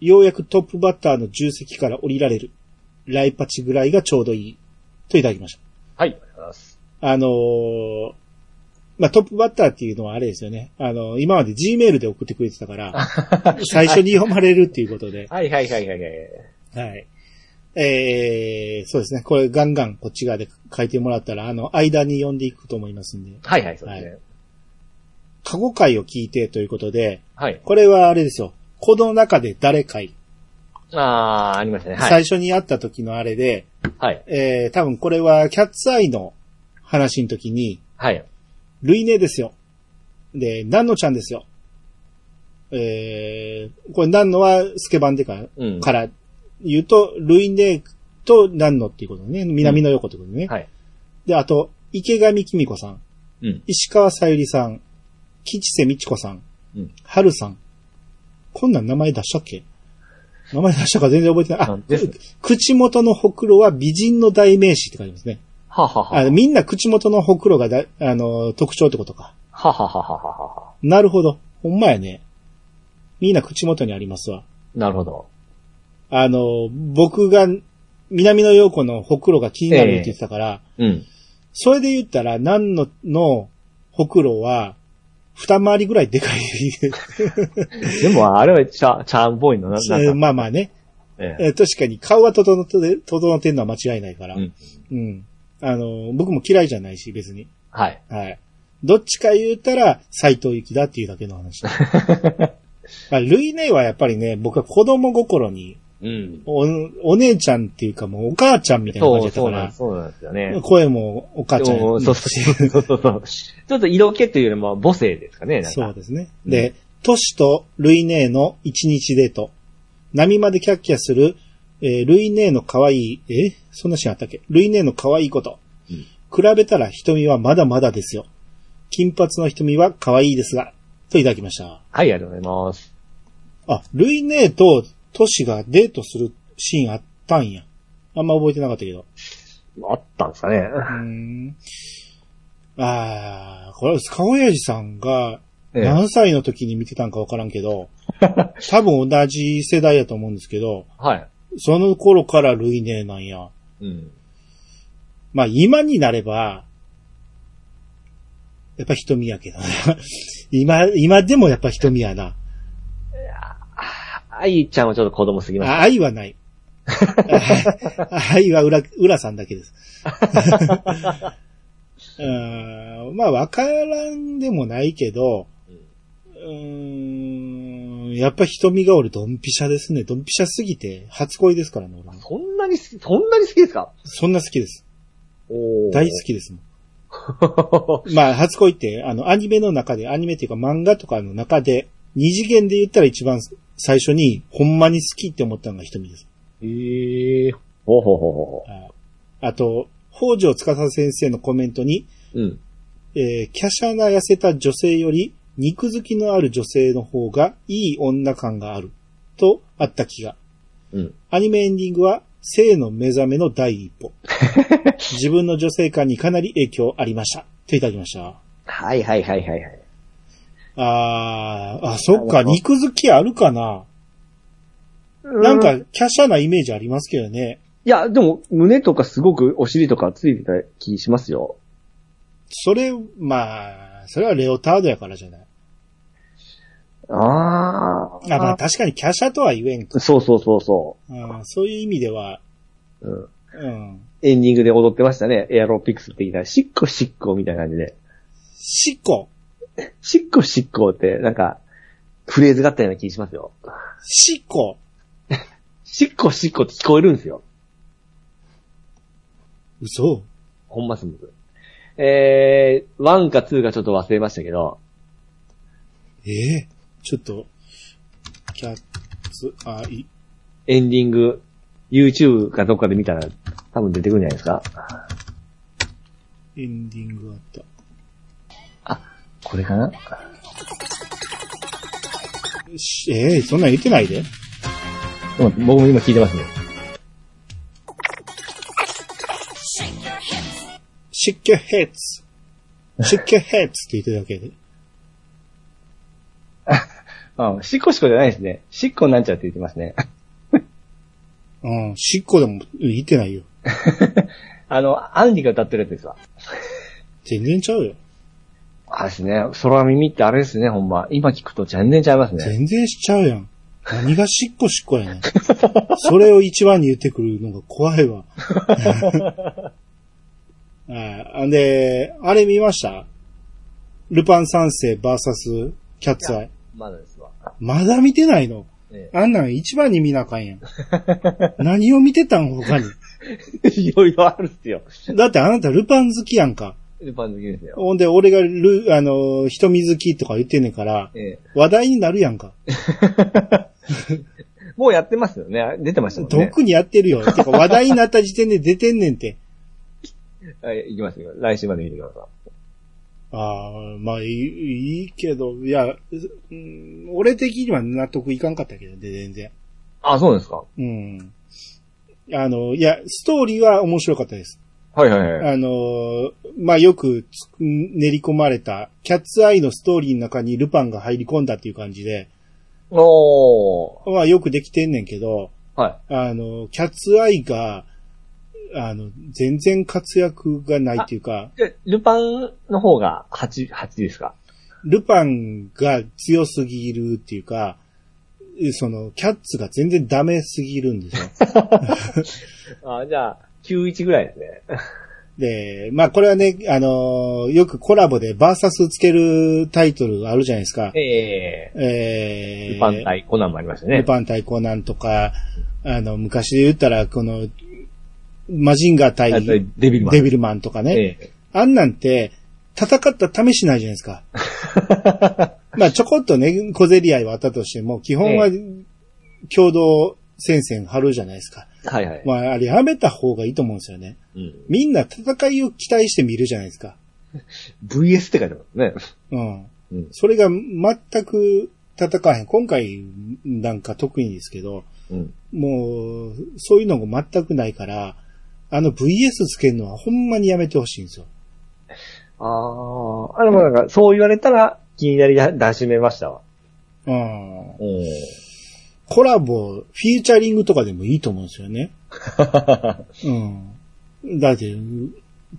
Speaker 3: ようやくトップバッターの重責から降りられる。ライパチぐらいがちょうどいい。といただきまし
Speaker 4: はい。ありがとうございます。
Speaker 3: た。あのーまあ、トップバッターっていうのはあれですよね。あのー今まで Gmail で送ってくれて たから、最初に読まれるっていうことで。
Speaker 4: はいはいはいはいはい。
Speaker 3: はい。えー、そうですね。これガンガンこっち側で書いてもらったら、あの、間に読んでいくと思いますんで。
Speaker 4: はいはい、そうですね。
Speaker 3: 過去回を聞いてということで、
Speaker 4: はい。
Speaker 3: これはあれですよ。この中で誰回、
Speaker 4: あー、ありましたね。はい。
Speaker 3: 最初に会った時のあれで、
Speaker 4: はい。
Speaker 3: えー、多分これはキャッツアイの話の時に、
Speaker 4: はい。
Speaker 3: ルイネですよ。で、ナンノちゃんですよ。えー、これナンノはスケバンデカ
Speaker 4: うん。
Speaker 3: から言うと、ルイネとナンノっていうことね。南の横ってことね。
Speaker 4: はい。
Speaker 3: で、あと、池上紀美子さん。
Speaker 4: うん
Speaker 3: 石川さゆりさん。吉瀬美智子さん。
Speaker 4: うん
Speaker 3: 春さん。こんなん名前出したっけ名前出したか全然覚えてない。あ
Speaker 4: あ、ですね
Speaker 3: く口元のほくろは美人の代名詞って書いてますね。
Speaker 4: ははは。
Speaker 3: あみんな口元のほくろがだ、あの、特徴ってことか。
Speaker 4: はははははは。
Speaker 3: なるほど。ほんまやね。みんな口元にありますわ。
Speaker 4: なるほど。
Speaker 3: あの、僕が南野陽子のほくろが気になるって言ってたから、
Speaker 4: うん。
Speaker 3: それで言ったら、何の、の、ほくろは、二回りぐらいでかい。
Speaker 4: でも、あれはチャ、チャームボーイのな、なんか、
Speaker 3: まあまあね。
Speaker 4: ええ
Speaker 3: えー確かに顔は整って、整ってんのは間違いないから。
Speaker 4: うん
Speaker 3: うんあの、僕も嫌いじゃないし、別に。
Speaker 4: はい。
Speaker 3: はい。どっちか言ったら、斎藤幸だっていうだけ の話。まあ、ルイネはやっぱりね、僕は子供心に、
Speaker 4: うん。
Speaker 3: お、お姉ちゃんっていうかもうお母ちゃんみたいな感
Speaker 4: そ
Speaker 3: じ
Speaker 4: う、
Speaker 3: だった
Speaker 4: そ
Speaker 3: か
Speaker 4: うなん
Speaker 3: ら
Speaker 4: です、、そうなんですよね。
Speaker 3: 声もお母ちゃん
Speaker 4: で
Speaker 3: や
Speaker 4: もそうそうそうそうそう。ちょっと色気というよりも母性ですかね、なん
Speaker 3: そう
Speaker 4: か。
Speaker 3: ですね。
Speaker 4: うん
Speaker 3: で、トシとルイネーの一日デート。波までキャッキャする、えールイネーの可愛い、えそんなシーンあったっけルイネーの可愛いこと。
Speaker 4: うん
Speaker 3: 比べたら瞳はまだまだですよ。金髪の瞳は可愛いですが、といただきました。
Speaker 4: はい、ありがとうございます。
Speaker 3: あ、ルイネーとトシがデートするシーンあったんや。あんま覚えてなかったけど。
Speaker 4: あったんですかね。
Speaker 3: うーん。あー、これ、スカオヤジさんが、
Speaker 4: ええ
Speaker 3: 何歳の時に見てたんかわからんけど、多分同じ世代やと思うんですけど、
Speaker 4: はい。
Speaker 3: その頃からルイネーなんや。
Speaker 4: うん。
Speaker 3: まあ今になれば、やっぱ瞳やけどな。 今、今でもやっぱ瞳やな。
Speaker 4: 愛ちゃんはちょっと子供すぎまし
Speaker 3: あ愛 はない。愛は裏、裏さんだ けです。うーんまあわからんでもないけど、うーん、やっぱ瞳が俺ドンピシャですね。ドンピシャすぎて、初恋ですからね、俺も
Speaker 4: た。そんなに好き、そんなに好きですか
Speaker 3: そんな好きです。
Speaker 4: おー
Speaker 3: 大好きですもん。
Speaker 4: は
Speaker 3: まあ初恋って、あの、アニメの中で、アニメっていうか漫画とかの中で、二次元で言ったら一番最 初に、ほんまに好きって思ったのが瞳です。
Speaker 4: い。へえ。ほうほうほうほうほ
Speaker 3: ああと、北条司先生のコメントに、
Speaker 4: うん。
Speaker 3: えー、華奢な痩せた女性より肉付きのある女性の方がいい女感がある。と、あった気が。
Speaker 4: うん。
Speaker 3: アニメエンディングは、性の目覚めの第一 歩。自分の女性感にかなり影響ありました。といただきました。
Speaker 4: はいはいはいはいはい。
Speaker 3: あー、あ、そっか、
Speaker 4: なるほど
Speaker 3: 肉付きあるかななんか、華奢なイメージありますけどね。
Speaker 4: いや、でも、胸とかすごくお尻とかついてた気しますよ。
Speaker 3: それ、まあ、それはレオタードやからじゃない。
Speaker 4: あ
Speaker 3: あまあ確かに華奢とは言えんか。
Speaker 4: あ。そうそうそうそ
Speaker 3: あーそういう意味では、
Speaker 4: う。うん。
Speaker 3: うん。
Speaker 4: エンディングで踊ってましたね。エアロピクス的な、シッコシッコみたいな感じで。
Speaker 3: しっこ、
Speaker 4: シッコシッコって、なんか、フレーズがあったような気しますよ。
Speaker 3: しっこ、
Speaker 4: シッコシッコって聞こえるんですよ。
Speaker 3: 嘘
Speaker 4: ほんますんです。えー、1か2かちょっと忘れましたけど、
Speaker 3: ええちょっと、キャッツ、あ、い、
Speaker 4: エンディング、YouTube かどっかで見たら多分出てくるんじゃないですか。
Speaker 3: エンディングあった。
Speaker 4: これかな
Speaker 3: しええそんなん言ってないで。
Speaker 4: 僕も今聞いてますね。
Speaker 3: シッケヘッツ。シッケヘッツって言ってるだけで。
Speaker 4: うん、シッコシッコじゃないですね。シッコになっちゃうって言ってますね。
Speaker 3: うん、しっこでも言ってないよ。
Speaker 4: あの、アンディが歌ってるやつですわ。
Speaker 3: 全然ちゃうよ。
Speaker 4: あれですね。空耳ってあれですね、ほんま。今聞くと全然ちゃいますね。
Speaker 3: 全然しちゃうやん。何がしっこしっこやねん。それを一番に言ってくるのが怖いわ。 あんで、あれ見ましたルパン三世バーサスキャッツアイ。
Speaker 4: まだですわ。
Speaker 3: まだ見てないの
Speaker 4: え
Speaker 3: あんなん一番に見なあかんやん。何を見てたん他に。
Speaker 4: えいろいろあるっすよ。
Speaker 3: だってあなたルパン好きやんか。
Speaker 4: ルパン好きですよ。
Speaker 3: ほんで俺がル、あの、瞳好きとか言ってんねんから、
Speaker 4: ええ
Speaker 3: 話題になるやんか。
Speaker 4: もうやってますよね。出てましたもん
Speaker 3: とっ
Speaker 4: ね。
Speaker 3: くにやってるよ。てか話題になった時点で出てんねんて。
Speaker 4: はい、いきますよ。来週まで見てくださ
Speaker 3: ああ、まあいい、いいけど、いや、うん俺的には納得いかんかったけどね、全然。
Speaker 4: い。あ、そうですか。
Speaker 3: うん。あの、いや、ストーリーは面白かったです。
Speaker 4: はいはいはい。
Speaker 3: あの、まあよくつ練り込まれた、キャッツアイのストーリーの中にルパンが入り込んだっていう感じで、
Speaker 4: おー。
Speaker 3: まあよくできてんねんけど、
Speaker 4: はい。
Speaker 3: あの、キャッツアイが、あの、全然活躍がないっていうか、
Speaker 4: で、ルパンの方が8、8ですか
Speaker 3: ルパンが強すぎるっていうか、その、キャッツが全然ダメすぎるんですよ。
Speaker 4: あ、じゃあ、91ぐらいですね。
Speaker 3: で、まあこれはね、あのーよくコラボでバーサスつけるタイトルあるじゃないですか。
Speaker 4: ええ
Speaker 3: えー、
Speaker 4: ルパン対コナンもありましたね。
Speaker 3: ルパン対コナンとか、あの、昔で言ったら、この、マジンガー対
Speaker 4: あと
Speaker 3: デ
Speaker 4: デビルマン。
Speaker 3: ビルマンとかね。
Speaker 4: ええ
Speaker 3: あんなんて、戦った試しないじゃないです か。まあ、ちょこっとね、小競り合いはあったとしても、基本は
Speaker 4: え、
Speaker 3: 共同戦線張るじゃないですか。
Speaker 4: はいはい。
Speaker 3: まあ、あれやめた方がいいと思うんですよね。
Speaker 4: うん、
Speaker 3: みんな戦いを期待して見るじゃないですか。
Speaker 4: VS って書いてますね。
Speaker 3: うん。
Speaker 4: うん
Speaker 3: それが全く戦わへん。今回なんか特にですけど、
Speaker 4: うん。
Speaker 3: もう、そういうのが全くないから、あの VS つけるのはほんまにやめてほしいんですよ。
Speaker 4: あーあ、でもなんか、そう言われたら気になりだ出しめましたわ。
Speaker 3: うん。
Speaker 4: お ー
Speaker 3: コラボ、フィーチャリングとかでもいいと思うんですよね。うん。だって、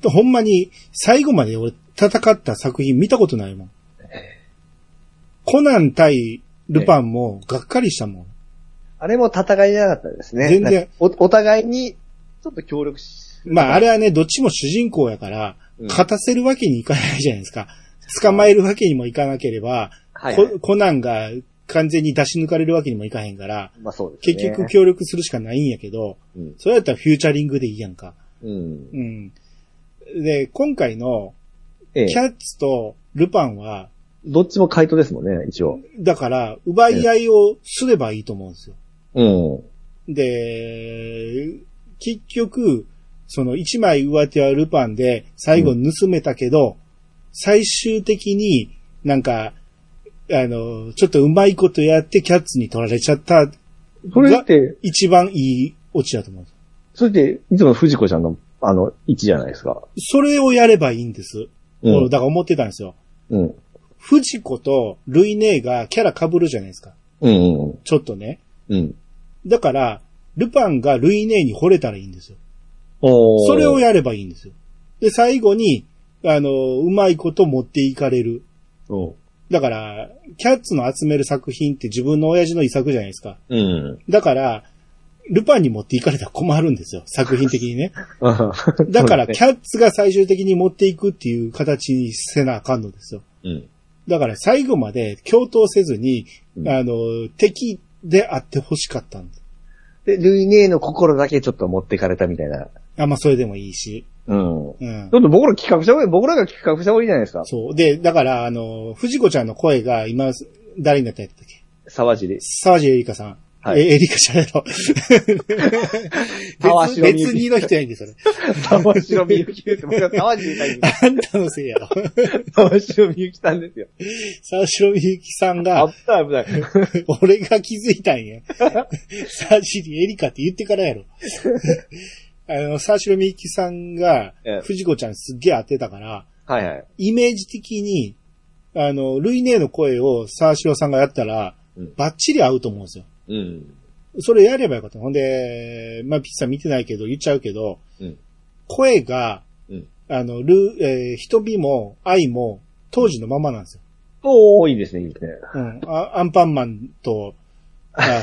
Speaker 3: ほんまに最後まで俺戦った作品見たことないもん。コナン対ルパンもがっかりしたもん。
Speaker 4: あれも戦いじゃなかったですね。
Speaker 3: 全然
Speaker 4: なんかお。お互いに、ちょっと協力し、
Speaker 3: まああれはね、どっちも主人公やから、
Speaker 4: うん
Speaker 3: 勝たせるわけにいかないじゃないですか。捕まえるわけにもいかなければ、
Speaker 4: はい、はい
Speaker 3: ココナンが完全に出し抜かれるわけにもいかへんから、
Speaker 4: まあそうですね。
Speaker 3: 結局協力するしかないんやけど、
Speaker 4: うん
Speaker 3: それやったらフューチャリングでいいやんか。
Speaker 4: うん。
Speaker 3: うん。で、今回の
Speaker 4: ええ
Speaker 3: キャッツとルパンは、
Speaker 4: どっちも回答ですもんね、一応。
Speaker 3: だから、奪い合いをすればいいと思うんですよ。
Speaker 4: うん。
Speaker 3: で、結局、その一枚上手はルパンで、最後盗めたけど、最終的になんか、あの、ちょっとうまいことやってキャッツに取られちゃった、
Speaker 4: それって、
Speaker 3: 一番いいオチだと思う。
Speaker 4: それって、いつもの藤子ちゃんの、あの、位置じゃないですか。
Speaker 3: それをやればいいんです。
Speaker 4: う
Speaker 3: 俺
Speaker 4: ん。
Speaker 3: だから思ってたんですよ。
Speaker 4: うん。
Speaker 3: 藤子とルイネーがキャラ被るじゃないですか。
Speaker 4: うんうん
Speaker 3: ちょっとね。
Speaker 4: うん。うん。
Speaker 3: だから、ルパンがルイネーに惚れたらいいんですよ。
Speaker 4: お
Speaker 3: それを
Speaker 4: や、
Speaker 3: やればいいんですよ。で、最後に、あの、うまいこと持っていかれる。
Speaker 4: うん。
Speaker 3: だから、キャッツの集める作品って自分の親父の遺作じゃないですか。
Speaker 4: うん。
Speaker 3: だから、ルパンに持っていかれたら困るんですよ。作品的 にね。だから、キ
Speaker 4: ャ
Speaker 3: ャッツが最終的に持っていくっていう形にせなあかんのですよ。
Speaker 4: うん。
Speaker 3: だから最後まで共闘せずに、
Speaker 4: うん
Speaker 3: あの、敵であってほしかったんです。
Speaker 4: で、ルイネーの心だけちょっと持ってかれたみたいな。
Speaker 3: あ、まあ、それでもいいし。
Speaker 4: うん。
Speaker 3: うん
Speaker 4: ち。ょっと僕ら企画した方がいい、僕らが企画した方がいいじゃないですか。
Speaker 3: そう。で、だから、あの、藤子ちゃんの声が今、誰になったやったっけ
Speaker 4: 沢尻。
Speaker 3: 沢尻エリカさん。
Speaker 4: はい
Speaker 3: え、エリカじゃないの。
Speaker 4: 沢
Speaker 3: 別、
Speaker 4: 城みゆき
Speaker 3: 別にの人やんけ、それ。
Speaker 4: 沢城みゆきです。僕は沢尻さんに
Speaker 3: あんたのせいやろ。
Speaker 4: 沢城みゆきさんですよ。
Speaker 3: 沢城みゆきさんが、
Speaker 4: 危ない危ない。
Speaker 3: 俺が気づいたんや。沢尻エリカって言ってからやろ。 あの、沢城みゆきさんが
Speaker 4: ええ、
Speaker 3: 藤子ちゃんすっげえ当てたから、
Speaker 4: はいはい。
Speaker 3: イメージ的に、あの、ルイネーの声を沢城さんがやったら
Speaker 4: うん、
Speaker 3: バッチリ合うと思うんですよ。
Speaker 4: うん。
Speaker 3: それやればよかった。ほんで、まあ、ピッツさん見てないけど、言っちゃうけど、
Speaker 4: うん
Speaker 3: 声が、
Speaker 4: うん
Speaker 3: あの、ル、えー人美も愛も、当時のままなんですよ。
Speaker 4: おー、いいですね、いいですね。
Speaker 3: うん。あアンパンマン と、あ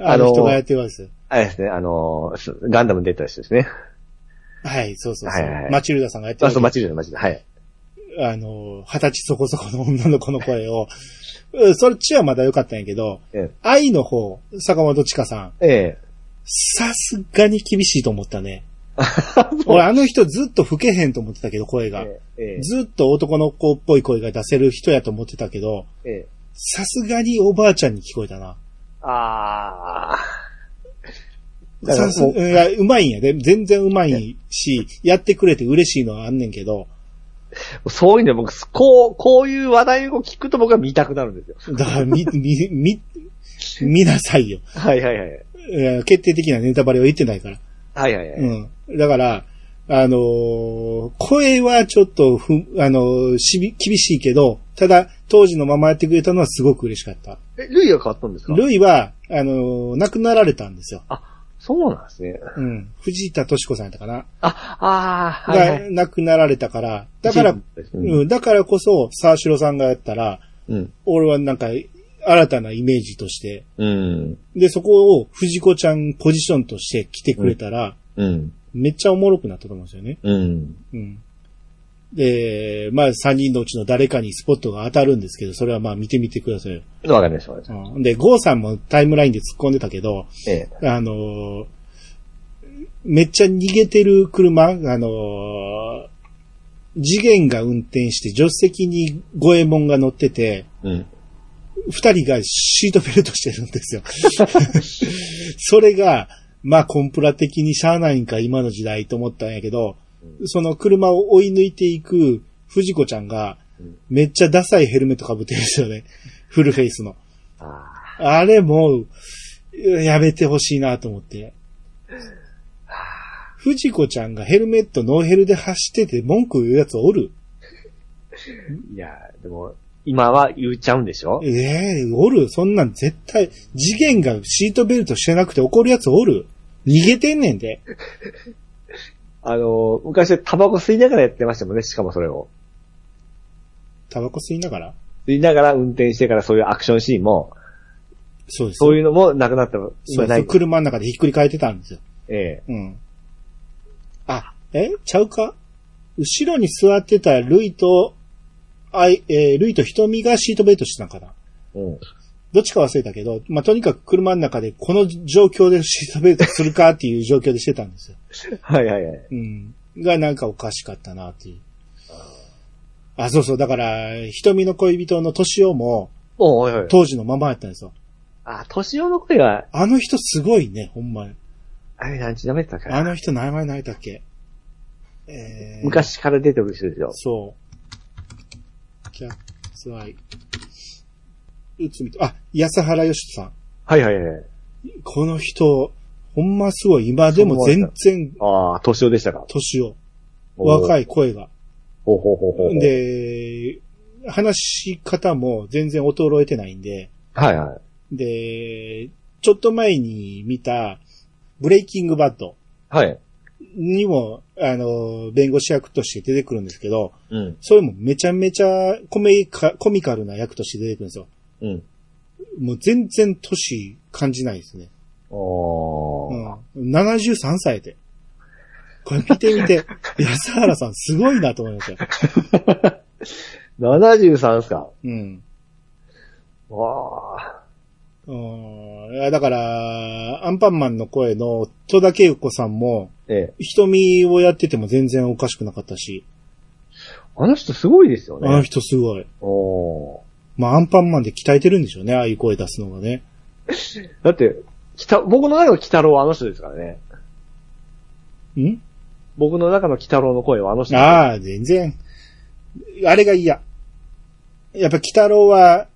Speaker 3: あ
Speaker 4: あの
Speaker 3: の人がやってるわけですよ。
Speaker 4: あれですね、あのー、すガンダムに出た人ですね。
Speaker 3: はい、そうそうそう。
Speaker 4: はいはいはい
Speaker 3: マチルダさんがやってる
Speaker 4: あ、
Speaker 3: わ
Speaker 4: そ
Speaker 3: け
Speaker 4: う、マチルダ、マチルダ。はい。
Speaker 3: あの、二十歳そこそこの女の子の声を、うんそっちはまだ良かったんやけど、
Speaker 4: え
Speaker 3: 愛の方、坂本千佳さん、
Speaker 4: ええ
Speaker 3: さすがに厳しいと思っ たね。俺あの人ずっと老けへんと思ってたけど、声が。
Speaker 4: え。え
Speaker 3: ずっと男の子っぽい声が出せる人やと思ってたけど、
Speaker 4: え。ええ。
Speaker 3: さすがにおばあちゃんに聞こえたな。
Speaker 4: あー。
Speaker 3: さす
Speaker 4: もう
Speaker 3: うんいやうまいんやで。全然うまいし、やってくれて嬉しいのはあんねんけど、
Speaker 4: そういうの僕、こう、こういう話題を聞くと僕は見たくなるんですよ。
Speaker 3: だから見、見、見、見なさいよ。
Speaker 4: はいはいはい。
Speaker 3: うん決定的なネタバレは言ってないから。
Speaker 4: はいはいはい。
Speaker 3: うん。だから、あのー声はちょっとふ、あのーしび、厳しいけど、ただ、当時のままやってくれたのはすごく嬉しかった。
Speaker 4: え、ルイは変わったんですか
Speaker 3: ルイは、あのー亡くなられたんですよ。
Speaker 4: そうなんですね。
Speaker 3: うん。藤田敏子さんやったかな。
Speaker 4: あ、ああ、
Speaker 3: が、
Speaker 4: はいはい。
Speaker 3: 亡くなられたから、だから、
Speaker 4: ジープです
Speaker 3: う
Speaker 4: ね
Speaker 3: ん、だからこそ、沢城さんがやったら、
Speaker 4: うん。
Speaker 3: 俺はなんか、新たなイメージとして、
Speaker 4: うん。
Speaker 3: で、そこを藤子ちゃんポジションとして来てくれたら、
Speaker 4: うん。
Speaker 3: めっちゃおもろくなったと思うんですよね。
Speaker 4: うん。
Speaker 3: うん。で、まあ、三人のうちの誰かにスポットが当たるんですけど、それはまあ見てみてくださいよ。
Speaker 4: わかりました、わかりま
Speaker 3: うん、で、ゴーさんもタイムラインで突っ込んでたけど、
Speaker 4: した。え
Speaker 3: あのーめっちゃ逃げてる車、あのー次元が運転して、助手席に五右衛門が乗ってて、
Speaker 4: え。うん。
Speaker 3: 二人がシートベルトしてるんです よ。それが、まあコンプラ的にしゃあないんか今の時代と思ったんやけど、その車を追い抜いていく藤子ちゃんが
Speaker 4: うん、
Speaker 3: めっちゃダサいヘルメット被ってるんですよね。フルフェイスの。
Speaker 4: あ
Speaker 3: あれもう、やめてほしいなと思って。藤子ちゃんがヘルメットノーヘルで走ってて文句言うやつおる
Speaker 4: ーいや、でも、今は言っちゃうんでしょ
Speaker 3: ええおるそんなん絶対、次元がシートベルトしてなくて怒るやつおる逃げてんねんで。
Speaker 4: あの、昔タバコ吸いながらやってましたもんね、しかもそれを。
Speaker 3: タバコ吸いながら
Speaker 4: 吸いながら運転してからそういうアクションシーンも、
Speaker 3: そうです。
Speaker 4: そういうのもなくなった
Speaker 3: そう
Speaker 4: ない
Speaker 3: そう。車の中でひっくり返ってたんですよ。
Speaker 4: ええ。
Speaker 3: うん。あ、えちゃうか後ろに座ってたルイと、あい、えールイと瞳がシートベルトしてたんかな
Speaker 4: うん。
Speaker 3: どっちか忘れたけど、まあ、とにかく車の中でこの状況でシートベルトするかっていう状況でしてたんですよ。
Speaker 4: はいはいはい。
Speaker 3: うん。がなんかおかしかったなっていう。あ、そうそう。だから、瞳の恋人の年をも、
Speaker 4: おうおいおい。
Speaker 3: 当時のままやったんですよ。
Speaker 4: あ、年男の声は、
Speaker 3: あの人すごいね、ほんまに。
Speaker 4: あれ、なんちなめてたか
Speaker 3: あ
Speaker 4: ら。
Speaker 3: の人名前ないだっけえー、。
Speaker 4: 昔から出てる人ですよ。
Speaker 3: そう。キャッツアイ。うつみと、あ、安原よしさん。
Speaker 4: はいはいはい。
Speaker 3: この人、ほんますごい。今でも全然、
Speaker 4: ああ、年をでしたか。
Speaker 3: 年を。若
Speaker 4: い。
Speaker 3: い声が。
Speaker 4: ほうほうほうほうほう。、
Speaker 3: で、話し方も全然衰えてないんで、
Speaker 4: はいはい。
Speaker 3: で、ちょっと前に見た、ブレイキングバッド
Speaker 4: はい。
Speaker 3: にも、あの、弁護士役として出てくるんですけど、
Speaker 4: うん。
Speaker 3: それもめちゃめちゃコメカコミカルな役として出てくるんですよ。
Speaker 4: うん。
Speaker 3: もう全然歳感じないですね。
Speaker 4: おー。
Speaker 3: うん。73歳で。これ見て みて、安原さんすごいなと思いましたよ。
Speaker 4: 73ですか。
Speaker 3: うん。
Speaker 4: わあ。
Speaker 3: うんいやだから、アンパンマンの声の戸田恵子さんも、
Speaker 4: ええ。
Speaker 3: 瞳をやってても全然おかしくなかったし、
Speaker 4: あの人すごいですよ
Speaker 3: あの
Speaker 4: ね。
Speaker 3: 人すごい。
Speaker 4: おー。
Speaker 3: まあ、アンパンマンで鍛えてるんでしょうね、ああいう声出すのがね。
Speaker 4: だって、北、僕の中の北郎はあの人ですからね。
Speaker 3: ん
Speaker 4: 僕の中の北郎の声はあの人。
Speaker 3: ああ、全然。あれが嫌。やっぱ、北郎は、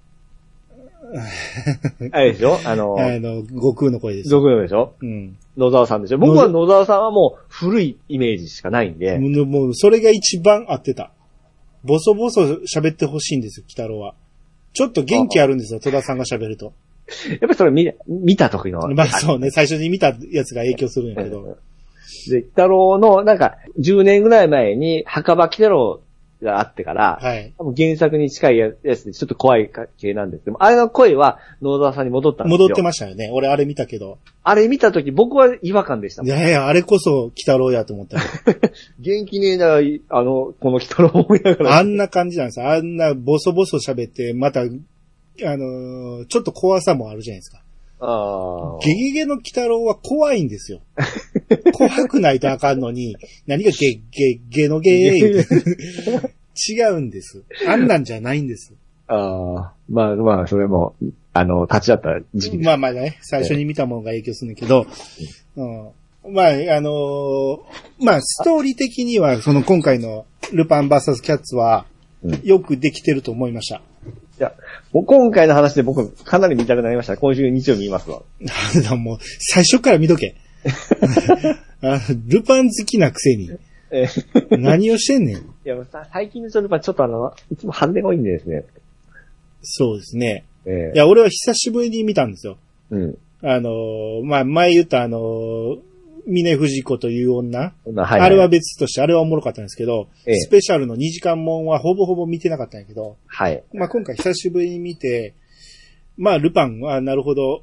Speaker 4: あれでしょあの
Speaker 3: あ、の、悟空の声です。
Speaker 4: 俗用でしょ
Speaker 3: うん。
Speaker 4: 野沢さんでしょ僕は野沢さんはもう古いイメージしかないんで。
Speaker 3: もう、もうそれが一番合ってた。ボソボソ喋ってほしいんですよ、北郎は。ちょっと元気あるんですよ、戸田さんが喋ると。
Speaker 4: やっぱりそれ見、見た時の。
Speaker 3: まあそうね、最初に見たやつが影響するんやけど。
Speaker 4: で、北郎の、なんか、10年ぐらい前に、墓場北郎があってから、
Speaker 3: はい。
Speaker 4: 多分原作に近いやつで、ちょっと怖い系なんですけども、あれの声は、野沢さんに戻ったんですよ。
Speaker 3: 戻って
Speaker 4: す。
Speaker 3: ましたよね。俺あれ見たけど。
Speaker 4: あれ見た時僕は違和感でしたも
Speaker 3: い
Speaker 4: ん。
Speaker 3: やいや、あれこそ北郎やと思った よ。
Speaker 4: 元気ねえな、いあの、この北郎思いながら。
Speaker 3: あんな感じなんですよ。あんなボソボソ喋って、また、あのーちょっと怖さもあるじゃないですか。
Speaker 4: あ
Speaker 3: ゲゲゲの鬼太郎は怖いんですよ。 怖くないとあかんのに、何がゲゲゲのゲー言うて違 うんです。あんなんじゃないんです。
Speaker 4: あ。ああ。まあまあ、それも、あの、立ち会った時期です。
Speaker 3: まあまあね、最初に見たものが影響するんだけど、うん、まあ、あのーまあ、ストーリー的には、その今回のルパンバーサスキャッツは
Speaker 4: うん、
Speaker 3: よくできてると思いました。
Speaker 4: いや、もう今回の話で僕、かなり見たくなりました。今週日曜日見ますわ。
Speaker 3: もう、最初から見と け。あルパン好きなくせに、
Speaker 4: えー
Speaker 3: 何をしてんねん。
Speaker 4: いや、さ最近のちょっと、ちょっとあの、いつもハンデが多いんでですね。
Speaker 3: そうですね。
Speaker 4: え
Speaker 3: い
Speaker 4: え
Speaker 3: や、俺は久しぶりに見たんですよ。
Speaker 4: うん。
Speaker 3: あのーまあ、前言ったあのー、峰藤子という女。
Speaker 4: まあ、はい、
Speaker 3: あれは、別として、あれはおもろかったんですけど、
Speaker 4: ええ
Speaker 3: スペシャルの2時間もんはほぼほぼ見てなかったんやけど、
Speaker 4: はい。
Speaker 3: まあ、今回久しぶりに見て、まあ、ルパンは、なるほど、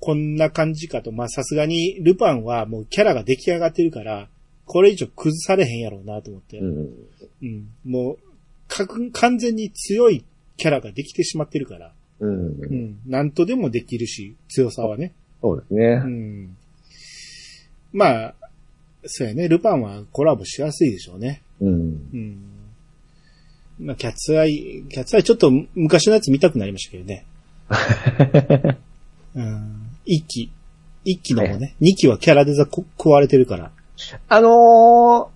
Speaker 3: こんな感じかと、まあ、さすがに、ルパンはもうキャラが出来上がってるから、これ以上崩されへんやろうなと思って。
Speaker 4: う
Speaker 3: うん。
Speaker 4: ん。
Speaker 3: もう、かく完全に強いキャラができてしまってるから、
Speaker 4: うん。
Speaker 3: うん。なんとでもできるし、強さはね。
Speaker 4: そうですね
Speaker 3: う。ん。まあ、そうやね、ルパンはコラボしやすいでしょうね。
Speaker 4: うん。
Speaker 3: うん。まあ、キャッツアイ、キャッツアイちょっと昔のやつ見たくなりましたけどね。うん。一期。一期の方ね。二期はキャラデザこ食われてるから。
Speaker 4: あの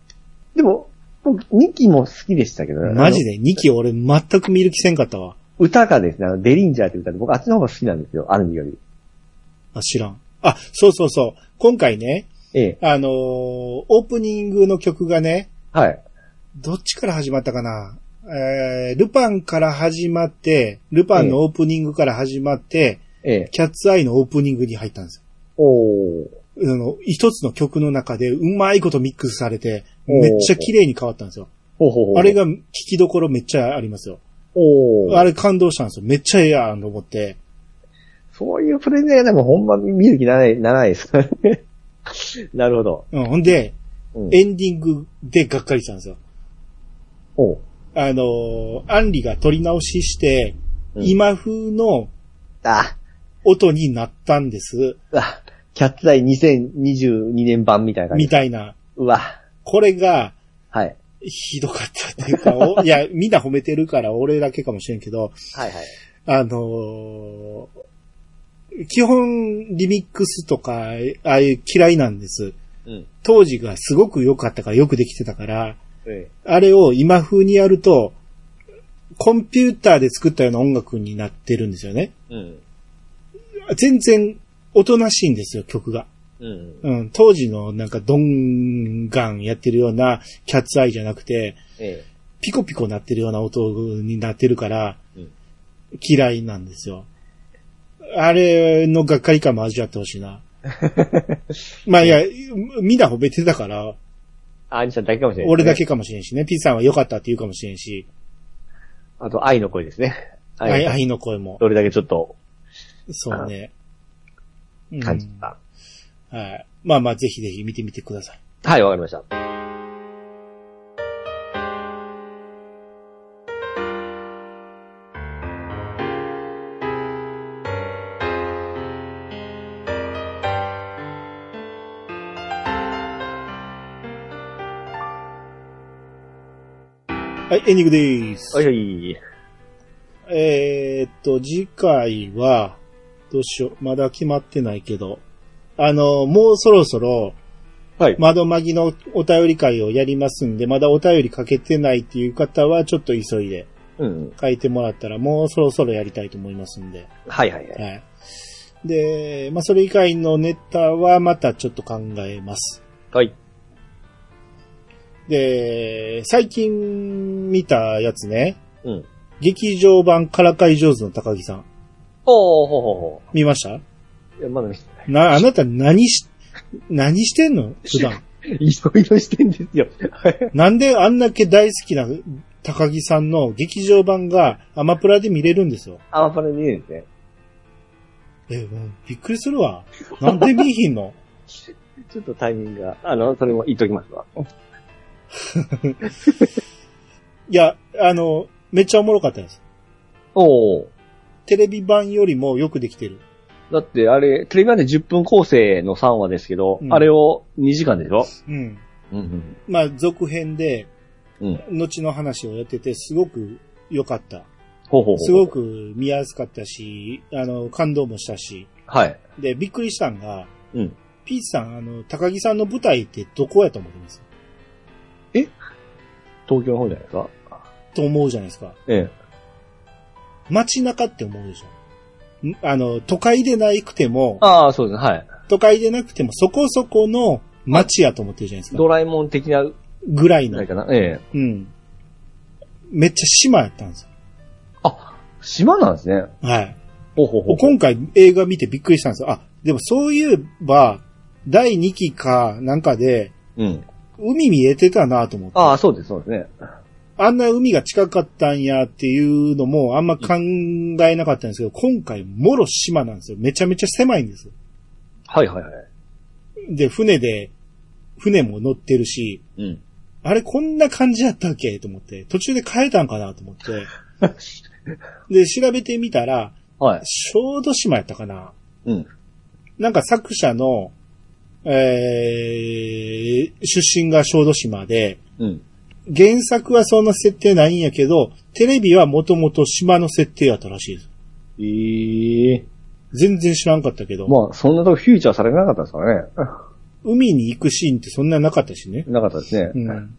Speaker 4: ー、でも、僕、2期も好きでしたけどね
Speaker 3: マジ
Speaker 4: あの
Speaker 3: で二期俺全く見る気せんかったわ。
Speaker 4: 歌がですね、あの、デリンジャーって歌で、僕、あっちの方が好きなんですよ、アルミより。
Speaker 3: あ、知らん。あ、そうそうそう。今回ね、
Speaker 4: ええ。
Speaker 3: あのーオープニングの曲がね、
Speaker 4: はい。
Speaker 3: どっちから始まったかなえー、ルパンから始まって、ルパンのオープニングから始まって、
Speaker 4: ええ。
Speaker 3: キャッツアイのオープニングに入ったんです
Speaker 4: おー。
Speaker 3: よ。あの、一つの曲の中でうまいことミックスされて、
Speaker 4: おー
Speaker 3: めっちゃ綺麗に変わったんですよ。
Speaker 4: ほうほうほう。
Speaker 3: あれ、が聞きどころめっちゃありますよ。
Speaker 4: おー。
Speaker 3: あれ感動したんですよ。めっちゃええやんと思って。
Speaker 4: そういうプレゼンがでもほんま見る気ならない、ならないです からね。なるほど。
Speaker 3: うん、ほんで、
Speaker 4: うん、
Speaker 3: エンディングでがっかりしたんですよ。
Speaker 4: おう
Speaker 3: あのー、アンリが撮り直しして、
Speaker 4: うん
Speaker 3: 今風の
Speaker 4: あ、
Speaker 3: 音になったんです。
Speaker 4: あ、キャッツアイ2022年版みたいな感じ。
Speaker 3: みたいな。
Speaker 4: うわ、
Speaker 3: これが、
Speaker 4: はい。
Speaker 3: ひどかったっていうか、おいや、みんな褒めてるから俺だけかもしれんけど、
Speaker 4: はいはい。
Speaker 3: あのー基本リミックスとか、ああいう嫌いなんです。
Speaker 7: うん
Speaker 3: 当時がすごく良かったから、よくできてたから、
Speaker 7: え
Speaker 3: あれを今風にやると、コンピューターで作ったような音楽になってるんですよね。
Speaker 7: えうん。
Speaker 3: 全然おとなしいんですよ、曲が。
Speaker 7: うん。
Speaker 3: うん、当時のなんかドンガンやってるようなキャッツアイじゃなくて、
Speaker 7: え
Speaker 3: ピコピコ鳴ってるような音になってるから
Speaker 7: うん、
Speaker 3: 嫌いなんですよ。あれのがっかり感も味わってほし いな。まあいや、みんな褒めてたから、
Speaker 4: あ、兄さんだけかもしれない、
Speaker 3: 俺だ。けかもしれんしね。P さんは良かったって言うかもしれんし、
Speaker 4: あと、愛の声ですね。
Speaker 3: 愛
Speaker 4: 愛。
Speaker 3: 愛の声も。
Speaker 4: どれだけちょっと
Speaker 3: そうね。うん
Speaker 4: 感じた。
Speaker 3: はい。まあまあ、ぜひぜひ見てみてください。
Speaker 4: はい、わかりました。
Speaker 3: はい、エンディングでーす。
Speaker 4: はいはい。
Speaker 3: えーっと、次回は、どうしよう。まだ決まってないけど。あの、もうそろそろ、
Speaker 4: はい
Speaker 3: 窓まぎのお便り会をやりますんで、まだお便りかけてないっていう方は、ちょっと急いで
Speaker 4: うん。
Speaker 3: 書いてもらったら、もうそろそろやりたいと思いますんで。
Speaker 4: はいはいはい。
Speaker 3: はい。で、まあ、それ以外のネタは、またちょっと考えます。
Speaker 4: はい。
Speaker 3: で、最近見たやつね。
Speaker 4: うん。
Speaker 3: 劇場版からかい上手の高木さん。
Speaker 4: おー、ほうほうほ
Speaker 3: 見ました
Speaker 4: う。いや、まだ見てない。
Speaker 3: な、あなた何し、何してんの普段。
Speaker 4: いろいろしてんですよ。
Speaker 3: なんであんだけ大好きな高木さんの劇場版がアマプラで見れるんですよ。
Speaker 4: アマパラで見えるんですね。
Speaker 3: え、もうびっくりするわ。なんで見ひんの
Speaker 4: ちょっとタイミングが、あの、それも言っときますわ。
Speaker 3: いや、あの、めっちゃおもろかったです。
Speaker 4: おー。
Speaker 3: テレビ版よりもよくできてる。
Speaker 4: だって、あれ、テレビ版で10分構成の3話ですけど、
Speaker 3: うん
Speaker 4: あれを2時間でしょ
Speaker 3: うん。
Speaker 4: うん
Speaker 3: まあ、続編で、
Speaker 4: うん
Speaker 3: 後の話をやってて、すごく良かった。
Speaker 4: ほうほうほう。
Speaker 3: すご。く見やすかったし、あの、感動もしたし。
Speaker 4: はい。
Speaker 3: で、びっくりしたんが、
Speaker 4: うん。
Speaker 3: ピーチさん、あの、高木さんの舞台ってどこやと思ってます
Speaker 4: 東京の方じゃないですか
Speaker 3: と思うじゃないですか。
Speaker 4: ええ。
Speaker 3: 街中って思うでしょ。んあの、都会でなくても、
Speaker 4: ああ、そうですね。はい。
Speaker 3: 都会でなくてもそこそこの街やと思ってるじゃないですか
Speaker 4: ド。ラえもん的な、
Speaker 3: ぐらい
Speaker 4: な
Speaker 3: の
Speaker 4: い。かな。ええ。
Speaker 3: うん。めっちゃ島やったんですよ。
Speaker 4: あ、島なんですね。
Speaker 3: はい。
Speaker 4: ほうほうほう。
Speaker 3: 今回映画見てびっくりしたんですよ。あ、でもそういえば、第2期かなんかで、
Speaker 4: うん。
Speaker 3: 海見えてたなと思って。
Speaker 4: ああ、そうです、そうですね。
Speaker 3: あんな海が近かったんやっていうのもあんま考えなかったんですけど、今回もろ島なんですよ。めちゃめちゃ狭いんですよ。
Speaker 4: はいはいはい。
Speaker 3: で、船で、船も乗ってるし、
Speaker 4: うん。
Speaker 3: あれこんな感じやったっけと思って、途中で変えたんかなと思 って。で、調べてみたら、
Speaker 4: はい。
Speaker 3: 小豆島やったかな
Speaker 4: うん。
Speaker 3: なんか作者の、えー、出身が小豆島で、
Speaker 4: うん。
Speaker 3: 原作はそんな設定ないんやけど、テレビはもともと島の設定やったらしいです。
Speaker 4: ええ
Speaker 3: 全然知らんかったけど、
Speaker 4: まあ、そんなとこフューチャーされてなかったですから
Speaker 3: 海に行くシーンってそんななかったしね。
Speaker 4: ね。なかったですね。
Speaker 3: うん。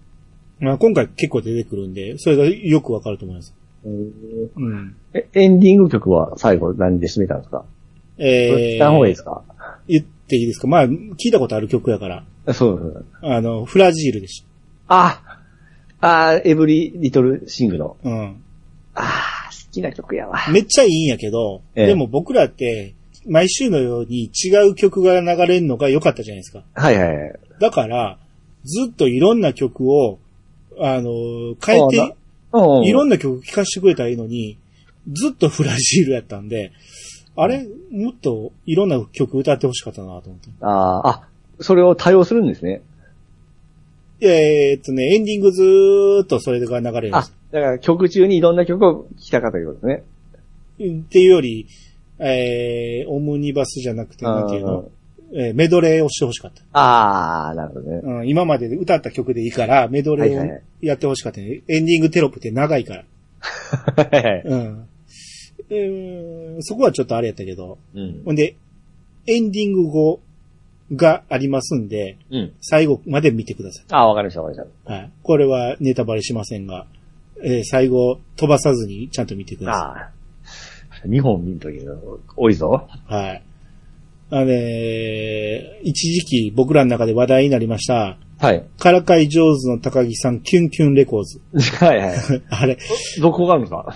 Speaker 3: まあ今回結構出てくるんで、それがよくわかると思います。
Speaker 4: うん
Speaker 3: うん。
Speaker 4: え、エンディング曲は最後何で締めたんですかこれ
Speaker 3: え
Speaker 4: 聞かん方がいいですか
Speaker 3: 言っていいですかまあ、聞いたことある曲やから。
Speaker 4: そうそうそう。
Speaker 3: あの、フラジールでし
Speaker 4: ああエブリリトルシングの。
Speaker 3: た。うん。
Speaker 4: ああ好きな曲やわ。
Speaker 3: めっちゃいいんやけど、
Speaker 4: ええ
Speaker 3: でも僕らって、毎週のように違う曲が流れるのが良かったじゃないですか。
Speaker 4: はいはいはい。
Speaker 3: だから、ずっといろんな曲を、あの、変え
Speaker 4: あ
Speaker 3: て、
Speaker 4: うん
Speaker 3: いろん
Speaker 4: な。
Speaker 3: な曲聴かせてくれたらいいのに、ずっとフラジールやったんで、あれもっといろんな曲歌ってほしかったなと思って。
Speaker 4: あーあ、それを対応するんですね。
Speaker 3: えーっとね、エンディングずーっとそれが流れるんで
Speaker 4: あ
Speaker 3: す。、
Speaker 4: だから曲中にいろんな曲を聴きたかったということですね。
Speaker 3: っていうより、えー、オムニバスじゃなくて、なんていうの、えーメドレーをしてほしかった。
Speaker 4: ああなるほどね。
Speaker 3: うん、今までで歌った曲でいいから、メドレ
Speaker 4: はいはい
Speaker 3: ー
Speaker 4: は
Speaker 3: をやってほしかったね。エンディングテロップって長いから。
Speaker 4: はいはい
Speaker 3: うん。えーそこはちょっとあれやったけど。
Speaker 4: うん。
Speaker 3: ほんで、エンディング後がありますんで、
Speaker 4: うん。
Speaker 3: 最後まで見てくださ
Speaker 4: ああ、わかりました、わかりまし
Speaker 3: い。はい。これはネタバレしませんが、えー最後飛ばさずにちゃんと見てく
Speaker 4: た。
Speaker 3: ださい。
Speaker 4: ああ。2本見るときが多いぞ。
Speaker 3: はい。あのね、一時期僕らの中で話題になりました、
Speaker 4: はい。
Speaker 3: からかい上手の高木さん、キュンキュンレコーズ。
Speaker 4: はい はい。
Speaker 3: あれ、
Speaker 4: 続報があるのか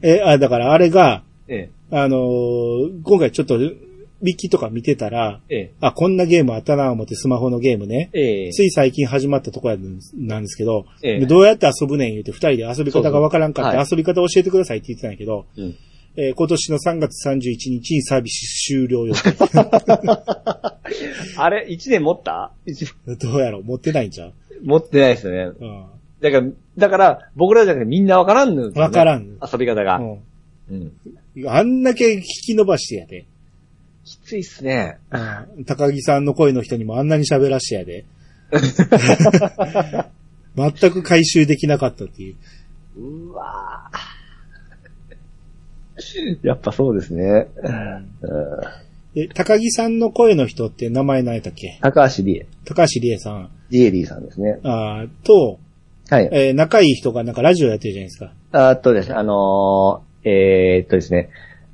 Speaker 3: え、あ、だからあれが、
Speaker 4: え
Speaker 3: あのー今回ちょっと、ビッキとか見てたら、
Speaker 4: え、え
Speaker 3: あ、こんなゲームあったなぁ思ってスマホのゲームね。
Speaker 4: え、ええ。
Speaker 3: つい最近始まったとこやなんですけど、
Speaker 4: ええ
Speaker 3: どうやって遊ぶねん言うて二人で遊び方がわからんかって
Speaker 4: そう
Speaker 3: 遊び方教えてくださいって言ってたんやけど、
Speaker 4: うん
Speaker 3: えー今年の3月31日にサービス終了 予定。
Speaker 4: あれ、1年持った
Speaker 3: どうやろう持ってないんちゃう
Speaker 4: 持ってないですよね。
Speaker 3: うん。
Speaker 4: だから、だから、僕らじゃなくてみんなわからんのですよ、ね。
Speaker 3: わからん
Speaker 4: 遊び方が。
Speaker 3: うん
Speaker 4: うん。
Speaker 3: あんだけ引き伸ばしてやで。
Speaker 4: きついっすね。
Speaker 3: 高木さんの声の人にもあんなに喋らしてや で。全く回収できなかったっていう。
Speaker 4: うわぁ。やっぱそうですね。うん
Speaker 3: で、高木さんの声の人って名前何やったっけ
Speaker 4: 高橋理恵。
Speaker 3: 高橋理恵さん。
Speaker 4: 理恵理恵さんですね。
Speaker 3: あーと、
Speaker 4: はい。
Speaker 3: えー仲いい人がなんかラジオやってるじゃないですか。
Speaker 4: あとですね、あのー、えーっとですね、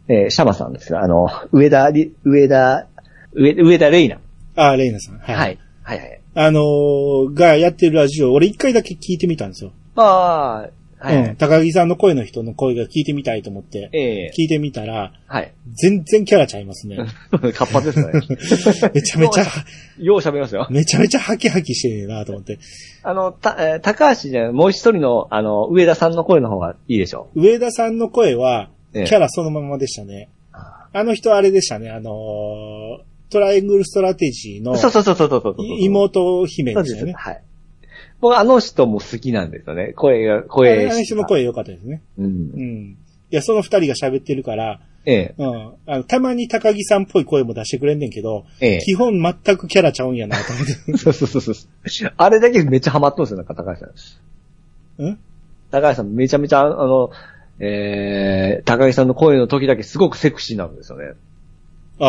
Speaker 4: えーシャマさんですが、あの、上田り、上田、上上田玲奈。
Speaker 3: あーレイナさん。はい。
Speaker 4: はい。はいはい。
Speaker 3: あのーがやってるラジオ、俺一回だけ聞いてみたんですよ。
Speaker 4: まあ、はい、はい
Speaker 3: うん。高木さんの声の人の声が聞いてみたいと思って、
Speaker 4: ええ
Speaker 3: 聞いてみたら、
Speaker 4: はい。
Speaker 3: 全然キャラちゃいますね。
Speaker 4: 活発ですね。
Speaker 3: めちゃめちゃ、
Speaker 4: よう喋りますよ。
Speaker 3: めちゃめちゃハキハキしてねえなと思って。
Speaker 4: あの、た、えー高橋じゃないもう一人の、あの、上田さんの声の方がいいでしょ
Speaker 3: 上田さんの声は、
Speaker 4: う。
Speaker 3: キ
Speaker 4: ええ
Speaker 3: ャラそのままでしたね。あの人あれでしたね、あのートライアングルストラテジーの
Speaker 4: そうそうそうそうそうそうそう。
Speaker 3: い妹姫
Speaker 4: そう
Speaker 3: で
Speaker 4: で
Speaker 3: し
Speaker 4: す
Speaker 3: たよね
Speaker 4: ね。。はい。僕、あの人も好きなんですよね。声が、声
Speaker 3: あの人の。声良かったですね。
Speaker 4: うん
Speaker 3: う。ん。いや、その二人が喋ってるから、
Speaker 4: ええ、
Speaker 3: うん。あの、たまに高木さんっぽい声も出してくれんねんけど、
Speaker 4: ええ。
Speaker 3: 基本全くキャラちゃうんやなと 思って。
Speaker 4: そうそうそうそう。 あれだけめっちゃハマっとんですよ、なんか高橋さん。
Speaker 3: ん
Speaker 4: 高橋さんめちゃめちゃ、あの、えー、高木さんの声の時だけすごくセクシーなんですよね。
Speaker 3: あー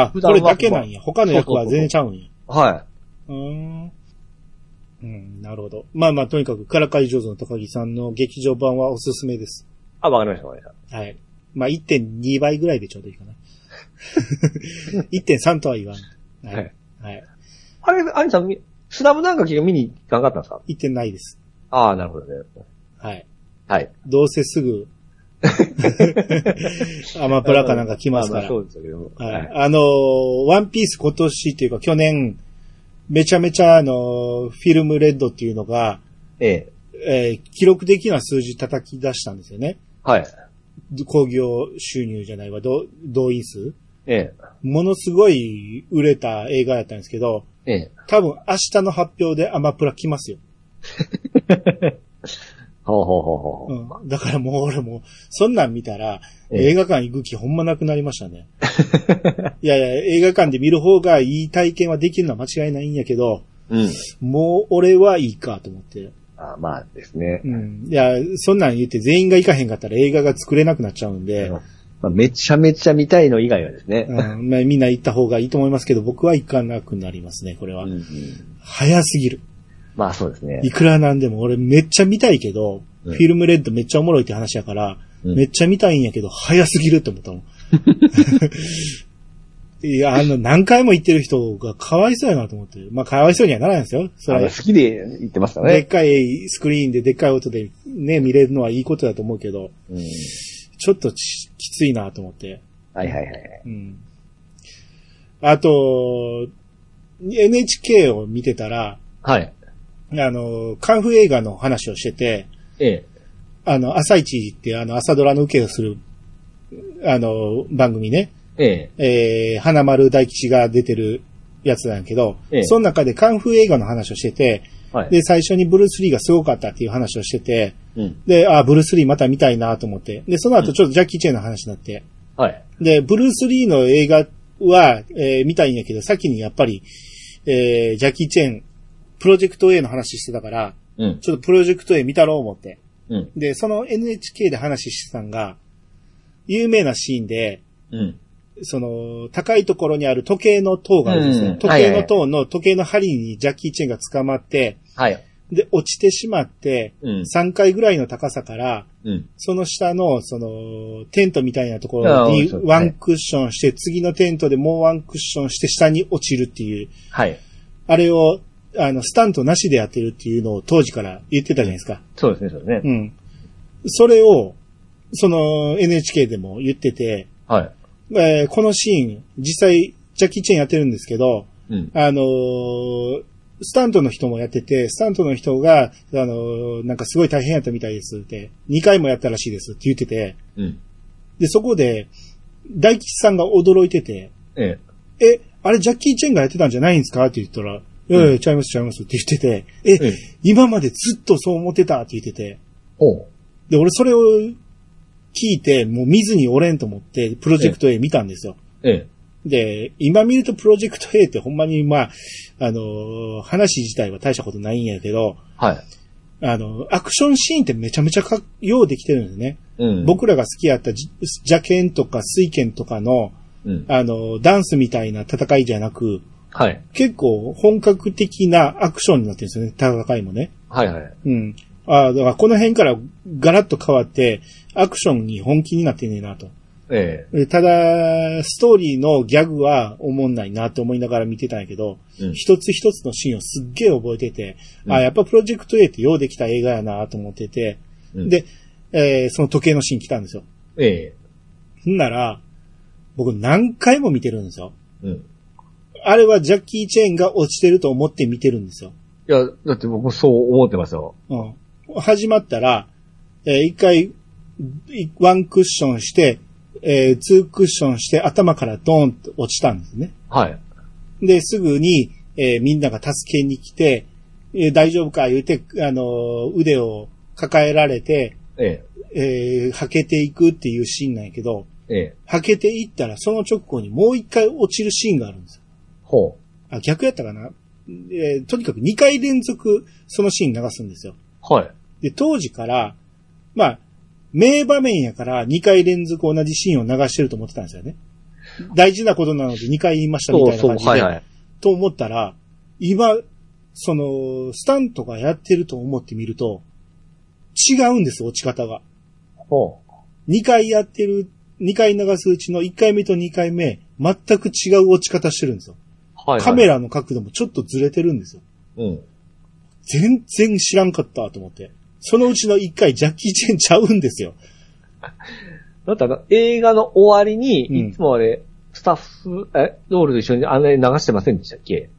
Speaker 3: あ、
Speaker 4: 普
Speaker 3: こ
Speaker 4: 段は
Speaker 3: れだけなんや。他の役は全然ちゃうんや。
Speaker 4: は
Speaker 3: うーん。うん、なるほど。まあまあ、とにかく、からかい上手の高木さんの劇場版はおすすめで
Speaker 4: い。
Speaker 3: す。
Speaker 4: あ、わかりました、わかりまし
Speaker 3: はい。まあ、1.2倍ぐらいでちょうどいいかな。1.3とは言わん。
Speaker 4: た。
Speaker 3: は
Speaker 4: はいい。。
Speaker 3: はい。
Speaker 4: あれ、アニさん、みスラムダンク見に行かなかったんですか
Speaker 3: 行ってないです。
Speaker 4: ああ、なるほどね。
Speaker 3: はい。
Speaker 4: はい。
Speaker 3: どうせ すぐ、アマプラかなんか来ますから。
Speaker 4: ああそうですけど。
Speaker 3: は
Speaker 4: はいい。。
Speaker 3: あのーワンピース今年というか去年、めちゃめちゃあのーフィルムレッドっていうのが、
Speaker 4: ええ。
Speaker 3: えー記録的な数字叩き出したんですよね。
Speaker 4: はい。
Speaker 3: 工業収入じゃないわ、ど動員数。
Speaker 4: ええ。
Speaker 3: ものすごい売れた映画やったんですけど、
Speaker 4: ええ。
Speaker 3: 多分明日の発表でアマプラ来ますよ。
Speaker 4: ほうほうほうほうほう。
Speaker 3: うん。だからもう俺も、そんなん見たら、
Speaker 4: ええ
Speaker 3: 映画館行く気ほんまなくなりましたね。 いやいや、映画館で見る方がいい体験はできるのは間違いないんやけど、
Speaker 4: うん。
Speaker 3: もう俺はいいかと思って。
Speaker 4: あまあですね。
Speaker 3: うん。いや、そんなん言って全員が行かへんかったら映画が作れなくなっちゃうんで、
Speaker 4: まあ、めちゃめちゃ見たいの以外はですね。
Speaker 3: うんまあ、みんな行った方がいいと思いますけど、僕は行かなくなりますね、これは。
Speaker 4: うんうん
Speaker 3: 早すぎる。
Speaker 4: まあそうですね
Speaker 3: い。くらなんでも俺めっちゃ見たいけど、
Speaker 4: うん
Speaker 3: フィルムレッドめっちゃおもろいって話やから、
Speaker 4: うん
Speaker 3: めっちゃ見たいんやけど、早すぎるって思っ たもん。いや、あの、何回も行ってる人がかわいそうやなと思って。まあ、かわいそうにはならないですよ。そ
Speaker 4: あの
Speaker 3: れ
Speaker 4: 好きで言ってますから
Speaker 3: でっ
Speaker 4: ね。
Speaker 3: かいスクリーンででっかい音でね、見れるのはいいことだと思うけど、
Speaker 4: うん
Speaker 3: ちょっとちきついなと思って。
Speaker 4: はいはいはい。
Speaker 3: うん。あと、NHK を見てたら、
Speaker 4: はい。
Speaker 3: あの、カンフー映画の話をしてて、
Speaker 4: ええ。
Speaker 3: あの、朝一ってあの、朝ドラの受けをする、あの、番組ね、
Speaker 4: ええ。
Speaker 3: えー、花丸大吉が出てるやつなんやけど、
Speaker 4: ええ
Speaker 3: その中でカンフー映画の話をしてて、
Speaker 4: はい。
Speaker 3: で、最初にブルース・リーがすごかったっていう話をしてて、
Speaker 4: うん。
Speaker 3: で、あー、ブルース・リーまた見たいなと思って、で、その後ちょっとジャッキー・チェンの話になって、
Speaker 4: はい。
Speaker 3: で、ブルース・リーの映画は、えー見たいんやけど、先にやっぱり、えージャッキー・チェン、プロジェクト A の話してたから、
Speaker 4: うん。
Speaker 3: ちょっとプロジェクト A 見たろう思って。
Speaker 4: うん。
Speaker 3: で、その NHK で話してたんが、有名なシーンで、
Speaker 4: うん。
Speaker 3: その、高いところにある時計の塔があるんですね。
Speaker 4: うん
Speaker 3: 時計の塔の時計の針にジャッキー・チェンが捕まって、
Speaker 4: はい。
Speaker 3: で、落ちてしまって、
Speaker 4: うん。
Speaker 3: 3階ぐらいの高さから、
Speaker 4: うん。
Speaker 3: その下の、その、テントみたいなところ
Speaker 4: ああそう
Speaker 3: に
Speaker 4: ですね
Speaker 3: ワンクッションして、次のテントでもうワンクッションして下に落ちるっていう、
Speaker 4: はい。
Speaker 3: あれを、あの、スタントなしでやってるっていうのを当時から言ってたじゃないですか。
Speaker 4: そうですね、そうです
Speaker 3: う
Speaker 4: ね。
Speaker 3: ん。それを、その NHK でも言ってて、
Speaker 4: はい。
Speaker 3: えーこのシーン、実際、ジャッキーチェンやってるんですけど、
Speaker 4: うん。
Speaker 3: あのースタントの人もやってて、スタントの人が、あのーなんかすごい大変やったみたいですって、2回もやったらしいですって言ってて、
Speaker 4: うん。
Speaker 3: で、そこで、大吉さんが驚いてて、
Speaker 4: ええ。
Speaker 3: え、あれジャッキー・チェンがやってたんじゃないんですかって言ったら、いやいや、ちゃいますちゃいますって言ってて、え、
Speaker 4: ええ
Speaker 3: 今までずっとそう思ってたって言ってて、
Speaker 4: おう。
Speaker 3: で、俺それを聞いて、もう見ずにおれんと思って、プロジェクト A 見たんですよ。
Speaker 4: ええ。
Speaker 3: で、今見るとプロジェクト A ってほんまに、まあ、あのー話自体は大したことないんやけど、
Speaker 4: はい。
Speaker 3: あのーアクションシーンってめちゃめちゃかっようできてるんですね。
Speaker 4: うん。、
Speaker 3: 僕らが好きやったじ邪剣とか水剣とかの、
Speaker 4: うん。
Speaker 3: あのーダンスみたいな戦いじゃなく、
Speaker 4: はい。
Speaker 3: 結構本格的なアクションになってるんですよね、戦いもね。
Speaker 4: はいはい。
Speaker 3: うん。ああ、だからこの辺からガラッと変わって、アクションに本気になってんねえなと。
Speaker 4: え
Speaker 3: えただ、ストーリーのギャグは思んないなって思いながら見てたんやけど、
Speaker 4: え。うん。
Speaker 3: 一つ一つのシーンをすっげえ覚えてて、
Speaker 4: うん
Speaker 3: あやっぱプロジェクト A ってようできた映画やなと思ってて、
Speaker 4: うん
Speaker 3: で、えーその時計のシーン来たんですよ。
Speaker 4: ええ。
Speaker 3: んなら、僕何回も見てるんですよ。
Speaker 4: うん。
Speaker 3: あれはジャッキー・チェーンが落ちてると思って見てるんですよ。
Speaker 4: いや、だって僕もそう思ってますよ。
Speaker 3: うん。始まったら、えー一回、いワンクッションして、えーツークッションして頭からドーンと落ちたんですね。
Speaker 4: はい。
Speaker 3: で、すぐに、えーみんなが助けに来て、えー大丈夫か言うて、あのー腕を抱えられて、
Speaker 4: え
Speaker 3: えー、はけていくっていうシーンなんやけど、
Speaker 4: え。ええ。
Speaker 3: はけていったら、その直後にもう一回落ちるシーンがあるんですよ。
Speaker 4: ほ
Speaker 3: あ、逆やったかなえーとにかく2回連続、そのシーン流すんですよ。
Speaker 4: う。はい。
Speaker 3: で、当時から、まあ、名場面やから2回連続同じシーンを流してると思ってたんですよね。大事なことなので2回言いましたみ
Speaker 4: そ
Speaker 3: た
Speaker 4: う
Speaker 3: いな
Speaker 4: そう。
Speaker 3: 感じで。
Speaker 4: はいはい。
Speaker 3: と思ったら、今、その、スタントがやってると思ってみると、違うんです、落ち方が。
Speaker 4: ほう。
Speaker 3: 2回やってる、2回流すうちの1回目と2回目、全く違う落ち方してるんですよ。
Speaker 4: はい、はい。
Speaker 3: カメ。ラの角度もちょっとずれてるんですよ。
Speaker 4: うん。
Speaker 3: 全然知らんかったと思って。そのうちの1回、ジャッキー・チェンちゃうんですよ。
Speaker 4: だってあの、映画の終わりに、
Speaker 3: うん
Speaker 4: いつもあれ、スタッフ、え、ロールと一緒にあれ流してませんでしたっけ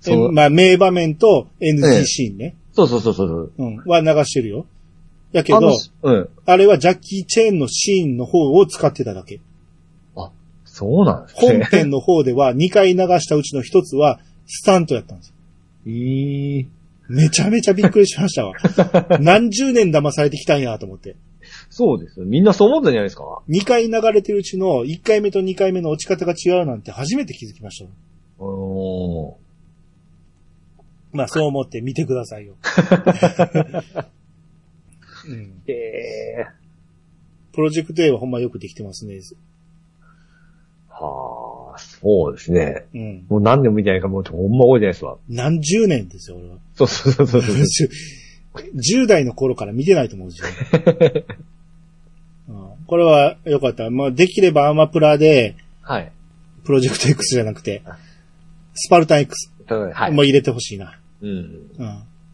Speaker 4: そう
Speaker 3: えまあ、名場面と
Speaker 4: え
Speaker 3: NG
Speaker 4: え
Speaker 3: シーンね。
Speaker 4: そうそうそうそう。
Speaker 3: うん。は流してるよ。やけど
Speaker 4: あ、の、うん。
Speaker 3: あれはジャッキー・チェーンのシーンの方を使ってただけ。
Speaker 4: そうなんです
Speaker 3: 本
Speaker 4: ね。
Speaker 3: 編の方 では2回流したうちの1つはスタントやったんですよ。
Speaker 4: ええ。
Speaker 3: めちゃめちゃびっくりし ましたわ。何十年騙されてきたんやと思って。
Speaker 4: そうですよ。みんなそう思ったんじゃないですか
Speaker 3: 2回流れてるうちの1回目と2回目の落ち方が違うなんて初めて気づきました。
Speaker 4: おー。
Speaker 3: まあそう思って見てくだ さいよ。うん
Speaker 4: ええ。
Speaker 3: プロジェクト A はほんまよくできてますね。
Speaker 4: はあ、そうですね。
Speaker 3: うん。
Speaker 4: もう何年も見てないから、もうほんま多いじゃないですか。
Speaker 3: 何十年ですよ、俺は。
Speaker 4: そうそうそうそうそう。
Speaker 3: 10代の頃から見てないと思うんですよ。 うんこれは良かった。まあ、できればアマプラで、
Speaker 4: はい。
Speaker 3: プロジェクト X じゃなくて、スパルタン X
Speaker 4: ただはい。
Speaker 3: も入れてほしいな。
Speaker 4: うん。
Speaker 3: うん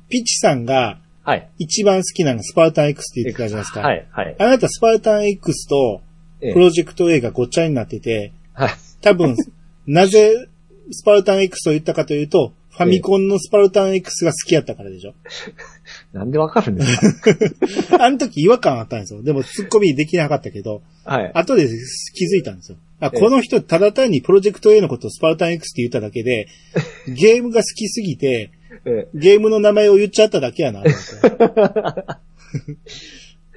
Speaker 3: ピッチさんが
Speaker 4: はい。
Speaker 3: 一番好きなのスパルタン X って言ってたじゃないですか。
Speaker 4: はい、はい。
Speaker 3: あなたスパルタン X と
Speaker 4: ええ
Speaker 3: プロジェクト A がごっちゃになってて、
Speaker 4: はい。
Speaker 3: 多分、なぜスパルタン X を言ったかというと、ファミコンのスパルタン X が好きやったからでしょ。
Speaker 4: なんでわかるんです
Speaker 3: あの時違和感あったんですよ。でも突っ込みできなかったけど、
Speaker 4: かはい。
Speaker 3: 後で気づいたんですよ。あ、
Speaker 4: ええ
Speaker 3: この人、ただ単にプロジェクト A のことをスパルタン X って言っただけ で、ゲームが好きすぎて、
Speaker 4: え
Speaker 3: ゲームの名前を言っちゃっただけやなと 思って。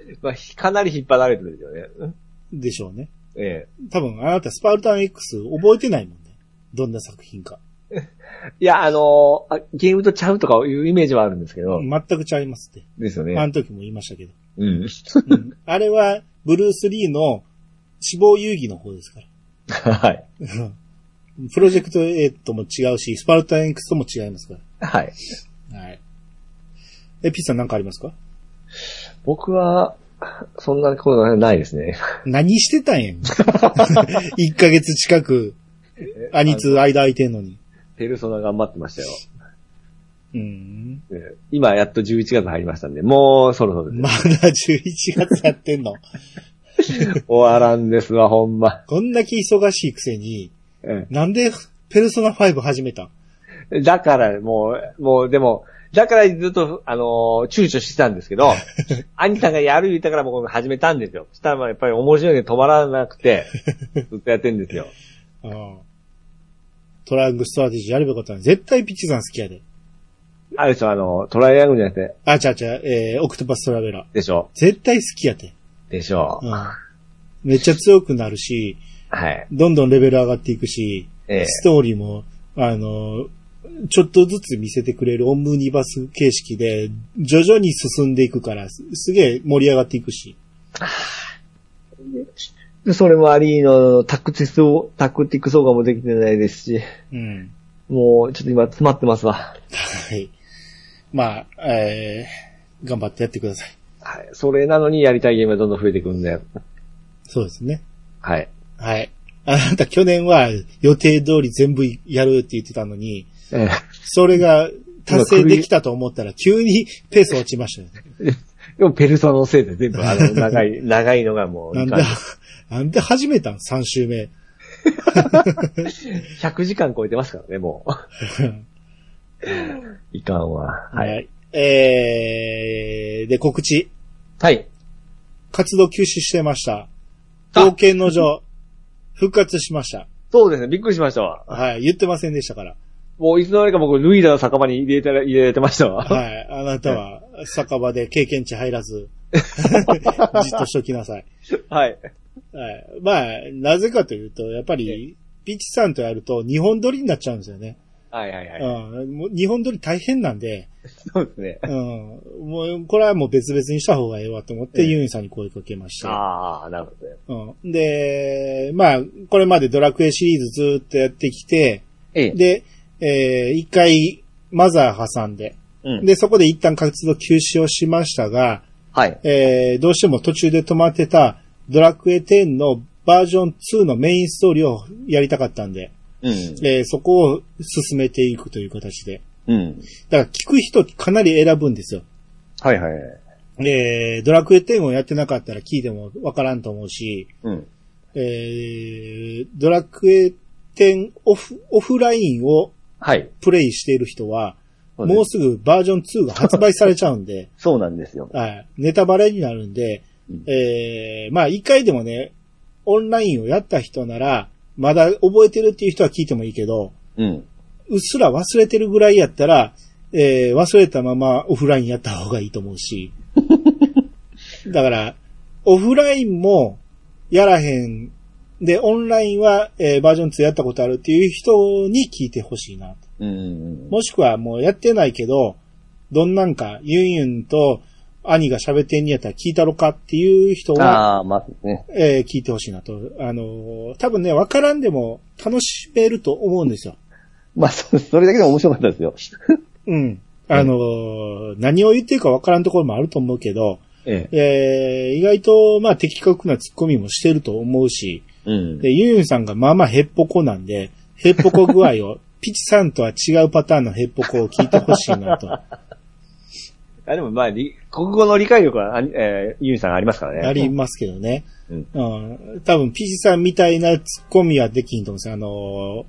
Speaker 4: えまあ、ひかなり引っ張られてるんですよね。
Speaker 3: でしょうね。
Speaker 4: え
Speaker 3: 多分、あなたスパルタン X 覚えてないもんね。どんな作品か。
Speaker 4: えいや、あのーあゲームとちゃうとかいうイメージはあるんですけど、
Speaker 3: 全くちゃいますって。
Speaker 4: ですよ
Speaker 3: あ
Speaker 4: ね。
Speaker 3: の時も言いましたけど。
Speaker 4: うん。
Speaker 3: うんあれは、 ブルース・リーの死亡遊戯の方ですから。
Speaker 4: はい。
Speaker 3: うんプロジェクト A とも違うし、スパルタン X とも違いますか
Speaker 4: はい。
Speaker 3: ら。はい。え、ピッツさん何かありますか
Speaker 4: 僕は、そんなことはないですね。
Speaker 3: 何してたんやん。1ヶ月近く、アニツ間空いてんのに。
Speaker 4: ペルソナ頑張ってましたよ。
Speaker 3: うん。
Speaker 4: えー今やっと11月入りましたんで、もうそろそろで
Speaker 3: まだ11月やってんの。
Speaker 4: す。 終わらんですわ、ほんま。
Speaker 3: こんだけ忙しいくせに、
Speaker 4: え
Speaker 3: なんでペルソナ5始めたん
Speaker 4: ーだから、もう、もうでも、だからずっと、あのー躊躇してたんです けど、兄さんがやる言ったからもう始めたんですよ。そしたらまあやっぱり面白いので止まらなくて、ずっとやってんですよ。
Speaker 3: ああトライアングルストラテジーやればよかったのに絶対ピッチさん好きやで。
Speaker 4: あるでしょ、あの、トライアングルじゃなくて、
Speaker 3: あ、ちゃうちゃう、えー、オクトパストラベラー。
Speaker 4: でしょ。
Speaker 3: 絶対好きやで。
Speaker 4: でしょ。
Speaker 3: うん。めっちゃ強くなるし、
Speaker 4: はい。
Speaker 3: どんどんレベル上がっていくし、
Speaker 4: ええ
Speaker 3: ストーリーも、あの、ちょっとずつ見せてくれるオムニバス形式で、徐々に進んでいくから、すすげえ盛り上がっていくし。
Speaker 4: でそれもアリーのタクティスを、タクティック総合もできてないですし、
Speaker 3: うん。
Speaker 4: もうちょっと今詰まってますわ。
Speaker 3: はい。まあ、えー、頑張ってやってください。
Speaker 4: はい。それなのにやりたいゲームがどんどん増えていくんで。
Speaker 3: そうですね。
Speaker 4: はい。
Speaker 3: はい。あなた去年は予定通り全部やるって言ってたのに、
Speaker 4: え
Speaker 3: それが達成できたと思ったら急にペース落ちましたね。
Speaker 4: えでもペルソナのせいで全部、あの、長 い、長いのがもう
Speaker 3: な
Speaker 4: い
Speaker 3: んで
Speaker 4: かん、
Speaker 3: なんで始めたん ?3 週目。
Speaker 4: 100時間超えてますからね、も う。いかんわ。はい。
Speaker 3: い。えー、で、告知。
Speaker 4: はい。
Speaker 3: 活動休止してました。
Speaker 4: あ
Speaker 3: 冒険の女、復活しました。
Speaker 4: そうですね、びっくりしましたわ。
Speaker 3: はい。言ってませんでしたから。
Speaker 4: もういつの間にか僕、ルイダの酒場に入れてら、入れてましたわ。
Speaker 3: はい。あなたは、酒場で経験値入ら ず、じっとしときなさい。
Speaker 4: はい。
Speaker 3: はい。まあ、なぜかというと、やっぱり、ピッチさんとやると、日本撮りになっちゃうんですよね。
Speaker 4: はいはいはい。
Speaker 3: うん。もう日本撮り大変なんで、
Speaker 4: そうですね。
Speaker 3: うん。もう、これはもう別々にした方がええわと思って、
Speaker 4: ええ
Speaker 3: ユンさんに声かけました。
Speaker 4: ああ、なるほどね。
Speaker 3: うん。で、まあ、これまでドラクエシリーズずーっとやってきて、
Speaker 4: ええ。
Speaker 3: で、えー一回、マザー挟んで、
Speaker 4: うん。
Speaker 3: で、そこで一旦活動休止をしましたが、
Speaker 4: はい。
Speaker 3: えーどうしても途中で止まってたドラクエ10のバージョン2のメインストーリーをやりたかったんで、
Speaker 4: うん。
Speaker 3: えーそこを進めていくという形で。
Speaker 4: うん。
Speaker 3: だから聞く人かなり選ぶんですよ。
Speaker 4: はいはい。
Speaker 3: えードラクエ10をやってなかったら聞いてもわからんと思うし、
Speaker 4: うん。
Speaker 3: えードラクエ10オフ、オフラインを
Speaker 4: はい。
Speaker 3: プレイしている人は、
Speaker 4: そうです
Speaker 3: もうすぐバージョン2が発売されちゃうん で、
Speaker 4: そうなんですよ。
Speaker 3: はい。ネタバレになるんで、
Speaker 4: うん
Speaker 3: えーまあ一回でもね、オンラインをやった人なら、まだ覚えてるっていう人は聞いてもいいけど、
Speaker 4: うん。
Speaker 3: うっすら忘れてるぐらいやったら、えー忘れたままオフラインやった方がいいと思う し。だから、オフラインもやらへん。で、オンラインは、えーバージョン2やったことあるっていう人に聞いてほしいな。
Speaker 4: うん。
Speaker 3: もしくはもうやってないけど、どんなんか、ユンユンと兄が喋ってんにやったら聞いたろかっていう人は、
Speaker 4: ああ、まずね。
Speaker 3: えー聞いてほしいなと。あのー多分ね、わからんでも楽しめると思うんですよ。
Speaker 4: まあ、そそれだけでも面白かったですよ。
Speaker 3: うん。あのー何を言ってるかわからんところもあると思うけど、
Speaker 4: ええ。
Speaker 3: えー意外と、まあ、的確なツッコミもしてると思うし、
Speaker 4: うん。
Speaker 3: で、ユンユンさんがまあまあヘッポコなんで、ヘッポコ具合を、 ピチさんとは違うパターンのヘッポコを聞いてほしいなと。
Speaker 4: あでもまあ、り国語の理解力は、あえー、ユミさんありますからね。
Speaker 3: ありますけどね。
Speaker 4: うん
Speaker 3: うん。多分、ピチさんみたいなツッコミはできんと思うんですよ。あのー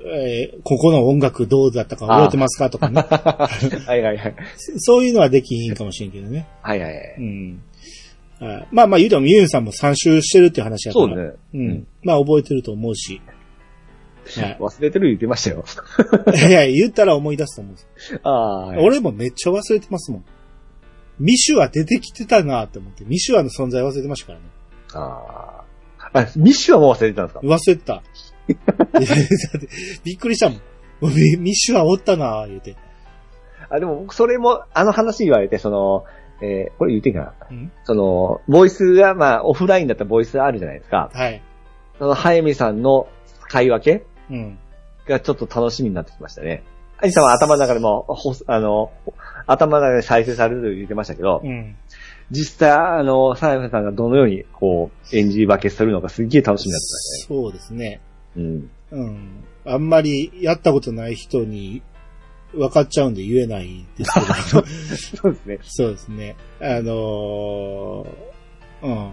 Speaker 3: えーここの音楽どうだったか覚えてますか とかね。
Speaker 4: はいはいはい。
Speaker 3: そういうのはできひんかもしれんけどね。
Speaker 4: はいは
Speaker 3: う
Speaker 4: い。
Speaker 3: ん。はいまあまあ、言うても、ユンさんも参集してるっていう話やか
Speaker 4: そ
Speaker 3: ら。
Speaker 4: うね。
Speaker 3: うん。まあ、覚えてると思うし。はい
Speaker 4: 忘れてる言ってましたよ。
Speaker 3: いやいや、言ったら思い出すと思うんです。
Speaker 4: ああ、はい
Speaker 3: 俺もめっちゃ忘れてますもん。ミシュは出てきてたなって思って、ミシュはの存在忘れてましたからね。
Speaker 4: ああ。あ、ミッシュはもう忘れてたんですか
Speaker 3: 忘れてた。 いやだってびっくりしたもん。もうミミシュはおったな言うて。
Speaker 4: あ、でも僕それも、あの話言われて、その、えーこれ言っていいかな
Speaker 3: うん
Speaker 4: その、ボイスが、まあ、オフラインだったらボイスあるじゃないですか。
Speaker 3: はい。
Speaker 4: その、早見さんの使い分け
Speaker 3: うん。
Speaker 4: がちょっと楽しみになってきましたね。アニさんは頭の中でも、ほあの、頭の中で再生されると言ってましたけど、
Speaker 3: うん。
Speaker 4: 実際、あの、サヤさんがどのように、こう、演じ分けするのかすっげえ楽しみになって
Speaker 3: そうですね。
Speaker 4: ましたね。うん。
Speaker 3: うん。あんまりやったことない人に分かっちゃうんで言えないん ですけど。
Speaker 4: そうですね。
Speaker 3: そうですね。あのーうん。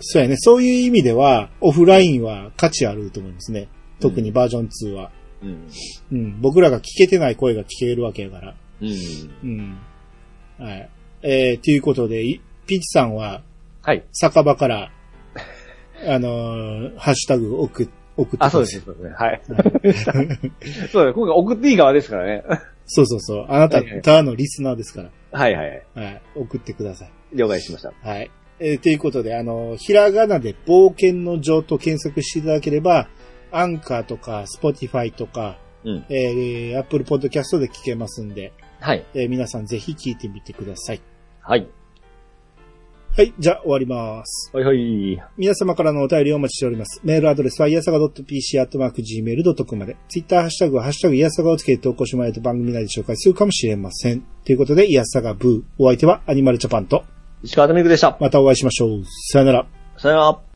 Speaker 3: そうやね。そういう意味では、オフラインは価値あると思いますね。特にバージョン2は。
Speaker 4: うん。
Speaker 3: うん。僕らが聞けてない声が聞けるわけやから。
Speaker 4: うん。
Speaker 3: うん。はい。えー、ということで、いピーチさんは、
Speaker 4: はい。
Speaker 3: 酒場から、 あのーハッシュタグ送っ、送って
Speaker 4: あ、そうですね。。そうですね。はい。そうです。今回送っていい側ですからね。
Speaker 3: そうそうそう。あなた、
Speaker 4: はいはい
Speaker 3: ただのリスナーですか
Speaker 4: はいはい。
Speaker 3: ら。はい。送ってください。
Speaker 4: 了解しました。
Speaker 3: はい。えーということで、あの、ひらがなで冒険の情と検索していただければ、アンカーとか、スポティファイとか、
Speaker 4: うん
Speaker 3: えー、アップルポッドキャストで聞けますんで、
Speaker 4: はい。
Speaker 3: えー皆さんぜひ聞いてみてください。
Speaker 4: はい。
Speaker 3: はい、じゃあ終わります。
Speaker 4: はいはい。
Speaker 3: 皆様からのお便りをお待ちしております。メールアドレスは、いやさが .pc、アットマーク、gmail.com まで。ツイッターハッシュタグは、ハッシュタグ、いやさがをつけて投稿してもらえると番組内で紹介するかもしれません。ということで、いやさがブー。お相手は、アニマルジャパンと、
Speaker 4: 石川とみくでした。
Speaker 3: またお会いしましょう。さよなら。
Speaker 4: さよなら。